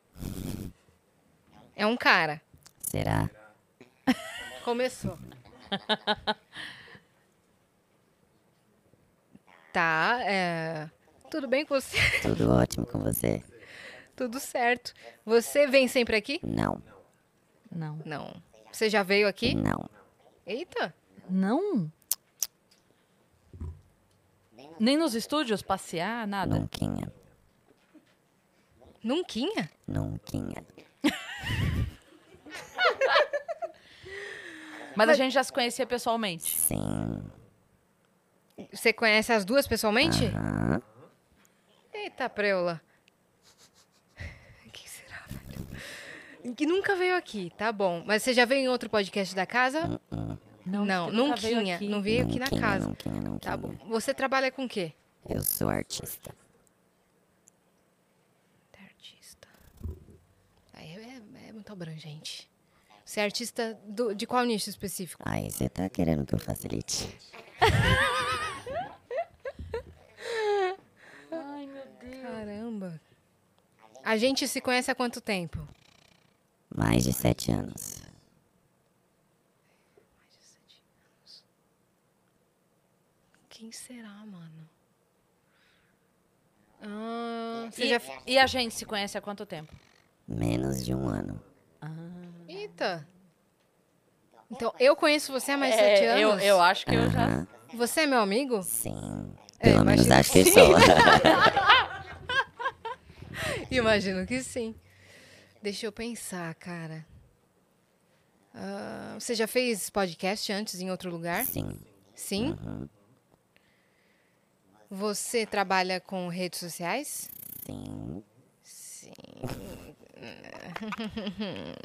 É um cara. será? Começou. tá, é... Tudo bem com você? Tudo ótimo com você? Tudo certo. Você vem sempre aqui? Não. Não. Não. Você já veio aqui? Não. Eita. Não? Nem nos estúdios passear, nada? Nunquinha. Nunquinha? Nunquinha. Mas a gente já se conhecia pessoalmente. Sim. Você conhece as duas pessoalmente? Eita, preula. Quem será, velho? Que nunca veio aqui, tá bom. Mas você já veio em outro podcast da casa? Não, não, que nunca veio Ah, nunca. aqui. Não veio aqui na Nunquinha, casa. nunquinha, nunquinha. Tá bom. Você trabalha com o quê? Eu sou artista. Aí é, é muito abrangente. Você é artista do- de qual nicho específico? Aí você tá querendo que eu facilite? Ai, meu Deus. Caramba. A gente se conhece há quanto tempo? Mais de sete anos. Quem será, mano? Ah, você E, já... e a gente se conhece há quanto tempo? Menos de um ano. Eita. Então, eu conheço você há mais de É, sete eu- anos? eu acho que eu já- Aham. Você é meu amigo? Sim. É, Pelo menos imagino acho que sim. sou. imagino que sim. Deixa eu pensar, cara. Ah, você já fez podcast antes em outro lugar? Sim. Sim? Uhum. Você trabalha com redes sociais? Sim. Sim.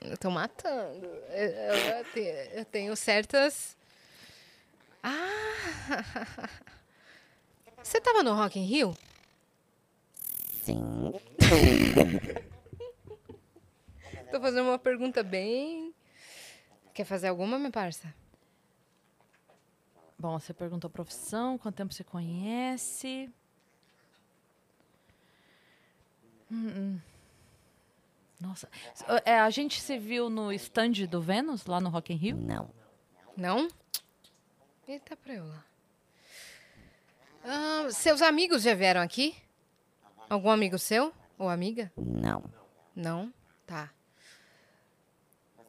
Eu tô matando. Eu, eu te- eu tenho certas. Ah! Você tava no Rock in Rio? Sim. Tô fazendo uma pergunta bem. Quer fazer alguma, minha parça? Bom, você perguntou profissão, quanto tempo você conhece. Hum, hum. Nossa. S- é, a gente se viu no stand do Vênus, lá no Rock in Rio? Não. Não? Eita, preula. Ah, seus amigos já vieram aqui? Algum amigo seu? Ou amiga? Não. Não? Tá.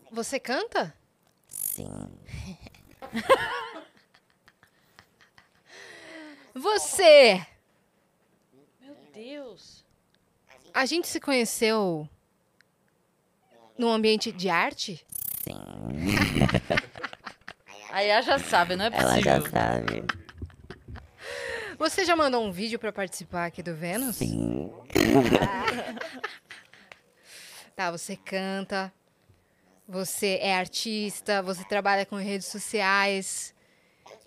Você canta? Sim. Você! Meu Deus. A gente se conheceu num ambiente de arte? A Yá já sabe, não é Ela possível. já sabe. Você já mandou um vídeo pra participar aqui do Vênus? Sim. Ah, Tá, você canta, você é artista, você trabalha com redes sociais.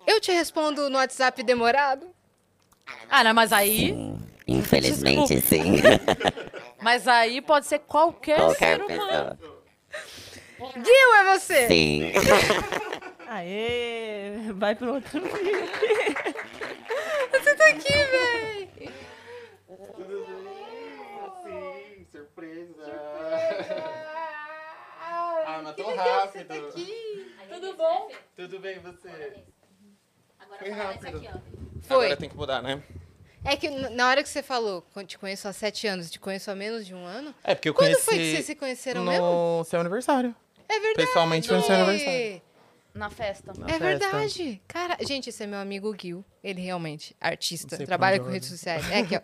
Eu te respondo no WhatsApp demorado? Ah, não, mas aí. Infelizmente, sim. Mas aí pode ser qualquer, Qualquer é ser humano. pessoa. Gil, é você? Sim. Aê, vai pro outro Você tá aqui, véi! Sim, surpresa. Ah, mas tão rápido. tá Tudo bom? Tudo bem, você? Agora Foi rápido. Foi. Agora tem que mudar, né? É que n- na hora que você falou, "Con- te conheço há sete anos, te conheço há menos de um ano. É, porque eu Quando conheci... foi que vocês se conheceram no mesmo? seu aniversário. É verdade. Pessoalmente foi no seu aniversário. Na festa. Na é festa. verdade. Cara, gente, esse é meu amigo Gil. Ele realmente, artista, Não sei pra trabalha onde com eu redes olho. sociais. É aqui, ó.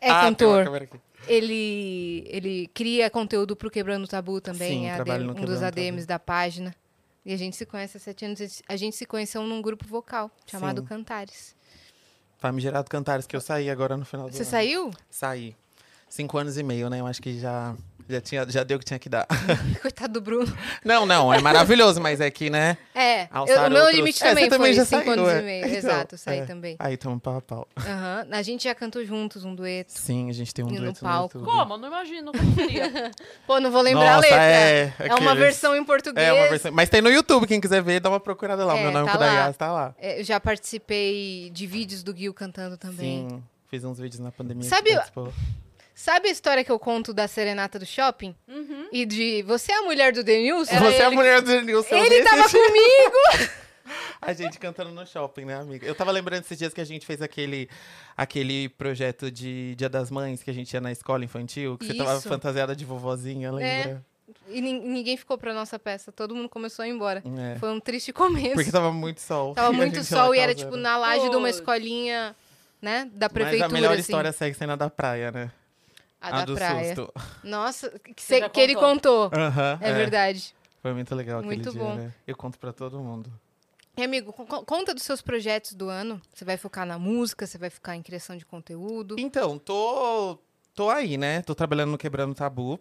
É Ah, tem uma cantor. câmera aqui. Ele, ele cria conteúdo pro Quebrando o Tabu também. Sim, é trabalho ADM, no um dos Quebrando o ADMs da página. E a gente se conhece há sete anos. A gente- A gente se conheceu num grupo vocal chamado Sim. Cantares. Famigerado Cantares, que eu saí agora no final do Você ano. saiu? Saí. Cinco anos e meio, né? Eu acho que já, já, tinha, já deu o que tinha que dar. Coitado do Bruno. não, não, é maravilhoso, mas é que, né? É, eu- alçaram o meu outros- limite É, também você foi já cinco saiu, anos é. e meio. Então, Exato, saí é. também. Aí tamo pau a pau. Aham, A gente já cantou juntos um dueto. Sim, a gente tem um E no dueto palco. YouTube. Como? Eu não imagino como seria. Pô, não vou lembrar Nossa, a letra. É, uma aqueles- versão em português. É uma versão. Mas tem no YouTube, quem quiser ver, dá uma procurada lá. o É, meu nome tá tá da lá. Yas tá lá. É, Eu já participei de vídeos do Gil cantando também. Sim, fiz uns vídeos na pandemia. tipo, Sabe- que participou. Sabe a história que eu conto da serenata do shopping? Uhum. E de você é a mulher do Denilson? Você é a mulher do Nilson. Ele tava comigo! A gente cantando no shopping, né, amiga? Eu tava lembrando esses dias que a gente fez aquele, aquele projeto de Dia das Mães que a gente ia na escola infantil, que você tava Isso. fantasiada de vovozinha, É. lembra? E nin- ninguém ficou pra nossa peça. Todo mundo começou a ir embora. É. Foi um triste começo. Porque tava muito sol. Tava A muito gente sol lá e era, tipo, causando. na laje de uma escolinha, né? Da Mas prefeitura, a melhor assim. história segue sendo a da praia, né? A da do praia. susto. Nossa, que, Você cê- já que ele contou. Aham, é, verdade. Foi muito legal aquele Muito dia, bom. né? Eu conto pra todo mundo. E, amigo, con- con- conta dos seus projetos do ano. Você vai focar na música, você vai ficar em criação de conteúdo. Então, tô, tô aí, né? Tô trabalhando no Quebrando Tabu.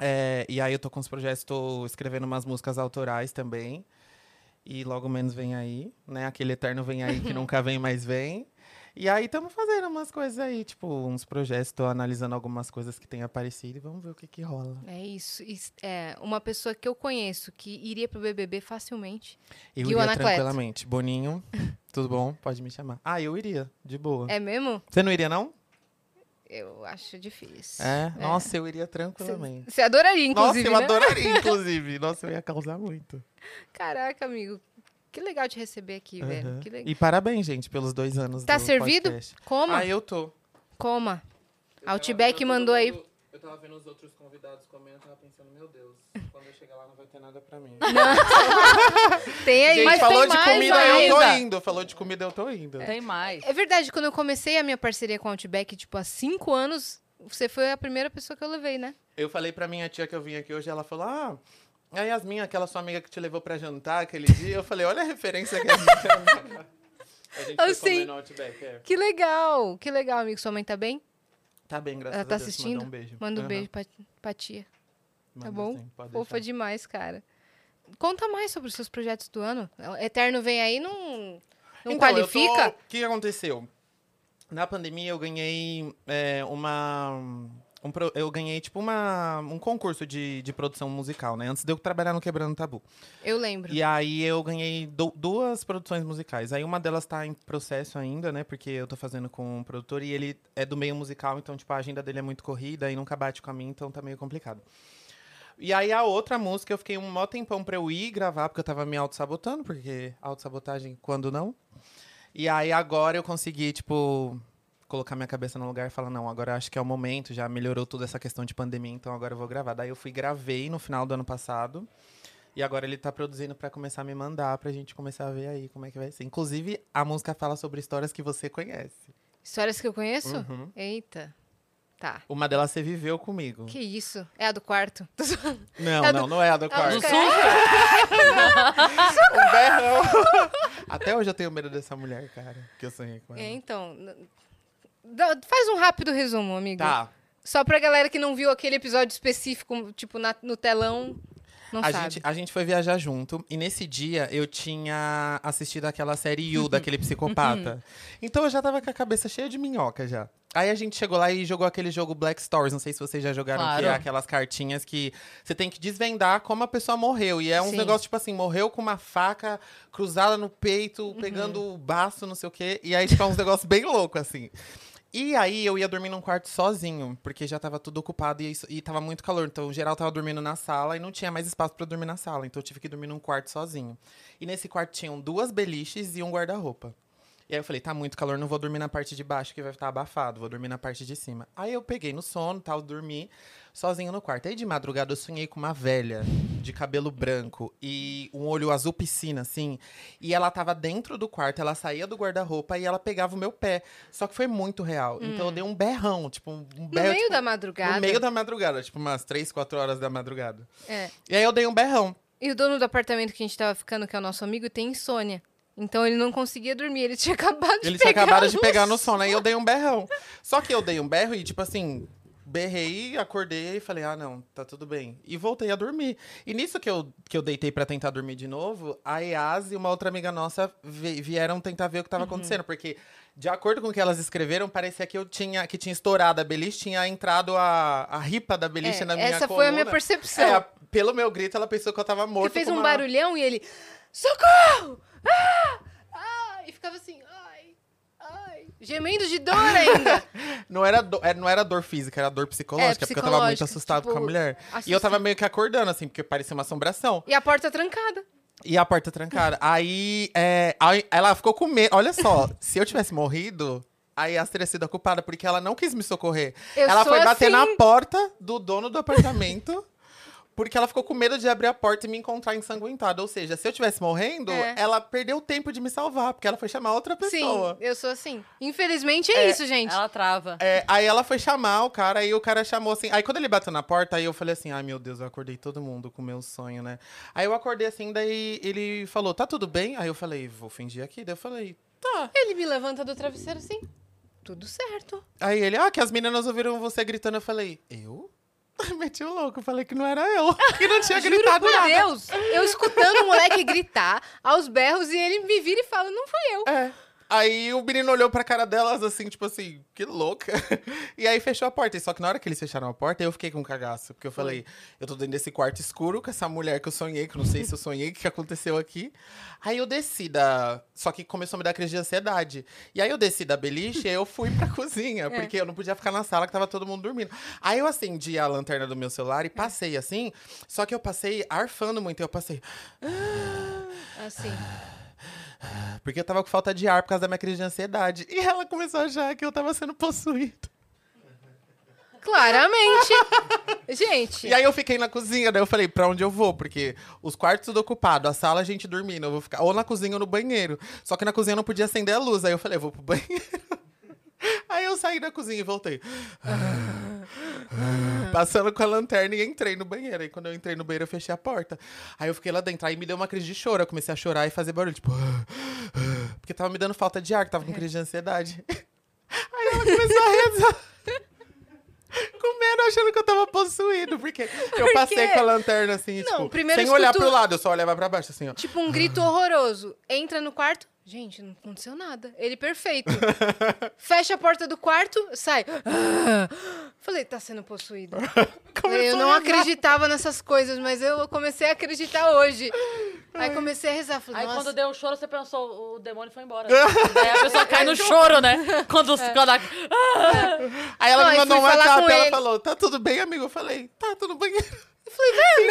É, e aí eu tô com os projetos, tô escrevendo umas músicas autorais também. E logo menos vem aí, né? Aquele eterno vem aí Uhum. que nunca vem, mas vem. E aí estamos fazendo umas coisas aí, tipo, uns projetos, tô analisando algumas coisas que têm aparecido e vamos ver o que que rola. É isso. Is- É, uma pessoa que eu conheço que iria pro BBB facilmente. Eu Gil iria Anacleto. tranquilamente. Boninho, tudo bom? Pode me chamar. Ah, eu iria, de boa. É mesmo? Você não iria, não? Eu acho difícil. É? Nossa, eu iria tranquilamente. Você adoraria, Nossa, inclusive, eu né? adoraria, inclusive. Nossa, eu ia causar muito. Caraca, amigo. Que legal te receber aqui, velho. Aham. Que legal. E parabéns, gente, pelos dois anos. Tá do servido? podcast. Coma. Ah, eu tô. Coma. Outback mandou aí. Eu tava vendo os outros convidados comendo, eu tava pensando, meu Deus, quando eu chegar lá não vai ter nada pra mim. Tem aí, Gente, mas falou tem de mais comida, eu tô ainda. indo. Falou de comida, eu tô indo. Tem mais. É verdade, quando eu comecei a minha parceria com a Outback, tipo, há cinco anos, você foi a primeira pessoa que eu levei, né? Eu falei pra minha tia que eu vim aqui hoje, ela falou, ah... A Yasmin, aquela sua amiga que te levou pra jantar aquele dia, eu falei, olha a referência que a gente tem." A gente Eu foi sei. comer no Outback, é. Que legal, que legal, amigo. Sua mãe tá bem? Tá bem, graças Ela tá a Deus. assistindo? Manda um beijo. Aham. pra, pra tia. Manda tá bom? sim, pode Fofa deixar. demais, cara. Conta mais sobre os seus projetos do ano. Eterno vem aí, não, não Então, eu tô- qualifica? O que aconteceu? Na pandemia eu ganhei é, uma. um pro- eu ganhei, tipo, uma, um concurso de, de produção musical, né? Antes de eu trabalhar no Quebrando Tabu. Eu lembro. E aí eu ganhei du- duas produções musicais. Aí uma delas tá em processo ainda, né? Porque eu tô fazendo com um produtor e ele é do meio musical, então, tipo, a agenda dele é muito corrida e nunca bate com a minha, então tá meio complicado. E aí a outra música eu fiquei um mó tempão pra eu ir gravar, porque eu tava me auto-sabotando, porque auto-sabotagem quando não. E aí agora eu consegui, tipo, colocar minha cabeça no lugar e falar, não, agora acho que é o momento, já melhorou toda essa questão de pandemia, então agora eu vou gravar. Daí eu fui gravei no final do ano passado. E agora ele tá produzindo pra começar a me mandar pra gente começar a ver aí como é que vai ser. Inclusive, a música fala sobre histórias que você conhece. Histórias que eu conheço? Uhum. Eita. Tá. Uma delas você viveu comigo. Que isso? É a do quarto? Tô zoando. Não, É a não, do- não é a do a quarto. do Suja! Socorro! Um berrão. Até hoje eu tenho medo dessa mulher, cara, que eu sonhei com ela. É, então. n- dá- Faz um rápido resumo, amigo. Tá. Só pra galera que não viu aquele episódio específico, tipo, na- no telão, não a, sabe. gente, a gente foi viajar junto e nesse dia eu tinha assistido aquela série Uhum. You, daquele psicopata. então eu já tava com a cabeça cheia de minhoca já. Aí a gente chegou lá e jogou aquele jogo Black Stories. Não sei se vocês já jogaram, que é Claro. aquelas cartinhas que você tem que desvendar como a pessoa morreu. E é uns Sim. negócios tipo assim: morreu com uma faca cruzada no peito, pegando o baço, não sei o quê. E aí, tipo, é uns negócios bem loucos assim. E aí eu ia dormir num quarto sozinho, porque já tava tudo ocupado e, isso- e tava muito calor. Então, geral tava dormindo na sala e não tinha mais espaço pra eu dormir na sala. Então eu tive que dormir num quarto sozinho. E nesse quarto tinham duas beliches e um guarda-roupa. E aí eu falei, tá muito calor, não vou dormir na parte de baixo, que vai estar abafado, vou dormir na parte de cima. Aí eu peguei no sono, tal, dormi sozinho no quarto. Aí de madrugada eu sonhei com uma velha de cabelo branco e um olho azul piscina, assim. E ela tava dentro do quarto, ela saía do guarda-roupa e ela pegava o meu pé. Só que foi muito real. Então Hum, eu dei um berrão, tipo, um No berro. meio tipo, da madrugada. No meio da madrugada, tipo umas três, quatro horas da madrugada. É. E aí eu dei um berrão. E o dono do apartamento que a gente tava ficando, que é o nosso amigo, tem insônia. Então ele não conseguia dormir, ele tinha acabado de Eles pegar. acabaram de no pegar no sono, aí eu dei um berrão. Só que eu dei um berro e, tipo assim, berrei, acordei e falei, ah, não, tá tudo bem. E voltei a dormir. E nisso que eu, que eu deitei pra tentar dormir de novo, a Yas e uma outra amiga nossa vi- vieram tentar ver o que Uhum. tava acontecendo, porque. De acordo com o que elas escreveram, parecia que eu tinha que tinha estourado a beliche, tinha entrado a, a ripa da beliche É, na minha essa foi a minha coluna. percepção. É, pelo meu grito, ela pensou que eu tava Que morto. fez com um uma- barulhão e ele. Socorro! Ah! Ah! E ficava assim, ai, ai. Gemendo de dor ainda. Não era, do- é, não era dor física, era dor psicológica, porque eu tava muito psicológica, assustado É, tipo, com a mulher. E assusta. eu tava meio que acordando, assim, porque parecia uma assombração. e a porta trancada. E a porta trancada. Aí, é, aí ela ficou com medo. Olha só, se eu tivesse morrido, aí ela teria sido a culpada, porque ela não quis me socorrer. Eu ela sou foi bater na assim. porta do dono do apartamento. Porque ela ficou com medo de abrir a porta e me encontrar ensanguentada. Ou seja, se eu tivesse morrendo, É. ela perdeu o tempo de me salvar, porque ela foi chamar outra pessoa. Sim, eu sou assim. Infelizmente é, É, isso, gente. Ela trava. É, aí ela foi chamar o cara, aí o cara chamou assim. Aí quando ele bateu na porta, aí eu falei assim: ai meu Deus, eu acordei todo mundo com o meu sonho, né? Aí eu acordei assim, daí ele falou: tá tudo bem? Aí eu falei: vou fingir aqui. Daí eu falei: Tá. Ele me levanta do travesseiro assim. Tudo certo. Aí ele, ah, que as meninas ouviram você gritando. Eu falei, eu? Meti o louco, falei que não era eu, que não tinha Juro gritado por nada. Deus, eu escutando o moleque gritar aos berros e ele me vira e fala, não fui eu. É. Aí o menino olhou pra cara delas assim, tipo assim, que louca. E aí fechou a porta. E Só que na hora que eles fecharam a porta, eu fiquei com um cagaço. Porque eu falei, eu tô dentro desse quarto escuro com essa mulher que eu sonhei, que eu não sei se eu sonhei, o que aconteceu aqui. Aí eu desci da. Só que começou a me dar crise de ansiedade. E aí eu desci da beliche e eu fui pra cozinha, É. porque eu não podia ficar na sala que tava todo mundo dormindo. Aí eu acendi a lanterna do meu celular e passei assim. Só que eu passei arfando muito. Eu passei. Assim. Porque eu tava com falta de ar por causa da minha crise de ansiedade. E ela começou a achar que eu tava sendo possuído. Claramente. Gente. E aí eu fiquei na cozinha, daí eu falei, pra onde eu vou? Porque os quartos tudo ocupado, a sala a gente dormindo, eu vou ficar ou na cozinha ou no banheiro. Só que na cozinha eu não podia acender a luz, aí eu falei, eu vou pro banheiro. Aí eu saí da cozinha e voltei. Passando com a lanterna e entrei no banheiro. Aí quando eu entrei no banheiro, eu fechei a porta. Aí eu fiquei lá dentro, aí me deu uma crise de choro. Eu comecei a chorar e fazer barulho, tipo... Porque tava me dando falta de ar, que tava É. com crise de ansiedade. Aí ela começou a rezar. Com medo, achando que eu tava possuído. Porque eu Por passei quê? com a lanterna assim, Não, tipo, primeiro sem eu olhar escuto- pro lado, eu só olhava pra baixo, assim, ó. Tipo um grito horroroso. Entra no quarto. Gente, não aconteceu nada. Ele perfeito. Fecha a porta do quarto, sai. Falei, tá sendo possuído. eu não acreditava nessas coisas, mas eu comecei a acreditar hoje. Aí comecei a rezar. Falei, Aí nossa. quando deu o choro, você pensou, o demônio foi embora. Daí a pessoa cai no choro, né? Quando, É. quando a... Aí ela me Não, Ah! aí mandou um fui falar WhatsApp com e ela ele. falou: tá tudo bem, amigo? Eu falei, tá, tô no banheiro. Eu falei, vai,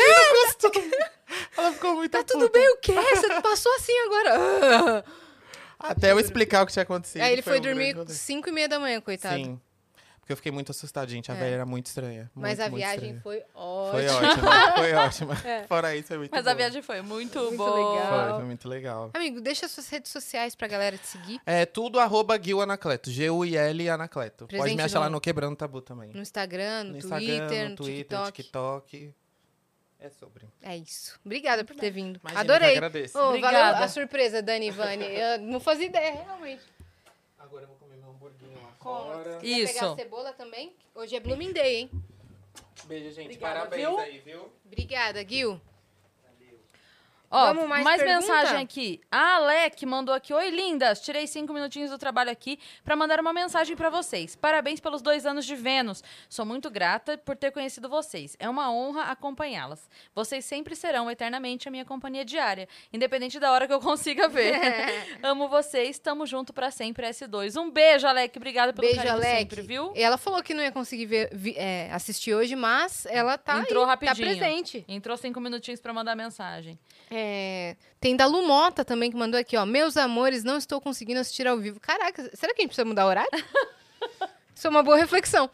merda! Ela ficou muito Tá tudo bem o quê? Você passou assim agora. Até eu explicar o que tinha acontecido. Aí ele foi, um dormir grande rolê. 5 e meia da manhã, coitado. Sim. Porque eu fiquei muito assustada, gente. A É. velha era muito estranha. Mas muito, a muito viagem estranha. foi Foi ótima. ótima, foi ótima. É. Fora isso, foi muito Mas a boa. viagem foi muito, Muito boa. Foi, foi muito legal. Amigo, deixa suas redes sociais pra galera te seguir. É tudo arroba Gil Anacleto. G-U-I-L Anacleto. Pode Presente me achar lá no- no Quebrando Tabu também. No Instagram, no, No Twitter, Instagram, no no Twitter, TikTok. TikTok. É sobre. É isso. Obrigada por ter vindo. Imagina, eu Adorei. que agradeço. Ô, valeu Obrigada. a surpresa, Dani e Vani. Eu não fazia ideia, realmente. Agora eu vou comer meu hamburguinho lá Você fora. quer pegar a cebola também? Hoje é Blooming Day, hein? Beijo, gente. Obrigada, Parabéns viu? aí, viu? Obrigada, Gil. Ó, Vamos mais mais, pergunta? mensagem aqui. A Alec mandou aqui. Oi, lindas. Tirei cinco minutinhos do trabalho aqui pra mandar uma mensagem pra vocês. Parabéns pelos dois anos de Vênus. Sou muito grata por ter conhecido vocês. É uma honra acompanhá-las. Vocês sempre serão eternamente a minha companhia diária, independente da hora que eu consiga ver. Amo vocês. Tamo junto pra sempre, S2. Um beijo, Alec. Obrigada pelo Beijo, carinho Alec. sempre, viu? E Ela falou que não ia conseguir ver- vi- é, assistir hoje, mas ela tá Entrou aí, rapidinho. tá presente. Entrou cinco minutinhos pra mandar mensagem. É, tem da Lu Mota também que mandou aqui, ó. Meus amores, não estou conseguindo assistir ao vivo. Caraca, será que a gente precisa mudar o horário? Isso é uma boa reflexão.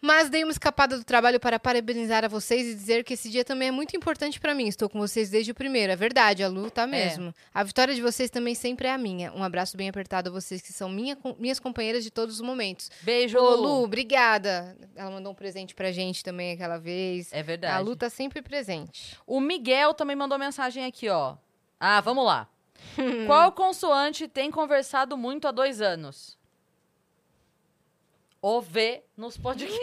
Mas dei uma escapada do trabalho para parabenizar a vocês e dizer que esse dia também é muito importante pra mim. Estou com vocês desde o primeiro. É verdade, a Lu tá mesmo. A vitória de vocês também sempre é a minha. Um abraço bem apertado a vocês que são minha com- minhas companheiras de todos os momentos. Beijo, Lu. Ô, Lu, obrigada. Ela mandou um presente pra gente também aquela vez. É verdade. A Lu tá sempre presente. O Miguel também mandou mensagem aqui, ó. Ah, vamos lá. Qual consoante tem conversado muito há dois anos? O V nos podcasts.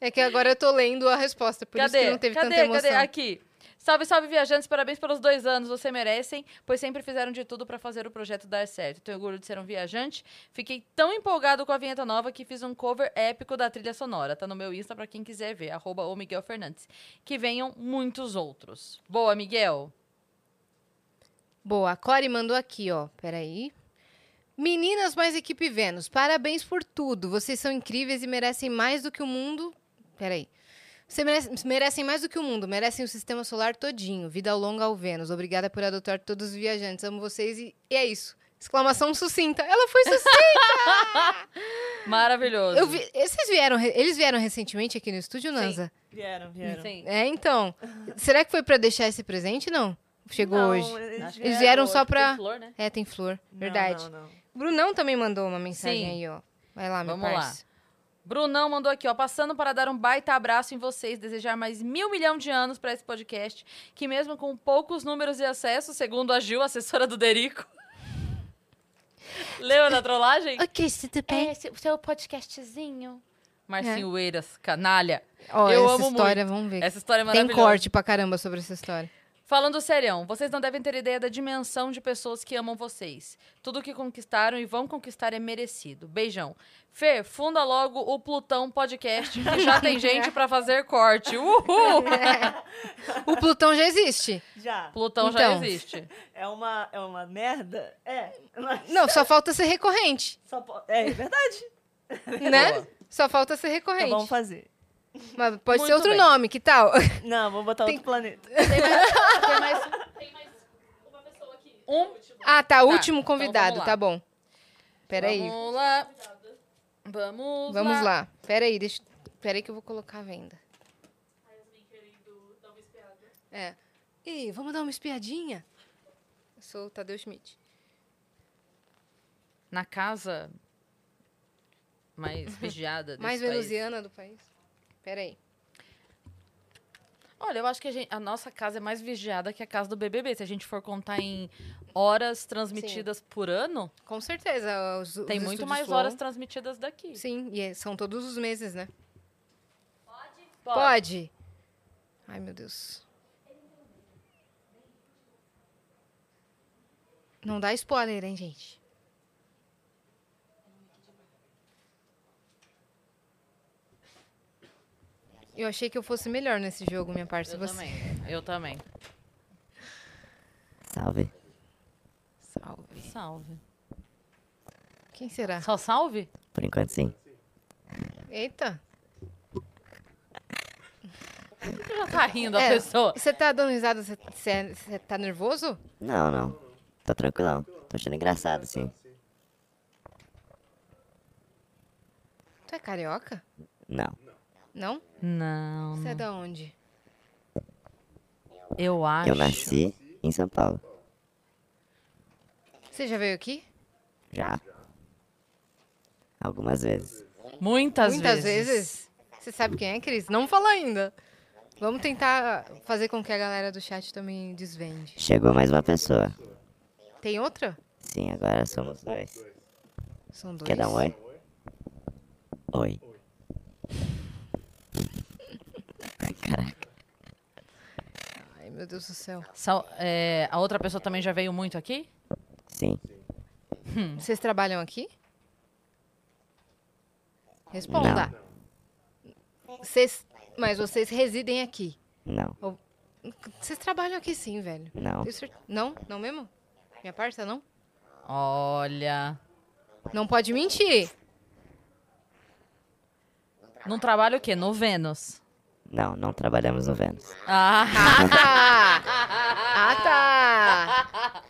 É que agora eu tô lendo a resposta, por isso que não teve tanta emoção. Aqui. Salve, salve, viajantes. Parabéns pelos dois anos. Você merecem, pois sempre fizeram de tudo pra fazer o projeto dar certo. Tenho orgulho de ser um viajante. Fiquei tão empolgado com a vinheta nova que fiz um cover épico da trilha sonora. Tá no meu Insta pra quem quiser ver. Arroba o Miguel Fernandes. Que venham muitos outros. Boa, Miguel. Boa, a Core mandou aqui, ó. Peraí. Meninas mais equipe Vênus, parabéns por tudo. Vocês são incríveis e merecem mais do que o mundo. Peraí. Você merece- merecem mais do que o mundo, merecem o sistema solar todinho. Vida longa ao Vênus. Obrigada por adotar todos os viajantes. Amo vocês e, e é isso. Exclamação sucinta. Ela foi sucinta! Maravilhoso. Eu vi- eh, Vocês vieram, re- eles vieram recentemente aqui no estúdio, Nanza? Vieram, vieram. Sim. É, então. Será que foi pra deixar esse presente? Não. Chegou Não, hoje. eles Eles, vieram vieram hoje. só pra. Tem flor, né? É, tem flor. Não, Verdade. não, não. Brunão também mandou uma mensagem Sim. aí, ó. Vai lá, meu Vamos lá. parceiro. Brunão mandou aqui, ó, passando para dar um baita abraço em vocês, desejar mais mil milhão de anos para esse podcast, que mesmo com poucos números e acessos, segundo a Gil, assessora do Derico. Leu na trollagem? Ok, tudo bem? seu, É, seu podcastzinho. É. Marcinho Eiras, canalha. Ó, Eu essa amo história, muito. vamos ver. Essa história é Tem maravilhosa. corte pra caramba sobre essa história. Falando serião, vocês não devem ter ideia da dimensão de pessoas que amam vocês. Tudo que conquistaram e vão conquistar é merecido. Beijão. Fê, funda logo o Plutão Podcast, que já tem gente pra fazer corte. Uhul! O Plutão já existe. Já. Plutão já Então. existe. É uma, é uma merda? É. mas- Não, só falta ser recorrente, Só po- É, é verdade. né? Só falta ser recorrente. Então vamos fazer. Mas pode ser Muito outro bem. nome, que tal? Não, vou botar outro planeta. Um. Ah, tá, Tá, último então convidado, vamos lá. tá bom. Peraí. Vamos, Vamos lá. Vamos, vamos lá. Peraí, deixa. Peraí que eu vou colocar a venda. É. Ih, vamos dar uma espiadinha? Eu sou o Tadeu Schmidt. Na casa mais vigiada desse Mais país. venusiana do país. Peraí. Olha, eu acho que a, gente- a nossa casa é mais vigiada que a casa do BBB. Se a gente for contar em horas transmitidas por ano, Com certeza. Os, os tem muito estúdios mais foram. horas transmitidas daqui. Sim, e é- são todos os meses, né? Pode. Pode. Ai, meu Deus. Não dá spoiler, hein, gente? Eu achei que eu fosse melhor nesse jogo, minha parte. Eu Você- também. Eu também. Salve. Salve. Salve. Quem será? Só salve? Por enquanto, sim. Eita. Você já tá rindo a pessoa. Você tá dando risada? Você- Você você tá nervoso? Não, não. Tô tranquilão. Tô achando engraçado, sim. Tu é carioca? Não. Não? Não. Você é da onde? Eu acho. Eu nasci em São Paulo. Você já veio aqui? Já. Algumas vezes. Muitas, Muitas vezes. vezes. Você sabe quem é, Cris? Não fala ainda. Vamos tentar fazer com que a galera do chat também desvende. Chegou mais uma pessoa. Tem outra? Sim, agora somos dois. São dois. Quer dar um oi? Oi. Ai, meu Deus do céu. Sal- é, a outra pessoa também já veio muito aqui? Hum. Sim. Vocês trabalham aqui? Responda. Vocês, mas vocês residem aqui? Não. Ou- Vocês trabalham aqui sim, velho. Não. Tenho cer- Não? Não mesmo? Minha parça, não? Olha. Não pode mentir. Não trabalha o quê? No Vênus. Não, não trabalhamos no Vênus. Ah, Ah, tá.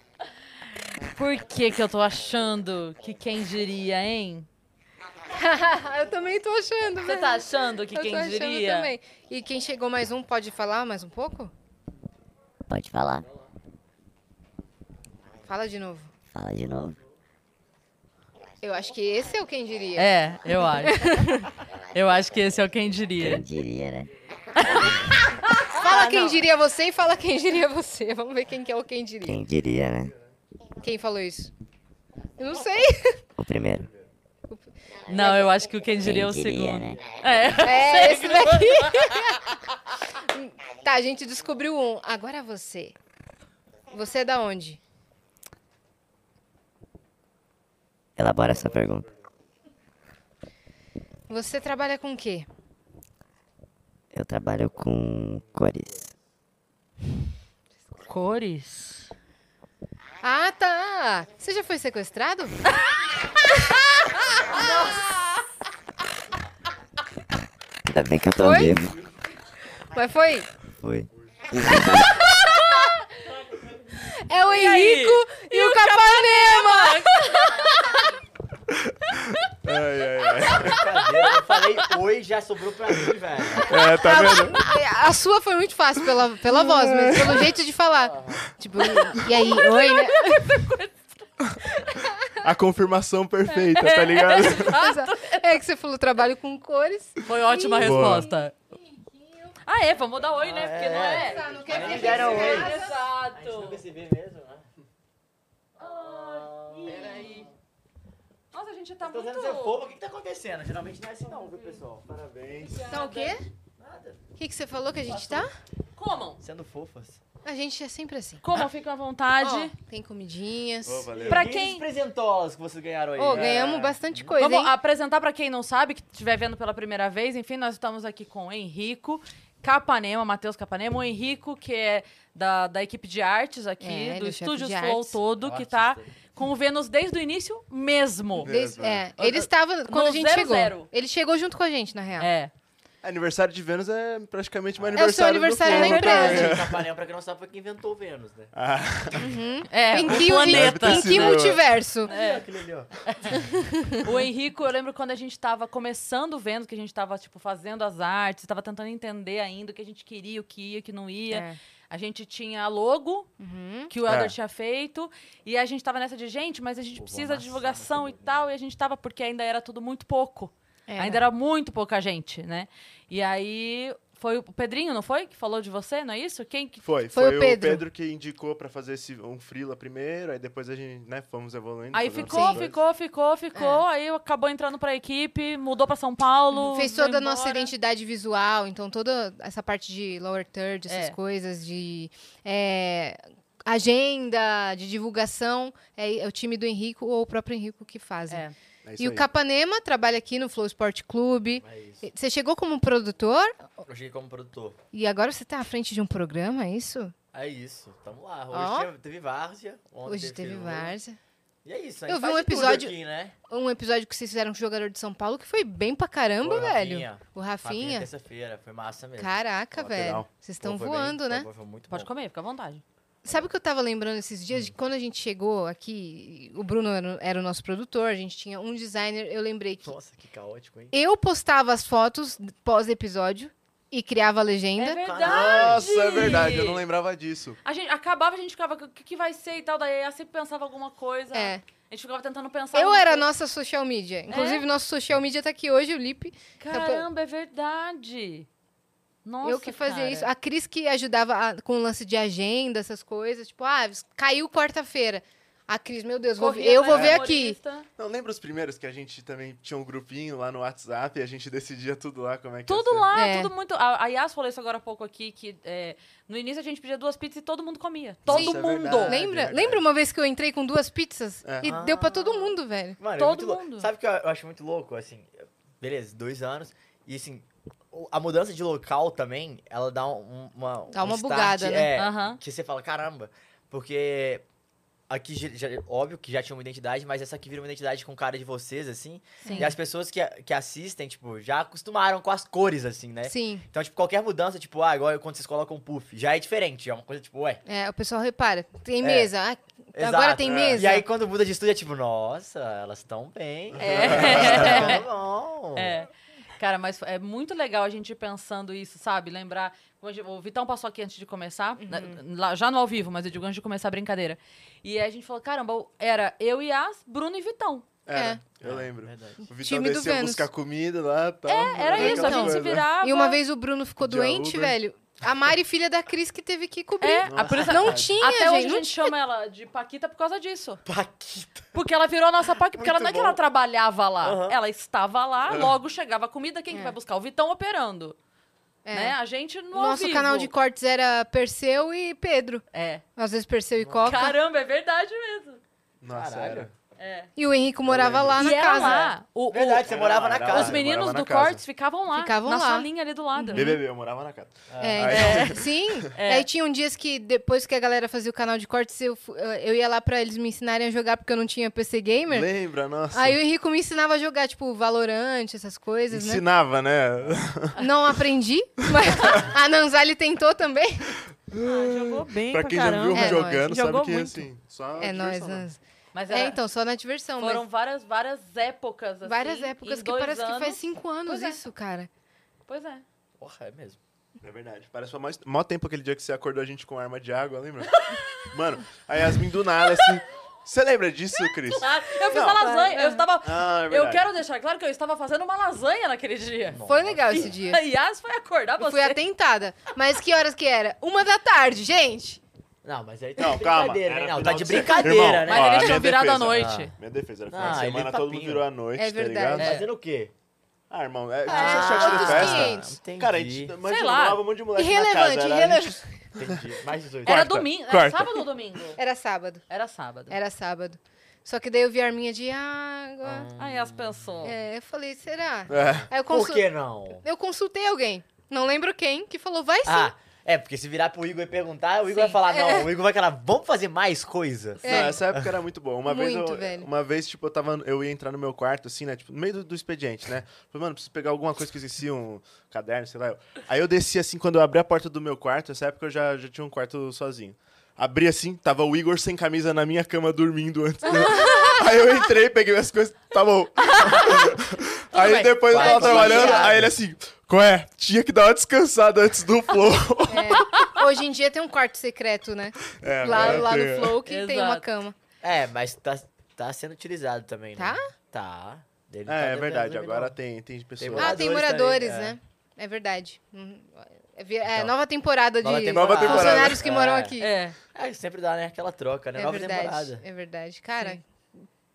por que que eu tô achando que quem diria, hein? eu também tô achando, Você velho. tá achando que Eu quem tô achando diria? também. E quem chegou mais um pode falar mais um pouco? Pode falar. Fala de novo. Fala de novo. Eu acho que esse é o quem diria. É, eu acho. eu acho que esse é o quem diria. Quem diria, né? Fala quem diria você e fala quem diria você. Vamos ver quem que é o quem diria. Quem diria, né? Quem falou isso? Eu não sei. O primeiro. Não, eu acho que o quem diria é o Quem diria, segundo. né? É, É, o esse segundo. daqui. tá, a gente descobriu um. Agora você. Você é da onde? Elabora essa pergunta. Você trabalha com o quê? Eu trabalho com cores. Cores? Ah, tá. Você já foi sequestrado? Ainda bem que eu tô Oi? vivo. Mas foi. Foi. É o E aí? Henrico e, o Capanema! Brincadeira, eu falei oi, já sobrou pra mim, velho. É, tá vendo? É. A sua foi muito fácil pela, pela voz, mas pelo jeito de falar. Tipo, e aí, oi, né? A confirmação perfeita, É. tá ligado? Exato. É que você falou trabalho com cores. Foi ótima Boa. resposta. Ah, é, vamos dar oi, né? Porque não é. Tá, não quer Mas ver não deram quem oi. se casa. A gente nunca se vê mesmo, né? Peraí. Nossa, a gente tá Tô sendo ser fogo, o que que tá acontecendo? Geralmente não é assim não, viu, pessoal? Parabéns. Então o quê? O que, que você falou que a gente tá? Comam. Sendo fofas. A gente é sempre assim. Comam, fiquem à vontade. Ó, tem comidinhas. Ô, valeu. Pra E quem- os presentosos que vocês ganharam aí? Ô, ganhamos É. bastante coisa, Vamos hein? apresentar pra quem não sabe, que estiver vendo pela primeira vez. Enfim, nós estamos aqui com Henrico Capanema, Matheus Capanema. O Henrico, que é da, da equipe de artes aqui, É, ele é do o Estúdio chefe de Flow artes. todo, que tá com o Vênus desde o início mesmo. Desde- é, ele estava quando No a gente zero, chegou. zero. Ele chegou junto com a gente, na real. É. Aniversário de Vênus é praticamente meu É o seu aniversário. aniversário É. na empresa. Ah. O Capanema, É, tá pra quem não sabe, foi quem inventou o Vênus, né? É, em o que, planeta. Em, em que multiverso? É. Aquele ali, ó. O Henrico, eu lembro quando a gente tava começando vendo que a gente tava, tipo, fazendo as artes, tava tentando entender ainda o que a gente queria, o que ia, o que não ia. É. Uhum. A gente tinha a logo que o É. Elder tinha feito. E a gente tava nessa de, gente, mas a gente precisa de divulgação e tal. E a gente tava, porque ainda era tudo muito pouco. Era. Ainda era muito pouca gente, né? E aí foi o Pedrinho, não foi? Que falou de você, não é isso? Quem que Foi, Foi foi, o o, Pedro. Pedro. que indicou pra fazer esse, um frila primeiro, aí depois a gente, né, fomos evoluindo. Aí fazendo ficou, essas coisas. ficou, ficou, ficou. Aí acabou entrando pra equipe, mudou pra São Paulo. É. Fez foi toda a nossa embora. identidade visual, então toda essa parte de lower third, essas É. coisas de é, agenda, de divulgação, é, é o time do Henrico ou o próprio Henrico que fazem. É. É isso e o aí. Capanema trabalha aqui no Flow Sport Clube. É Você chegou como produtor Eu cheguei como produtor. e agora você está à frente de um programa, é isso? É isso, tamo lá. Ó. Hoje teve- teve Várzea. ontem Hoje teve Firu. várzea. E é isso, a Eu gente vi faz um de tudo episódio- aqui, né? Um episódio que vocês fizeram com o jogador de São Paulo que foi bem pra Foi caramba, o velho. Rafinha. O Rafinha. terça-feira, foi massa mesmo. Caraca, Lateral. velho. Vocês estão Pô, foi bem- voando, né? Foi, foi muito Pode bom. comer, fica à vontade. Sabe o que eu tava lembrando esses dias? De quando a gente chegou aqui, o Bruno era, era o nosso produtor, a gente tinha um designer. Eu lembrei que Nossa, que caótico, hein? eu postava as fotos pós-episódio e criava a legenda. É verdade! Nossa, é verdade, eu não lembrava disso. A gente acabava, a gente ficava, o que, que vai ser e tal, daí eu sempre pensava alguma coisa. É. A gente ficava tentando pensar. Eu alguma era a coisa. nossa social media. Inclusive, nosso social media tá aqui hoje, o Lipe. É? Caramba, é verdade. Nossa, eu que fazia cara. isso. A Cris que ajudava a- com o lance de agenda, essas coisas. Tipo, ah, caiu quarta-feira. A Cris, meu Deus, vou ver- Corria eu vou atrás ver do aqui. humorista. Não, lembra os primeiros que a gente também tinha um grupinho lá no WhatsApp e a gente decidia tudo lá como é que Tudo ia ser. lá, É. tudo muito. A, a Yas falou isso agora há pouco aqui, que é, no início a gente pedia duas pizzas e todo mundo comia. Todo Isso é mundo. verdade. Lembra? verdade. Lembra uma vez que eu entrei com duas pizzas? É. E deu pra Ah. todo mundo, velho. Mano, é Todo muito lou- mundo. Sabe o que eu eu acho muito louco? Assim, beleza, dois anos. E assim, o- a mudança de local também, ela dá um- uma. Dá um uma start, bugada, né? é, Aham. Que você fala, caramba. Porque aqui, já- já- óbvio que já tinha uma identidade, mas essa aqui vira uma identidade com cara de vocês, assim. Sim. E as pessoas que, que assistem, tipo, já acostumaram com as cores, assim, né? Sim. Então, tipo, qualquer mudança, tipo, ah, igual quando vocês colocam um puff, já é diferente, é uma coisa tipo, ué. É, o pessoal repara. Tem É. mesa. Ah, agora exato. é. tem mesa. E aí, quando muda de estúdio, é tipo, nossa, elas estão bem. É. Tá bom. É. Cara, mas é muito legal a gente ir pensando isso, sabe? Lembrar. hoje, O Vitão passou aqui antes de começar, Uhum. né, lá- já no ao vivo, mas eu digo antes de começar a brincadeira. E aí a gente falou: caramba, o- era eu e as, Bruno e Vitão. Era, eu É, lembro. verdade. O Vitão Time do descia Vênus. buscar comida lá e tal. É, Era aquela isso, a gente se coisa. virava. E uma vez o Bruno ficou Pedia doente, Então, Uber. velho. A Mari, filha da Cris, que teve que cobrir. É, a- por isso- Não tinha, até gente. hoje a não gente chama ela de Paquita por causa disso. Paquita. Porque ela virou a nossa Paquita, porque ela Muito não é que bom. ela trabalhava lá. Aham. Ela estava lá, logo chegava a comida, quem que É. vai buscar? O Vitão operando. É. Né? A gente no ao Nosso vivo. canal de cortes era Perseu e Pedro. É. Às vezes Perseu e Coca. Caramba, é verdade mesmo. Nossa, Caralho. era. E o É Henrique morava lá na É. E era casa. lá. O- o- Verdade, você morava na casa. Os meninos morava na do casa. Uhum. Cortes ficavam lá. Ficavam na lá. salinha ali do Uhum. lado. BBB, eu morava na casa. É, Aí- então, sim. É. Aí tinham um dias que, depois que a galera fazia o canal de cortes, eu, fu- eu ia lá pra eles me ensinarem a jogar, porque eu não tinha PC Gamer. Lembra, nossa. Aí o Henrico me ensinava a jogar, tipo, Valorant, essas coisas, né? Ensinava, né? Não aprendi, mas a Nanzali tentou também. jogou bem pra quem já viu jogando, sabe que assim. Só É nóis, diversão, né? Nanz. Uhum. Mas É, era- então, só na diversão. Foram mas... várias, várias épocas, assim. Várias em épocas que dois parece que faz anos. cinco anos Pois é. isso, cara. Pois é. Porra, é mesmo. É verdade. Parece o maior, maior tempo aquele dia que você acordou a gente com arma de água, lembra? Mano, a Yasmin do nada, assim. Você lembra disso, Cris? Ah, eu fiz Não. uma lasanha. Eu estava. Ah, é eu verdade. quero deixar claro que eu estava fazendo uma lasanha naquele dia. Foi legal esse dia. A Yas foi acordar Eu você. fui atentada. Mas que horas que era? Uma da tarde, gente. Não, mas aí tá Não, de calma. brincadeira, era hein? Não, final tá de de semana. brincadeira, Irmão, né? ó, a minha defesa- Ah. Ah, minha defesa era final Ah, de ele semana, todo mundo papinho. virou à noite, É tá verdade. ligado? Fazendo o quê? Ah, irmão, é, Ah, ah, chat de outros festa. 500. Entendi. Cara, a gente mas Sei eu lá. namorava um monte de moleque Irrelevante, na casa. era a irrelevante. gente- Entendi. Mais 18. Era Quarta. domingo. Era Quarta. sábado ou domingo? Era sábado. Era sábado. Era sábado. Só que daí eu vi a arminha de água. Ah. Aí as pensou. É, eu falei, será? É. Aí eu Por consul- que não? Eu consultei alguém. Não lembro quem, que falou, vai sim. É. Ah, é, porque se virar pro Igor e perguntar, o Igor vai falar, não, o Igor vai falar, vamos fazer mais coisa. Não, essa época era muito boa. Uma vez Muito, eu, velho. uma vez tipo eu tava eu ia entrar no meu quarto assim, né, tipo, no meio do, do expediente, né? Falei, mano, preciso pegar alguma coisa que eu esqueci, um caderno, sei lá. eu. Aí eu desci assim quando eu abri a porta do meu quarto, essa época eu já já tinha um quarto sozinho. Abri assim, tava o Igor sem camisa na minha cama dormindo antes. aí eu entrei, peguei minhas coisas, tá bom. aí bem. depois eu Vai, tava vai, trabalhando, vai. aí ele assim, qual é? Tinha que dar uma descansada antes do flow. É, Hoje em dia tem um quarto secreto, né? É, lá agora lá tem, é. no Flow que tem uma Exato. cama. É, mas tá, tá sendo utilizado também, né? Tá? Tá. Ele tá É, é devendo verdade, dominar. agora tem tem pessoas. Ah, tem moradores, também, é. né? É verdade. Hum, É, vi- é, nova temporada de Então. Nova temporada. funcionários que É. moram aqui. É. É, sempre dá, né? Aquela troca, né? É Nova verdade, temporada. é verdade. Cara,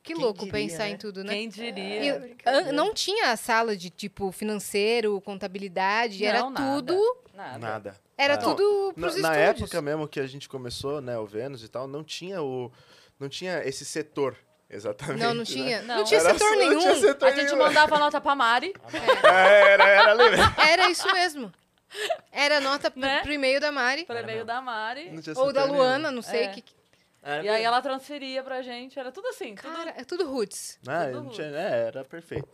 que Quem louco diria, pensar né? em tudo, né? Quem diria? E, É, an- não tinha a sala de, tipo, financeiro, contabilidade, era Não, nada. tudo... Nada. Nada. Era Não, tudo na, pros na estúdios. época mesmo que a gente começou, né, o Vênus e tal, não tinha o não tinha esse setor exatamente. Não, não né? tinha. Não, tinha Era setor só- nenhum. Não tinha setor a gente nenhum. mandava nota pra Mari. É. Era, era ali. né? Era isso mesmo. Era nota p- pro e-mail da Mari. Né? Pro e-mail da Mari. Não tinha É. Ou da setor nenhum. Luana, não sei. É. Que, que- E aí ela transferia pra gente. Era tudo assim. tudo- cara, é tudo roots. Ah, não tinha, é, era perfeito.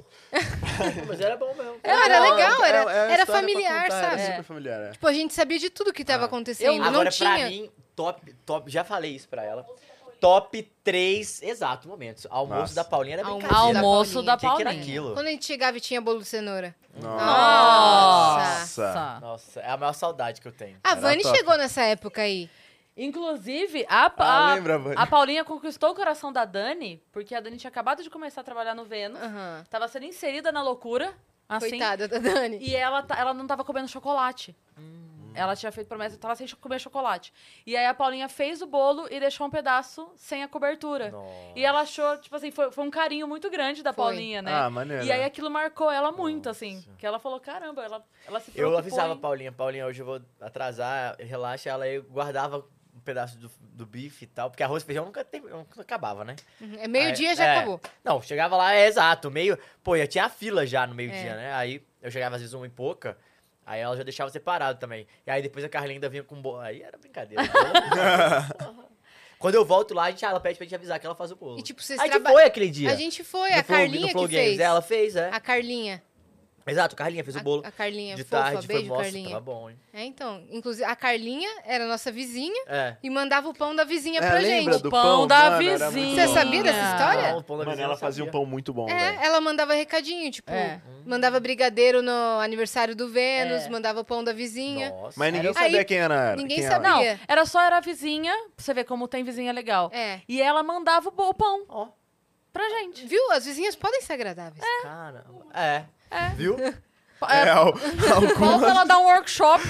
Mas era bom mesmo. Não, era legal, era, É, é uma era história pra familiar, contar, sabe? Era super familiar, é. Tipo, a gente sabia de tudo que É. tava acontecendo. não Agora, tinha. pra mim, top, top, já falei isso pra ela. Top 3 exato momentos. Almoço Nossa. da Paulinha era Almoço brincadeira. da Almoço da Paulinha. Que que era aquilo? Quando a gente chegava e tinha bolo de cenoura. Nossa. Nossa, é a maior saudade que eu tenho. A Vani chegou nessa época aí. Inclusive, a, Ah, a- lembra, Vani? a Paulinha conquistou o coração da Dani, porque a Dani tinha acabado de começar a trabalhar no Vênus. Tava sendo inserida na loucura. Assim, Coitada da Dani. E ela, ta- ela não tava comendo chocolate. Ela tinha feito promessa, tava sem cho- comer chocolate. E aí a Paulinha fez o bolo e deixou um pedaço sem a cobertura. E ela achou, tipo assim, foi, foi um carinho muito grande da Foi. Paulinha, né? Ah, maneiro. E aí aquilo marcou ela muito, assim. Que ela falou, caramba, ela, ela se preocupou. Eu avisava a em- Paulinha, Paulinha, hoje eu vou atrasar, relaxa. Ela aí guardava um pedaço do, do bife e tal, porque arroz e feijão nunca, tem- nunca acabava, né? Uhum, é meio-dia Aí- já é. acabou. Não, chegava lá, é exato, meio. Pô, já tinha a fila já no meio-dia, É. né? Aí eu chegava às vezes uma e pouca, aí ela já deixava separado também. E aí depois a Carlinha ainda vinha com. Bo... Aí era brincadeira. né? Quando eu volto lá, a gente, ah, ela pede pra gente avisar que ela faz o bolo. E tipo, vocês a gente traba- foi aquele dia. A gente foi, No Flow- a no Carlinha Flow que Games, fez. Ela fez, é. A Carlinha. Exato, a Carlinha fez o bolo. A Carlinha, de fofa, tarde, beijo, foi, nossa, Carlinha. tava bom, hein? É, então. Inclusive, a Carlinha era nossa vizinha É. e mandava o pão da vizinha É, pra lembra gente. do O pão pão? da Mano, era muito Você bom. sabia dessa história? Mano, ela fazia um pão muito bom, velho. É, ela mandava recadinho, tipo, É. mandava brigadeiro no aniversário do Vênus, É. mandava pão da vizinha. Mas ninguém Aí- sabia quem era. ninguém é quem sabia. Era. Não, era só era a vizinha, pra você ver como tem vizinha legal. É. E ela mandava o bo- o pão. Pra gente. Viu? As vizinhas podem ser agradáveis. Caramba. É. É. Viu? É, Volta ela dar um workshop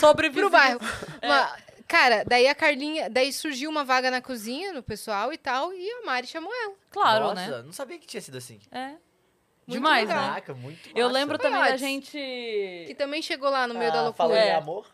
sobre É. É. Pro bairro. Ma- cara, daí a Carlinha, daí surgiu uma vaga na cozinha no pessoal e tal, e a Mari chamou ela. Claro, Nossa, né? não sabia que tinha sido assim. É. Muito Demais, legal. né? Caraca, muito Eu massa. lembro Foi também da antes. gente. É. Que também chegou lá Tá no meio Ah, da loucura. Falou de amor?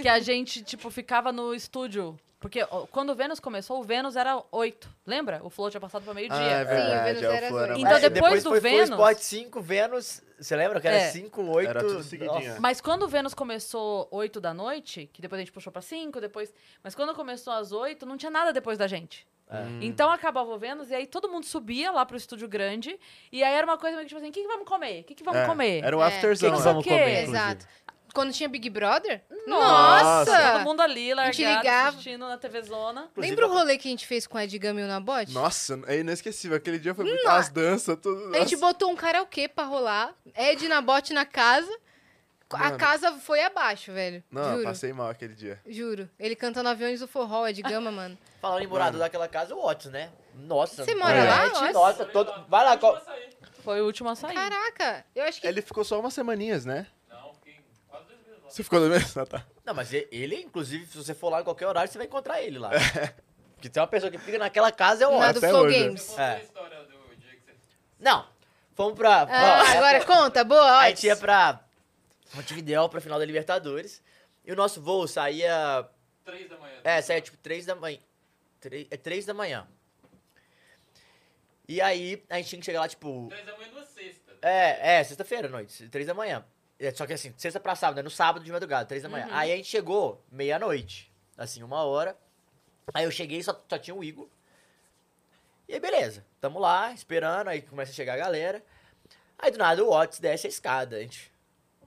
Que a gente, tipo, ficava no estúdio Porque ó, quando o Vênus começou, o Vênus era 8. Lembra? O Flow tinha passado pra meio-dia. Ah, é Sim, o verdade, Vênus é, assim. o era Flow era Então mais- depois, Depois do foi Flow Vênus. É. Spot 5, Vênus. Você lembra que era 5, 8? Era tudo seguidinho, é. Mas quando o Vênus começou 8 da noite, que depois a gente puxou pra 5, depois. Mas quando começou às 8, não tinha nada depois da gente. É. Hum. Então acabava o Vênus e aí todo mundo subia lá pro estúdio grande. E aí era uma coisa meio que tipo assim: o que, que vamos comer? O que, que vamos É, comer? era o afterzão, né? Que que não sei o Vamos quê. comer, inclusive. Exato. Quando tinha Big Brother? Nossa! Nossa! Todo mundo ali A gente largado, ligava. assistindo na TV Zona. Lembra o rolê que a gente fez com a Edgamil na bote? Nossa, é inesquecível. Aquele dia foi muito. Nossa. As danças, tudo. A gente nossa. botou um karaokê pra rolar, Ed na bote na casa. A Mano. casa foi abaixo, velho. Não, eu juro. passei mal aquele dia. Juro. Ele cantando aviões do forró, Ed Gama, mano. Falando em morado daquela casa, o Otis, né? Nossa. Você mora lá, gente, Otis? Nossa, todo... Vai lá, qual... Foi o último a sair. Caraca, eu acho que. Ele ficou só umas semaninhas, né? Não, fiquei quase dois meses lá. Você ficou dois meses? Ah, tá. Não, mas e- ele, inclusive, se você for lá em qualquer horário, você vai encontrar ele lá. Porque tem uma pessoa que fica naquela casa, é o Na Otis. do Até Flow hoje. né? Games. É. Não, fomos pra... Ah, pra- agora conta, boa, A Otis. gente ia pra Montevideo, pra final da Libertadores. E o nosso voo saía... Três da manhã. É, saía tipo três da manhã. Três- É três da manhã. E aí, a gente tinha que chegar lá, tipo... Três da manhã numa sexta. É, é, sexta-feira à noite, três da manhã. É, Só que assim, sexta pra sábado, é no sábado de madrugada, três da manhã. Uhum. Aí a gente chegou meia-noite, assim, uma hora. Aí eu cheguei, só, só tinha o Igor. E aí, beleza. Tamo lá, esperando, aí começa a chegar a galera. Aí, do nada, o Otis desce a escada. A gente,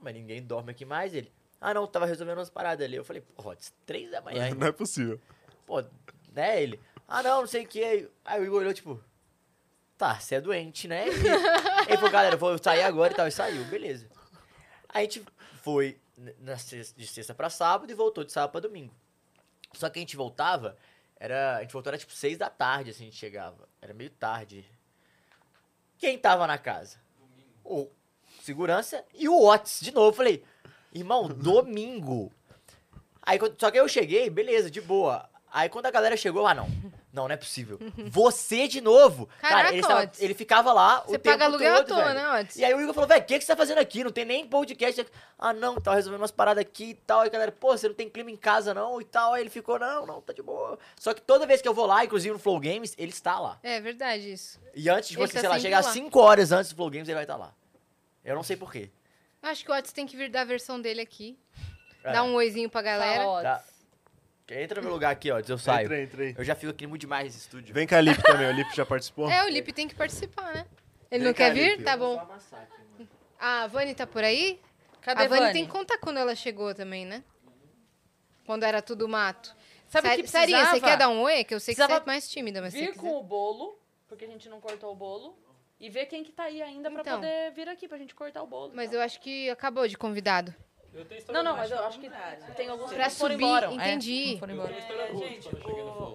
mas ninguém dorme aqui mais. Ele, ah, não, tava resolvendo umas paradas ali. Eu falei, pô, Otis, três da manhã. Não é possível. Pô, né, ele? Ah, não, não sei o que. Aí o Igor olhou, tipo, tá, você é doente, né? E ele falou, galera, eu vou sair agora e tal. E saiu, beleza. Aí a gente foi n- na sexta- de sexta pra sábado e voltou de sábado pra domingo. Só que a gente voltava, era, a gente voltou era tipo seis da tarde, assim, a gente chegava. Era meio tarde. Quem tava na casa? O segurança e o Otis, de novo. Eu Falei, irmão, domingo. Aí, quando- só que eu cheguei, beleza, de boa. Aí quando a galera chegou, ah, não. Não, não é possível. Você de novo. Caraca, ele, estava- Otis. ele ficava lá o Você tempo paga aluguel à todo, toa, velho. né, Otis? E aí o Igor falou, velho, o que, que você tá fazendo aqui? Não tem nem podcast. Ah, não, tava resolvendo umas paradas aqui e tal. Aí a galera, pô, você não tem clima em casa não e tal. Aí ele ficou, não, não, tá de boa. Só que toda vez que eu vou lá, inclusive no Flow Games, ele está lá. É verdade isso. E antes de Ele você, tá sei lá, sempre chegar lá. 5 horas antes do Flow Games, ele vai estar lá. Eu não sei porquê. Acho que o Otis tem que vir dar a versão dele aqui. É. Dar um oizinho pra galera. Tá. Entra no meu lugar aqui, ó, eu saio. Entra, entra aí. Eu já fico aqui muito demais nesse estúdio. Vem cá, Lipe também. O Lipe já participou? É, o Lipe tem que participar, né? Ele Vem não quer cá, vir? Lipe. Tá bom. A Vani tá por aí? Cadê a Vani? Vani? tem que contar quando ela chegou também, né? Quando era tudo mato. Sabe o que Sarinha, você precisava? quer dar um oi? Que eu sei que Precisava você é mais tímida, mas se você vir quiser. com o bolo, porque a gente não cortou o bolo, e ver quem que tá aí ainda pra Então. poder vir aqui pra gente cortar o bolo. Mas eu acho que acabou de convidado. Não, não, mas eu acho que né? tem alguns Pra que foram subir, embora. entendi. É, foram embora.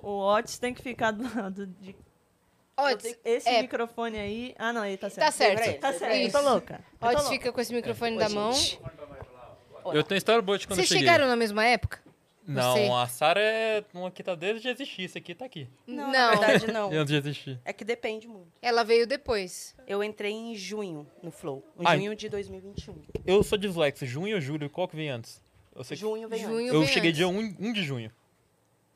O Otis tem que ficar do lado de. Otis, esse é. microfone aí. Ah, não, ele tá certo. Tá certo. Tá certo. Eu tô Isso. louca. Eu tô Otis louca. fica com esse microfone Oi, da gente. mão. Eu tenho história boa de quando Vocês eu cheguei. chegaram na mesma época? Não, Você? a Sara é uma que tá desde de existir. Isso aqui tá aqui. Não, na verdade, não. Antes de existir. É que depende muito. Ela veio depois. Eu entrei em junho no Flow. Em Ah, junho de 2021. Eu sou dislexo. Junho ou julho? Qual que vem antes? Eu sei que- Junho vem Junho antes. Eu vem cheguei antes. dia 1, de junho.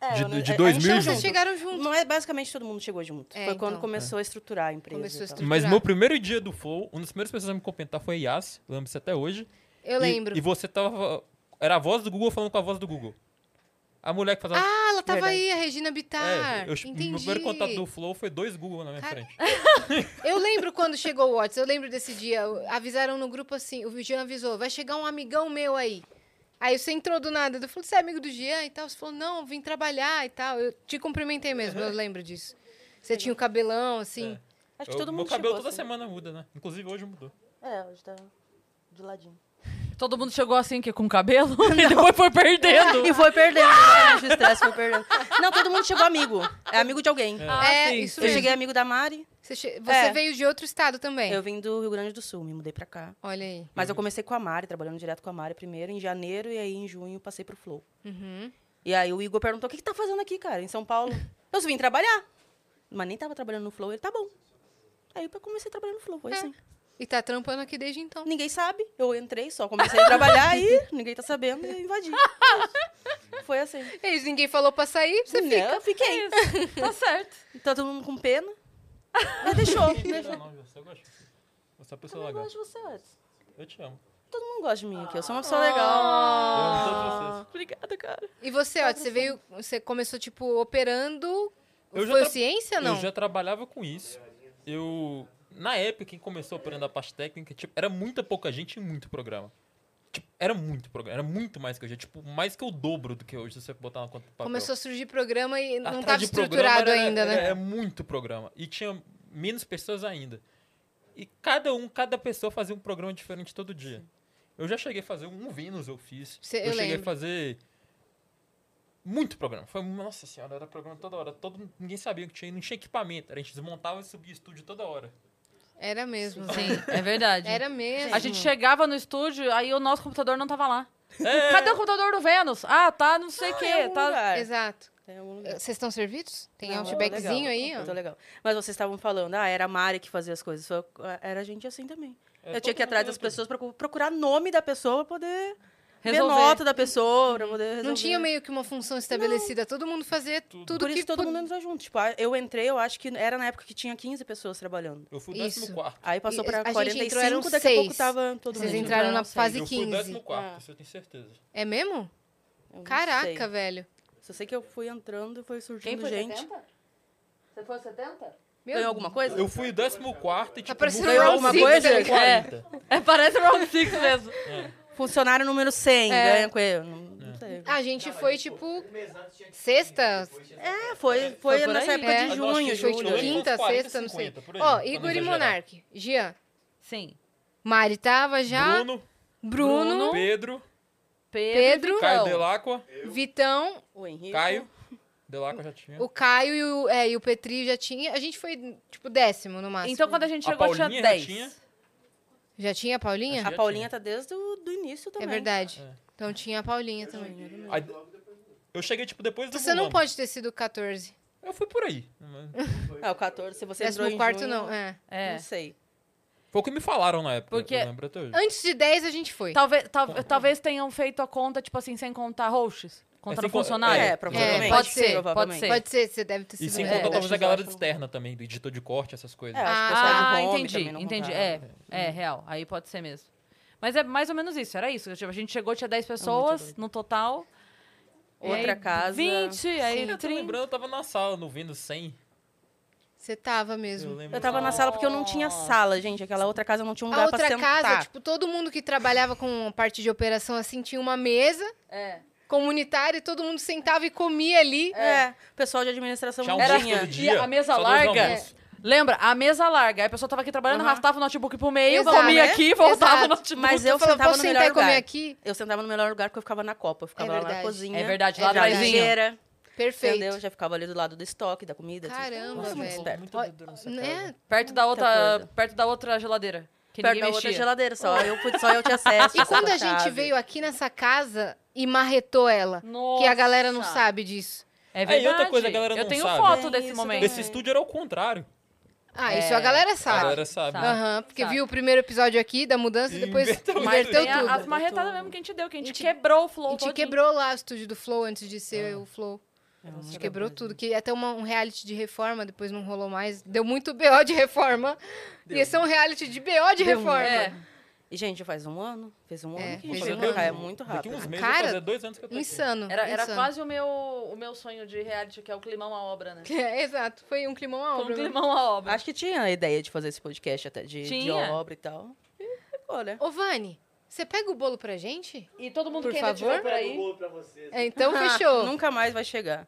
É, de eu não- de é, 2000 junho. então vocês chegaram junto. Não é basicamente todo mundo chegou junto. É, Foi quando então. começou a estruturar a empresa. Começou a e tal. Mas no meu primeiro dia do Flow, uma das primeiras pessoas a me comentar foi a Yas, eu lembro disso até hoje. Eu E- lembro. E você tava. Era a voz do Google falando com a voz do Google. A mulher que fazia. Ah, ela tava aí, a Regina Bittar. É, eu, Entendi. Meu primeiro contato do Flow foi dois Google na minha frente. Eu lembro quando chegou o Whats, eu lembro desse dia. Avisaram no grupo assim, o Jean avisou, vai chegar um amigão meu aí. Aí você entrou do nada, eu falei, você é amigo do Jean e tal? Você falou, não, vim trabalhar e tal. Eu te cumprimentei mesmo, eu lembro disso. Você tinha o cabelão, assim. Acho Eu- meu cabelo toda semana muda, né? Inclusive hoje mudou. assim. É, hoje tá de ladinho. Todo mundo chegou assim, que com cabelo, e depois foi perdendo. E foi perdendo. Durante O estresse foi perdendo. Não, todo mundo chegou amigo. É amigo de alguém. Ah, É, sim, isso Eu mesmo. cheguei amigo da Mari. É. Você, che- você veio de outro estado também? Eu vim do Rio Grande do Sul, me mudei pra cá. Olha aí. Mas eu comecei com a Mari, trabalhando direto com a Mari primeiro, em janeiro, e aí em junho passei pro Flow. Uhum. E aí o Igor perguntou: o que, que tá fazendo aqui, cara, em São Paulo? Eu vim trabalhar. Mas nem tava trabalhando no Flow, ele tá bom. Aí eu comecei a trabalhar no Flow, foi assim. E tá trampando aqui desde então. Ninguém sabe. Eu entrei só, comecei a trabalhar e ninguém tá sabendo e invadi. Ah, Foi assim. E ninguém falou pra sair, você Não, fica. Né, É Eu fiquei. Tá certo. Tá todo mundo com pena. Mas deixou. deixou. Você gosta? Você é uma pessoa Eu legal. gosto de você antes. Eu te amo. Todo mundo gosta de mim aqui. Eu sou uma pessoa Eu Ah. amo legal. todos Obrigada, cara. E você, ó, você veio. Você começou, tipo, operando. Eu já Foi tra- ciência, não? Eu já trabalhava com isso. Eu. Na época, quem começou operando a parte técnica, tipo, era muita pouca gente e muito programa. Tipo, era muito programa, era muito mais que hoje. é, Tipo, mais que o dobro do que hoje, se você botar na conta do papel. Começou a surgir programa e não Atrás estava de programa estruturado era- ainda, era- né? É muito programa. E tinha menos pessoas ainda. E cada um, cada pessoa fazia um programa diferente todo dia. Eu já cheguei a fazer um Vênus, eu fiz. Cê- eu eu cheguei lembro. a fazer muito programa. Foi, nossa senhora, era programa toda hora. Todo, ninguém sabia o que tinha, não tinha equipamento. A gente desmontava e subia estúdio toda hora. Era mesmo. Sim, é verdade. Era mesmo. A gente chegava no estúdio, aí o nosso computador não tava lá. É. Cadê o computador do Vênus? Ah, tá, não sei o em quê. algum Tá... lugar. Exato. é É, um lugar. Vocês estão servidos? Tem Não, um feedbackzinho Ah, legal, aí, Tô ó. legal. Mas vocês estavam falando, ah, era a Mari que fazia as coisas. Foi- Era gente assim também. É, eu tinha todo que ir atrás mundo das fazia pessoas, procu- procurar nome da pessoa pra poder Resolver. ver nota da pessoa, pra poder resolver. Não tinha meio que uma função estabelecida. Todo mundo fazia Uhum. tudo, Por que isso todo pod- mundo entrou junto. Tipo, ah, eu entrei, eu acho que era na época que tinha 15 pessoas trabalhando. Eu fui o Isso. 14. Aí passou E pra a gente 45, entrou, eram daqui a pouco seis. tava todo Vocês mundo. entraram na seis. fase eu fui o 15. 14, isso eu tenho certeza. É mesmo? Eu não Caraca, sei. velho. Só sei que eu fui entrando e foi surgindo Quem foi gente. 70? Você foi 70? Meu Tá Ganhou alguma coisa? Eu fui o 14 e tipo, parecendo nunca- Round Six, né? Tem 40. É, parece Round 6 mesmo. É. Funcionário número 100, É. ganha com ele. Não, não sei. A gente foi, tipo, sexta. É, foi, foi, por nessa aí. época É. de Nós junho, que foi tipo julho. de Foi quinta, 40, sexta, não sei. 50, por aí, Ó, pra não Igor e exagerar. Monark. Gian, Sim. Mari tava já. Bruno, Bruno, Pedro, Pedro, Caio Delacqua, Vitão, O Henrique. Caio. Delacqua já tinha. o Caio e o, é, e o Petri já tinha. A gente foi, tipo, décimo no máximo. Então, quando a gente A chegou, tinha Paulinha já 10. tinha. Já tinha a Paulinha? A Paulinha tá desde o do início É também. verdade. É. Então tinha a Paulinha também. Aí, eu cheguei, tipo, depois do Você não Mulambo. pode ter sido 14. Eu fui por aí. Ah, o 14, se você entrou Décimo em quarto, junho, não. É. É. Não sei. Foi o que me falaram na época, Porque- eu lembro até hoje. Antes de 10 a gente foi. Talvez, tal- talvez tenham feito a conta, tipo assim, sem contar hosts. Contando sem con- funcionário. é, É, provavelmente. É, pode Sim, ser, pode provavelmente. ser. Pode ser, você deve ter sido. E sem é. contar talvez a vocês galera acham- externa também, do editor de corte, essas coisas. É, acho que o pessoal do Ah, home entendi, também não entendi. contava. É, é, real. Aí pode ser mesmo. Mas é mais ou menos isso, era isso. Tipo, a gente chegou, tinha 10 pessoas no total. e Outra aí casa. 20, aí Eu tô 30. lembrando, eu tava na sala, no Vênus 100. Você tava Eu mesmo. lembro. Eu tava na sala porque eu não tinha sala, gente. Aquela outra casa não tinha um lugar a pra outra sentar. casa, tipo, todo mundo que trabalhava com a parte de operação assim tinha uma mesa É. comunitária e todo mundo sentava e comia ali. É, o pessoal de administração Tinha não almoço tinha. todo um E dia. a mesa só dois larga. almoços. Lembra? A mesa larga. Aí a pessoa tava aqui trabalhando, Aham. arrastava o notebook pro meio, Exato. comia aqui, voltava Exato. o notebook. Mas eu falava, sentava posso no sentar melhor e comer lugar. aqui? Eu sentava no melhor lugar porque eu ficava na copa. Eu ficava lá na verdade. cozinha. É verdade, na lá atrás. geladeira, Perfeito. Entendeu? Eu já ficava ali do lado do estoque, da comida. tudo. Caramba, Nossa, muito velho. esperto. Muita doidura nessa casa. Né? Perto da coisa. outra, perto da outra geladeira. Que Perto da ninguém outra mexia. geladeira, só eu, pude- só eu tinha acesso. E quando a gente veio aqui nessa casa e marretou ela, Nossa. que a galera não sabe disso. É Aí, verdade. outra coisa, a galera eu não tenho sabe. foto Tem desse É isso momento. também. Esse estúdio era o contrário. Ah, isso a É. galera A sabe. galera sabe. sabe. Aham, porque Sabe. viu o primeiro episódio aqui da mudança e E depois inverteu Então, Mas inverteu tem a- tudo. as marretadas mesmo que a gente deu, que a gente, quebrou o flow A gente todinho. quebrou lá o estúdio do Flow antes de ser o Flow. A gente quebrou tudo. Que até uma- um reality de reforma, depois não rolou mais. Deu muito BO de reforma. Ia ser um reality de BO de Deu um- reforma. É. E, gente, faz um ano. Fez um É, ano que a fez gente um veio pra ano. cá. É muito Daqui rápido. uns meses Cara, vai fazer dois anos que eu tô aqui. Insano. Era, era insano. quase o meu, o meu sonho de reality, que é o climão à obra, né? É, exato. Foi um climão à Foi um obra. né? climão à obra. Acho que tinha a ideia de fazer esse podcast até de, de Tinha. obra e tal. E ficou, né? Ô, Vani, você pega o bolo pra gente? E todo mundo Por que ainda tiver favor. por aí. É, então fechou. Nunca mais vai chegar.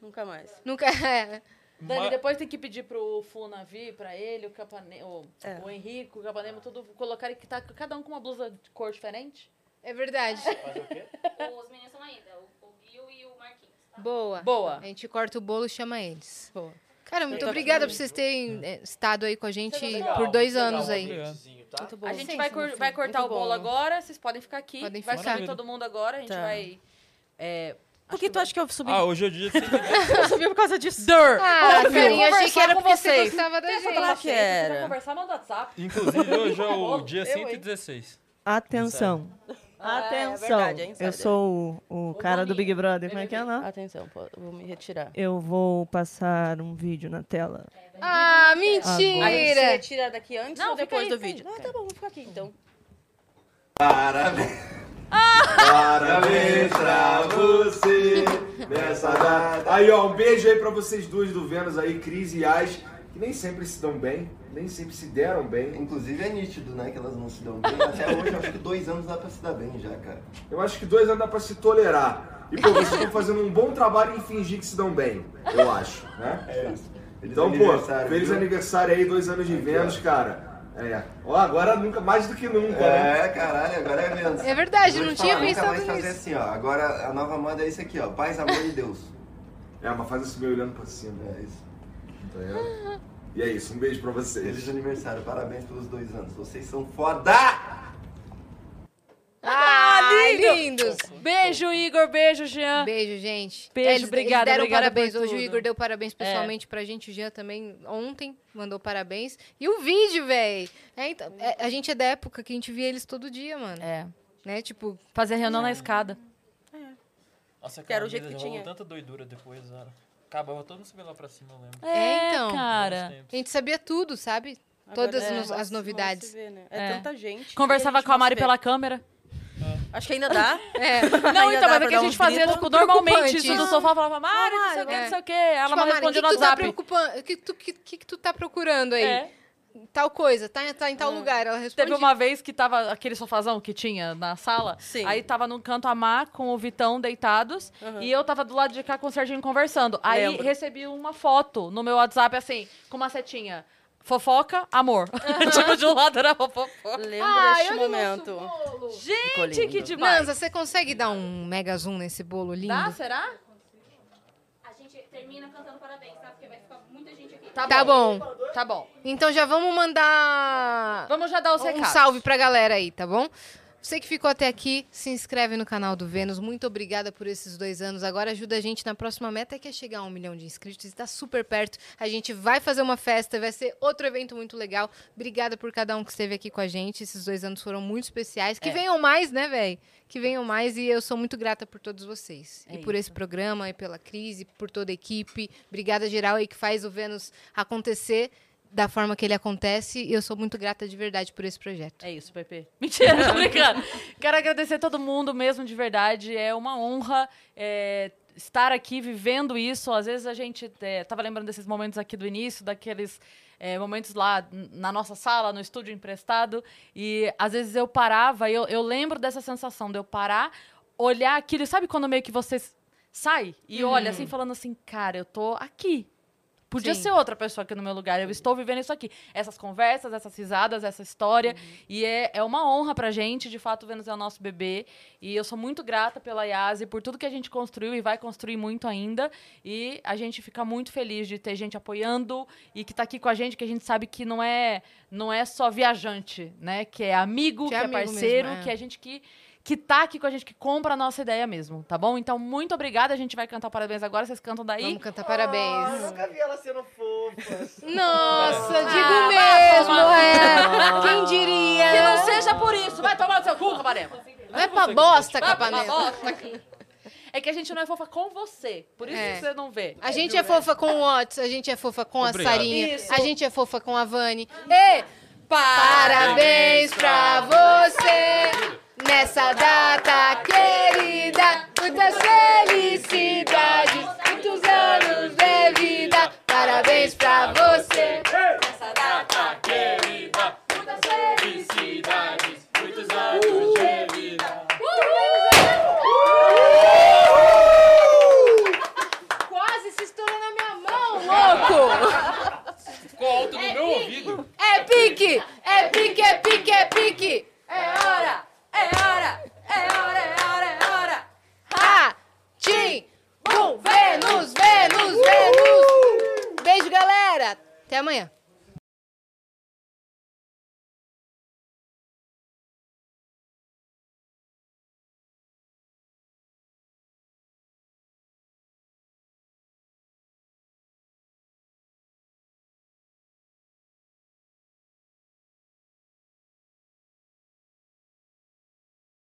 Nunca mais. Nunca. é. Dani, Mas- depois tem que pedir pro Funavi, pra ele, o Capanemo, É. o Henrico, o Capanemo, tudo, colocarem que tá cada um com uma blusa de cor diferente. É verdade. Os meninos estão ainda, o, o Gil e o Marquinhos. Boa. Boa. Então, A gente corta o bolo e chama eles. Boa. Cara, muito obrigada por vocês terem é, estado aí com a gente por dois anos aí. Tá? Muito bom. A gente vai, cor- Sim, vai sim. cortar Muito o bolo bom. agora, vocês podem ficar aqui. Podem vai ficar. sair todo mundo agora, a gente Tá. vai é, Por que tu acha que eu subi? Ah, hoje eu dia eu subi por causa disso. Dur. Oh, Ah, Eu vim Carinha, achei que conversar era com porque você vocês. gostava da Eu ia gente. falar que Vai era. conversar, manda WhatsApp. Inclusive, hoje é o dia 116. Atenção. Ah, é Atenção. eu sou o, o cara do Big Brother. Como é que é, não? Atenção, Então, pô, eu vou me retirar. Eu vou passar um vídeo na tela. Ah, mentira! Aí você retira daqui antes Não, ou fica depois aí, do fica aí. vídeo? Ah, tá bom, vou ficar aqui então. Parabéns. Parabéns pra você nessa data. Aí, ó, um beijo aí pra vocês duas do Vênus aí, Cris e Ais, que nem sempre se dão bem, nem sempre se deram bem. Inclusive é nítido, né, que elas não se dão bem. Até hoje, eu acho que dois anos dá pra se dar bem já, cara. Eu acho que dois anos dá pra se tolerar. E, pô, vocês estão fazendo um bom trabalho em fingir que se dão bem, eu acho, né? É isso. Então, Feliz pô, aniversário, feliz viu? aniversário aí, dois anos de Vênus, cara. É. Ó, agora nunca, mais do que nunca, né? É, caralho, agora é menos. É verdade, Vou não te tinha falar, pensado nunca mais fazer nisso. assim, ó. Agora a nova moda é isso aqui, ó. Paz, amor e Deus. É, mas faz isso meio olhando pra cima. É isso. Tá ligado? E é isso, um beijo pra vocês. Feliz aniversário, parabéns pelos dois anos. Vocês são foda! Ah, lindo! lindos! Beijo, Igor. Beijo, Jean. Beijo, gente. Beijo, Eles- obrigada, Eles deram obrigada parabéns. por Hoje o tudo. É. Igor deu parabéns pessoalmente pra gente. O Jean também, ontem, mandou parabéns. E o vídeo, véi! É, então, é, a gente é da época que a gente via eles todo dia, mano. É. Né, tipo... Fazer reunião na escada. Nossa, Que era o cara, jeito que rolou tinha. tanta doidura depois, era. Acabava todo mundo subindo lá pra cima, eu lembro. É, então. cara. A gente sabia tudo, sabe? Agora Todas é, no- não vai as se- não vai se novidades. ver, né? É tanta gente. Conversava E a gente com a não Mari se vê. pela câmera. Acho que ainda dá. É. Não, Ainda então, dá mas pra é que dar a uns gente fazia, grito. tipo, normalmente, isso um Preocupante do isso. sofá, falava, Mari, não sei o que, É. não sei o que. Ela Tipo, me "Ah, Mari, respondia que no que tu tá WhatsApp. preocupando? Que tu que, que, que tu tá procurando aí? É. Tal coisa, tá, tá em tal lugar. Ela responde. Teve uma vez que tava aquele sofazão que tinha na sala. Aí tava num canto a Má com o Vitão deitados. E eu tava do lado de cá com o Serginho conversando. Aí Lembro. recebi uma foto no meu WhatsApp, assim, com uma setinha. Fofoca, amor. tipo, de um lado era fofoca. Lembro Ah, deste olha o momento. Gente, que demais. Nanza, você consegue dar um mega zoom nesse bolo lindo? Dá, será? A gente termina cantando parabéns, tá? Porque vai ficar muita gente aqui. Tá bom. Tá bom. Então já vamos mandar. Vamos já dar os um recados. salve pra galera aí, tá bom? Você que ficou até aqui, se inscreve no canal do Vênus. Muito obrigada por esses dois anos. Agora ajuda a gente na próxima meta, que é chegar a um milhão de inscritos. Está super perto. A gente vai fazer uma festa, vai ser outro evento muito legal. Obrigada por cada um que esteve aqui com a gente. Esses dois anos foram muito especiais. Que É. venham mais, né, velho? Que venham mais. E eu sou muito grata por todos vocês. É e por esse programa, e pela crise, por toda a equipe. Obrigada geral aí que faz o Vênus acontecer da forma que ele acontece. E eu sou muito grata de verdade por esse projeto. É isso, Pepe. Mentira, tô brincando. Quero agradecer todo mundo mesmo, de verdade. É uma honra é, estar aqui vivendo isso. Às vezes a gente é, tava lembrando desses momentos aqui do início, daqueles é, momentos lá n- na nossa sala, no estúdio emprestado. E às vezes eu parava, e eu, eu lembro dessa sensação de eu parar, olhar aquilo. e Sabe quando meio que você s- sai e Hum. olha assim, falando assim, cara, eu tô aqui. Podia Sim. ser outra pessoa aqui no meu lugar. Eu estou vivendo isso aqui. Essas conversas, essas risadas, essa história. Uhum. E é, é uma honra pra gente. De fato, o Vênus é o nosso bebê. E eu sou muito grata pela Yase, por tudo que a gente construiu e vai construir muito ainda. E a gente fica muito feliz de ter gente apoiando e que tá aqui com a gente, que a gente sabe que não é, não é só viajante, né? Que é amigo, Que que é é, amigo mesmo, parceiro, é. que é gente que que tá aqui com a gente, que compra a nossa ideia mesmo, tá bom? Então, muito obrigada. A gente vai cantar o parabéns agora. Vocês cantam daí? Ah. Vamos cantar parabéns. Ah, eu nunca vi ela sendo fofa. Nossa, digo Ah, vai mesmo, tomar- é. Quem diria? Que não seja por isso. Vai tomar no seu cu, Capanema. Não é pra bosta, Vai pra Capanema. bosta. É que a gente não é fofa com você. Por isso É. que você não vê. A gente é fofa com o Otis, a gente é fofa com Obrigado. a Sarinha, né? Isso. a gente é fofa com a Vani. E parabéns pra você nessa data querida. Muitas felicidades, muitos anos de vida. Parabéns pra você nessa data querida. Muitas felicidades, muitos anos de vida. Quase se estourou na minha mão, louco! Ficou alto no meu ouvido. É pique! É pique, é pique, é pique! É hora! É hora! É hora, é hora, é hora! Ha! Tim! Bum! Vênus, Vênus, Vênus! Beijo, galera! Até amanhã!